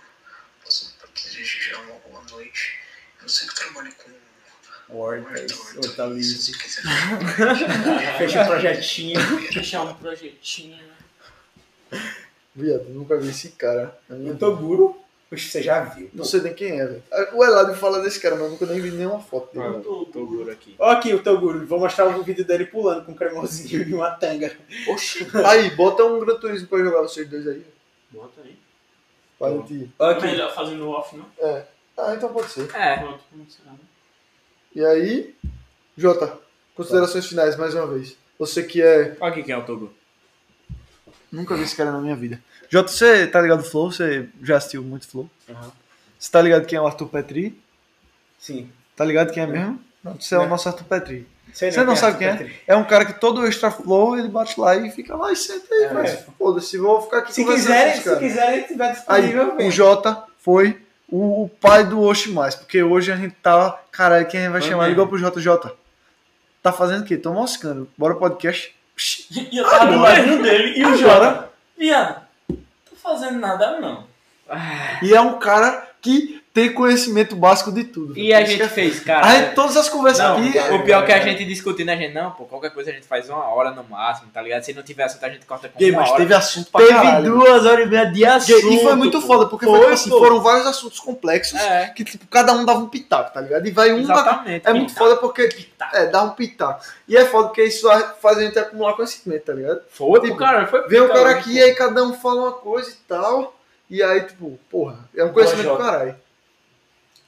passando para te desejar é uma boa noite. Eu sei que trabalha com Hortas, hortaliças, hortaliças. se quiser falar Fecha o projetinho. Deixar um projetinho. Viado, nunca vi esse cara. Eu O não- Toguro, oxe, você já viu. Não sei nem quem é, velho. O Eladio fala desse cara, mas eu nunca nem vi nenhuma foto dele. Eu tô- tô- Toguro aqui. Ó aqui o Toguro, vou mostrar um vídeo dele pulando com um cremosinho e uma tanga. Aí, bota um Gran Turismo pra jogar vocês dois aí. Bota aí. Tá Pra gente... Tá Ó aqui, Melhor fazendo off, não? Ah, então pode ser. É. Pronto, não será. né? E aí, Jota, considerações finais mais uma vez. Você que é. Olha aqui quem é o Toguro. Nunca vi esse cara na minha vida. Jota, você tá ligado do Flow? Você já assistiu muito Flow? Você tá ligado quem é o Arthur Petri? sim. Tá ligado quem é mesmo? Não, Você é o nosso Arthur Petri. Sei Você não sabe quem Arthur é? É um cara que todo extra flow ele bate lá e fica lá e senta É, aí, mas foda-se, vou ficar aqui Se conversando com quiserem, os se caras. quiserem, tiver Aí, disponível, o vem. Jota foi o, o pai do Oxi mais, porque hoje a gente tá. Caralho, quem a gente vai Foi chamar? mesmo. Ligou pro Jota, Jota. Tá fazendo o quê? Tô moscando. Bora podcast. Psh, E eu tava do ladinho dele e o Agora. Jota. Viado, tô fazendo nada não. E é um cara que tem conhecimento básico de tudo. E a Isso que gente é foda. fez, cara. Aí todas as conversas Não, aqui. o pior é que a gente discutindo, a gente, não, pô, qualquer coisa a gente faz uma hora no máximo, tá ligado? Se não tiver assunto, a gente corta com Gay, uma mas hora. teve assunto pra caralho. duas horas e meia de assunto. E foi muito pô. foda, porque foi, Foi, tipo assim, pô. foram vários assuntos complexos É, que tipo, cada um dava um pitaco, tá ligado? E vai um da exatamente. É muito foda porque é, dá um pitaco. E é foda porque isso faz a gente acumular conhecimento, tá ligado? Foda, Tipo, cara, foi Vem o foda, cara né, aqui pô. e aí cada um fala uma coisa e tal. E aí, tipo, porra, é um conhecimento do caralho.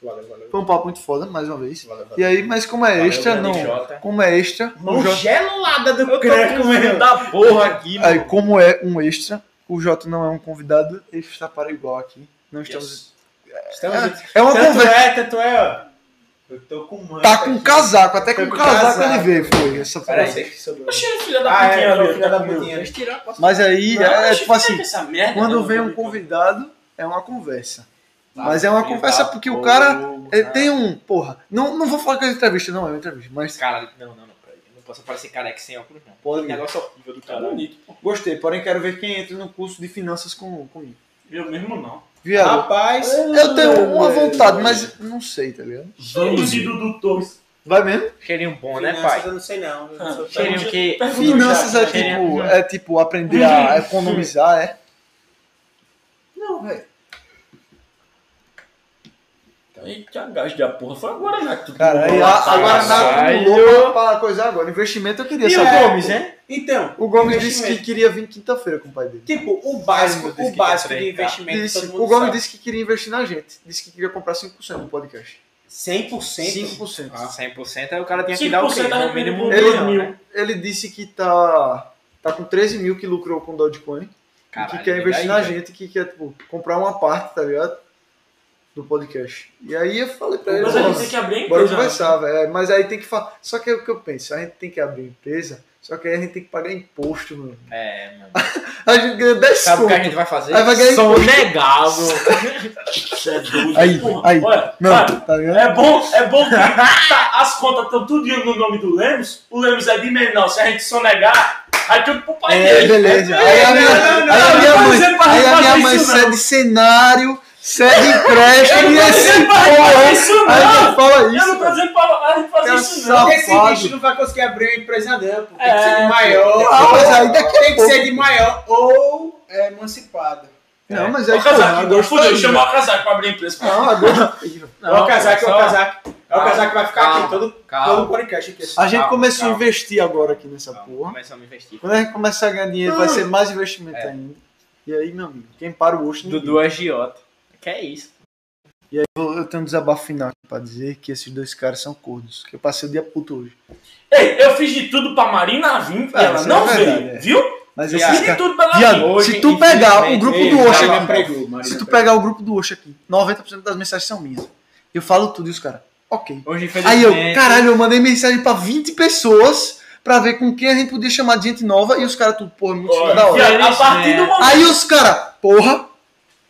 Valeu, valeu. Foi um papo muito foda, mais uma vez. Valeu, valeu. E aí, mas como é Valeu, extra, grande não. Jota. Como é extra, o Mão Jota- gelada do Eu tô creco, com medo meu. da porra aqui, mano. aí, como é um extra, o Jota não é um convidado, ele está para igual aqui. Não estamos. Yes. Estamos... É uma Tanto conversa. é, tanto é, ó. Eu tô com manta Tá com aqui. casaco, até com Tá com casaco ele casaco. veio, foi. Essa Peraí. porra. Você que sobrou. Achei filha da Ah, putinha, é, viado, filha tá da com- putinha. Eles tiraram a posse- Mas aí, Não, é achei tipo assim. que essa merda, Quando mano, vem um publicou. convidado, é uma conversa. Tá, Mas é uma filho conversa da porque o porra. cara, É, tem um, porra, não, não vou falar que é entrevista, não é uma entrevista, mas Cara, não, não, não, peraí. Eu não posso aparecer careca sem óculos, não. Pode. Que negócio é horrível do Tá caralho. bonito. gostei, porém quero ver quem entra no curso de finanças com, comigo. Eu mesmo não. Viado, Rapaz, eu tenho uma vontade, mas não sei, tá ligado? Vamos e Dudu Torres. Vai mesmo? Cheirinho bom, né, finanças pai? Ah, eu não sei não. Eu não é- sou tão- Cheirinho que... Pergunta Finanças já. é tipo, é tipo aprender a economizar, é. Não, velho. Eita, gajo da porra. Foi agora, né? que tu- Caralho, a- agora nada Caralho. acumulou pra, pra coisa agora. Investimento eu queria E o saber. Gomes, hein? Então, O Gomes disse que investimento. queria vir quinta-feira com o pai dele. Tipo, o básico, Ai, meu Deus, o que básico de trem, cara. investimento Disse- todo mundo o Gomes sabe. disse que queria investir na gente. Disse que queria comprar 5% do podcast. 100%? 5%. Ah, 100% aí o cara tinha que dar o quê? É 5% No da mínimo um mínimo Ele- dois milhão, né? mil. Ele disse que tá, tá com 13 mil que lucrou com Dogecoin. Caralho, que quer e investir daí, na velho? gente, que quer, tipo, comprar uma parte, tá ligado? Do podcast. E aí eu falei pra ele, Mas a gente tem mano, que abrir a bora empresa. né?" conversar, velho. É, Mas aí tem que falar. Só que é o que eu penso, a gente tem que abrir empresa, só que aí a gente tem que pagar imposto, mano. É, mano. A gente ganha 10 Sabe o que a conto. gente vai fazer? Aí vai ganhar Sou imposto. negado. Aí, aí. Olha, Não, olha, tá ligado? É bom, é bom que tá, as contas estão tudo no nome do Lemos. O Lemos é de Manaus. Se a gente sonegar, vai tudo pro pai É, dele. beleza. Aí a minha, não, não, aí a não, minha não mãe, fazendo pra aí a minha refazer mãe isso, cede não. cenário, cede empréstimo e assim Eu não tô é esse dizendo pra refazer isso, não. Aí a gente fala isso, Eu não tô velho. dizendo pra gente fazer Cara, isso, só- não. Esse Safado. bicho não vai conseguir abrir uma empresa não, pô. Tem que É, ser de Ah, maior. mas aí daqui a Tem que pouco. ser de maior ou é, emancipado. Não, mas é Ó, aí né? o casaco, porra, agora fudeu. gostaria. Chamar o casaco pra abrir a empresa. Não, agora. É o casaco, é só- o casaco. É o casaco que vai ficar Calma, aqui, todo, todo Calma. podcast aqui. A gente Calma, começou calma. a investir agora aqui nessa calma. porra. Começamos a investir. Quando a gente começar a ganhar dinheiro, vai ser mais investimento É. ainda. E aí, meu amigo, quem para o osso, ninguém. Dudu agiota. Que é isso. E aí eu eu tenho um desabafo final aqui pra dizer que esses dois caras são cordos. Que eu passei o dia puto hoje. Ei, eu fiz de tudo pra Marina vir, É, ela isso não é verdade, veio, é. viu? Mas Eu esses fiz de caras- tudo pra ela Viado, vir. Hoje, se tu pegar o infelizmente, grupo ele do Osha já me aqui, empregou, Se Marina tu pegou. pegar o grupo do Oxa aqui, 90% das mensagens são minhas. Eu falo tudo e os caras, ok. Hoje, Aí eu, infelizmente, caralho, eu mandei mensagem pra 20 pessoas pra ver com quem a gente podia chamar de gente nova e os caras tudo, porra, muito filho da hora. Viado, a partir do momento. Aí os caras, porra,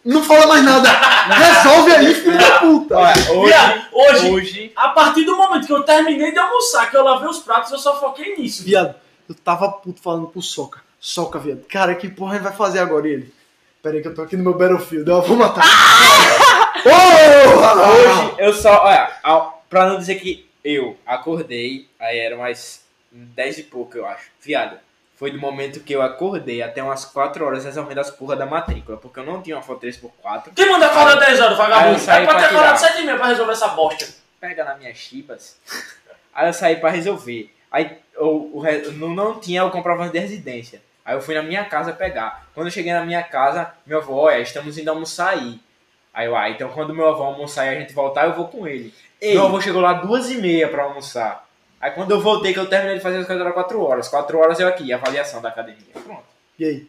não fala mais nada. Resolve aí, filho da puta. Viado, hoje, hoje, a partir do momento que eu terminei de almoçar, que eu lavei os pratos, eu só foquei nisso. Viado, eu tava puto falando pro Soca. Soca, viado. Cara, que porra ele vai fazer agora? E ele? Pera aí que eu tô aqui no meu Battlefield. Eu vou matar. Porra! hoje eu só. Olha, ao- pra não dizer que eu acordei, aí era umas 10 e pouco, eu acho. Viado, foi do momento que eu acordei até umas 4 horas resolvendo as porra da matrícula, porque eu não tinha uma foto 3x4. Quem manda acordar 10 horas, Aí eu vagabundo? saí É pra ter pra tirar. acordado 7 e meia pra resolver essa bosta. pega na minha chibas. Aí eu saí pra resolver. Aí eu, o re- não, não tinha o comprovante de residência. Aí eu fui na minha casa pegar. Quando eu cheguei na minha casa, meu avô, olha, estamos indo almoçar aí. Aí eu, ah, então quando meu avô almoçar e a gente voltar, eu vou com ele. Meu avô chegou lá duas e meia pra almoçar. Aí quando eu voltei, que eu terminei de fazer as coisas, era quatro horas. Quatro horas eu aqui, avaliação da academia. Pronto. E aí?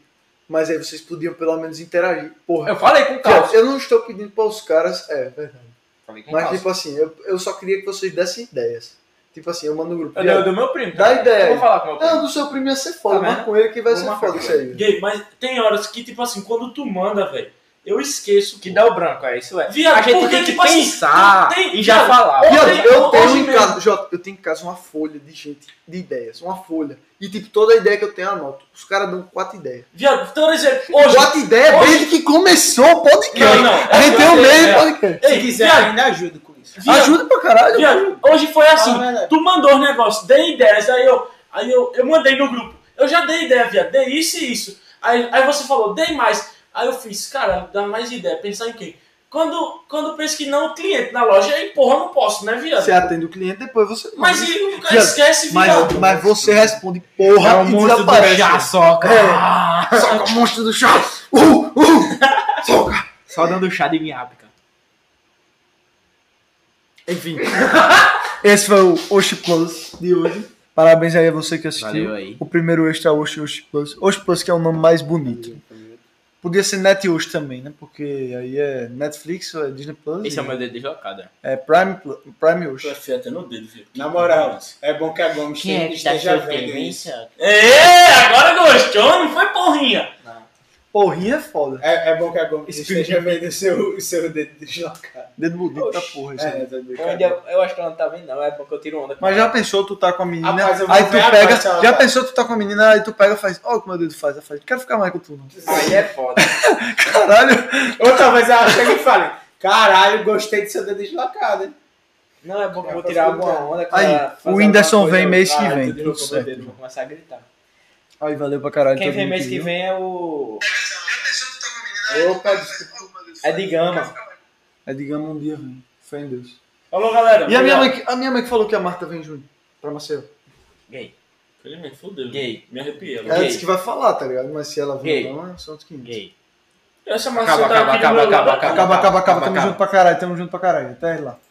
Mas aí vocês podiam pelo menos interagir. Porra. Eu falei com o Viado, Carlos. eu não estou pedindo pra os caras. É, verdade. Falei com o Mas Carlos. tipo assim, eu, eu só queria que vocês dessem ideias. Tipo assim, eu mando no grupo. Eu dei o viado, do meu primo. Dá cara. ideia Eu aí. vou falar com o meu primo. Não, do seu primo ia ser foda. Tá mas vendo? com ele que vai Vou ser marcar foda com isso aí. Gay, mas tem horas que, tipo assim, quando tu manda, velho, eu esqueço. Que dá o branco, é isso é. Viado, a gente porque, tem que tipo assim, pensar tem- e já viado, falar. Ontem- Viado, eu Ah, hoje tenho em mesmo. casa, Jota, eu tenho em casa uma folha de gente, de ideias, uma folha. E tipo, toda ideia que eu tenho eu anoto. Os caras dão quatro ideias. Viado, então, por exemplo, hoje. quatro ideias hoje- desde que começou o podcast. Não, não. a gente tem o mesmo podcast. Ei, Se quiser, viado, ainda ajuda com isso. viado, Ajuda pra caralho. Viado, hoje foi assim, Fala a verdade. tu mandou os negócios, dei ideias, aí eu, aí eu, eu mandei no grupo, eu já dei ideia, viado, dei isso e isso. Aí, aí você falou, dei mais. Aí eu fiz, cara, dá mais ideia, pensar em quem? Quando, quando pensa que não, o cliente na loja, aí porra, eu não posso, né, viado? Você atende o cliente, depois você manda. Mas e o cara é Viado, esquece, mas, viado. mas você responde porra É um e É. monstro do chá, desaparece. soca. Soca Um o monstro do chá. Uh, uh. Soca. Só dando chá de miápica. Enfim. Esse foi o Osh Plus de hoje. Parabéns aí a você que assistiu. Valeu aí. O primeiro extra Osh Osh Plus. Osh Plus que é o nome mais bonito. Podia ser Net Osh também, né? Porque aí é Netflix, é Disney Plus. Esse e é o meu dedo deslocado. é Prime, Plus- Prime Osh. Fia até no dedo, viado. assim. Na moral, é bom que a Gomes tá esteja vendo isso. É, agora gostou, não foi porrinha. Porrinha é foda. É, é bom que a Gomes esteja vendo o seu, o seu dedo deslocado. Dedo bonito da Oxi. porra. isso aí. É, tá Onde brincando. eu, eu acho que ela não tá vendo, não. É porque eu tiro onda. com Mas ela. já pensou tu tá com a menina, Rapaz, eu vou aí tu ver agora pega, se ela já tá. pensou tu tá com a menina, aí tu pega e faz, ó o que meu dedo faz, ela faz, quero ficar mais com tu não. Aí é foda. Caralho, Ou talvez ela chegue e fale, caralho, gostei do seu dedo deslocado. hein?" Não, é bom que eu vou pra tirar alguma escutar. onda. que Aí, ela faz o Whindersson alguma vem coisa, mês que ah, vem, tu derrubou tudo meu certo. dedo, Vou começar a gritar. aí valeu pra caralho Quem todo vem mundo mês que viu. vem é o... Opa, desculpa. É de gama. É digamos um dia, velho, fé em Deus. Falou, É galera. E a minha, Obrigado. mãe, que- a minha mãe que falou que a Marta vem em junho, pra Maceió. Gay. Felizmente, fudeu. Gay. Me arrepiei. agora. Ela Gay. disse É que vai falar, tá ligado, mas se ela vir Gay. ou não, é só outros 500. Gay. Essa maçã Acaba, tá acaba, aqui do acaba, meu lado. acaba, acaba. Acaba, acaba, acaba, tamo Acaba. junto pra caralho, tamo junto pra caralho, até lá.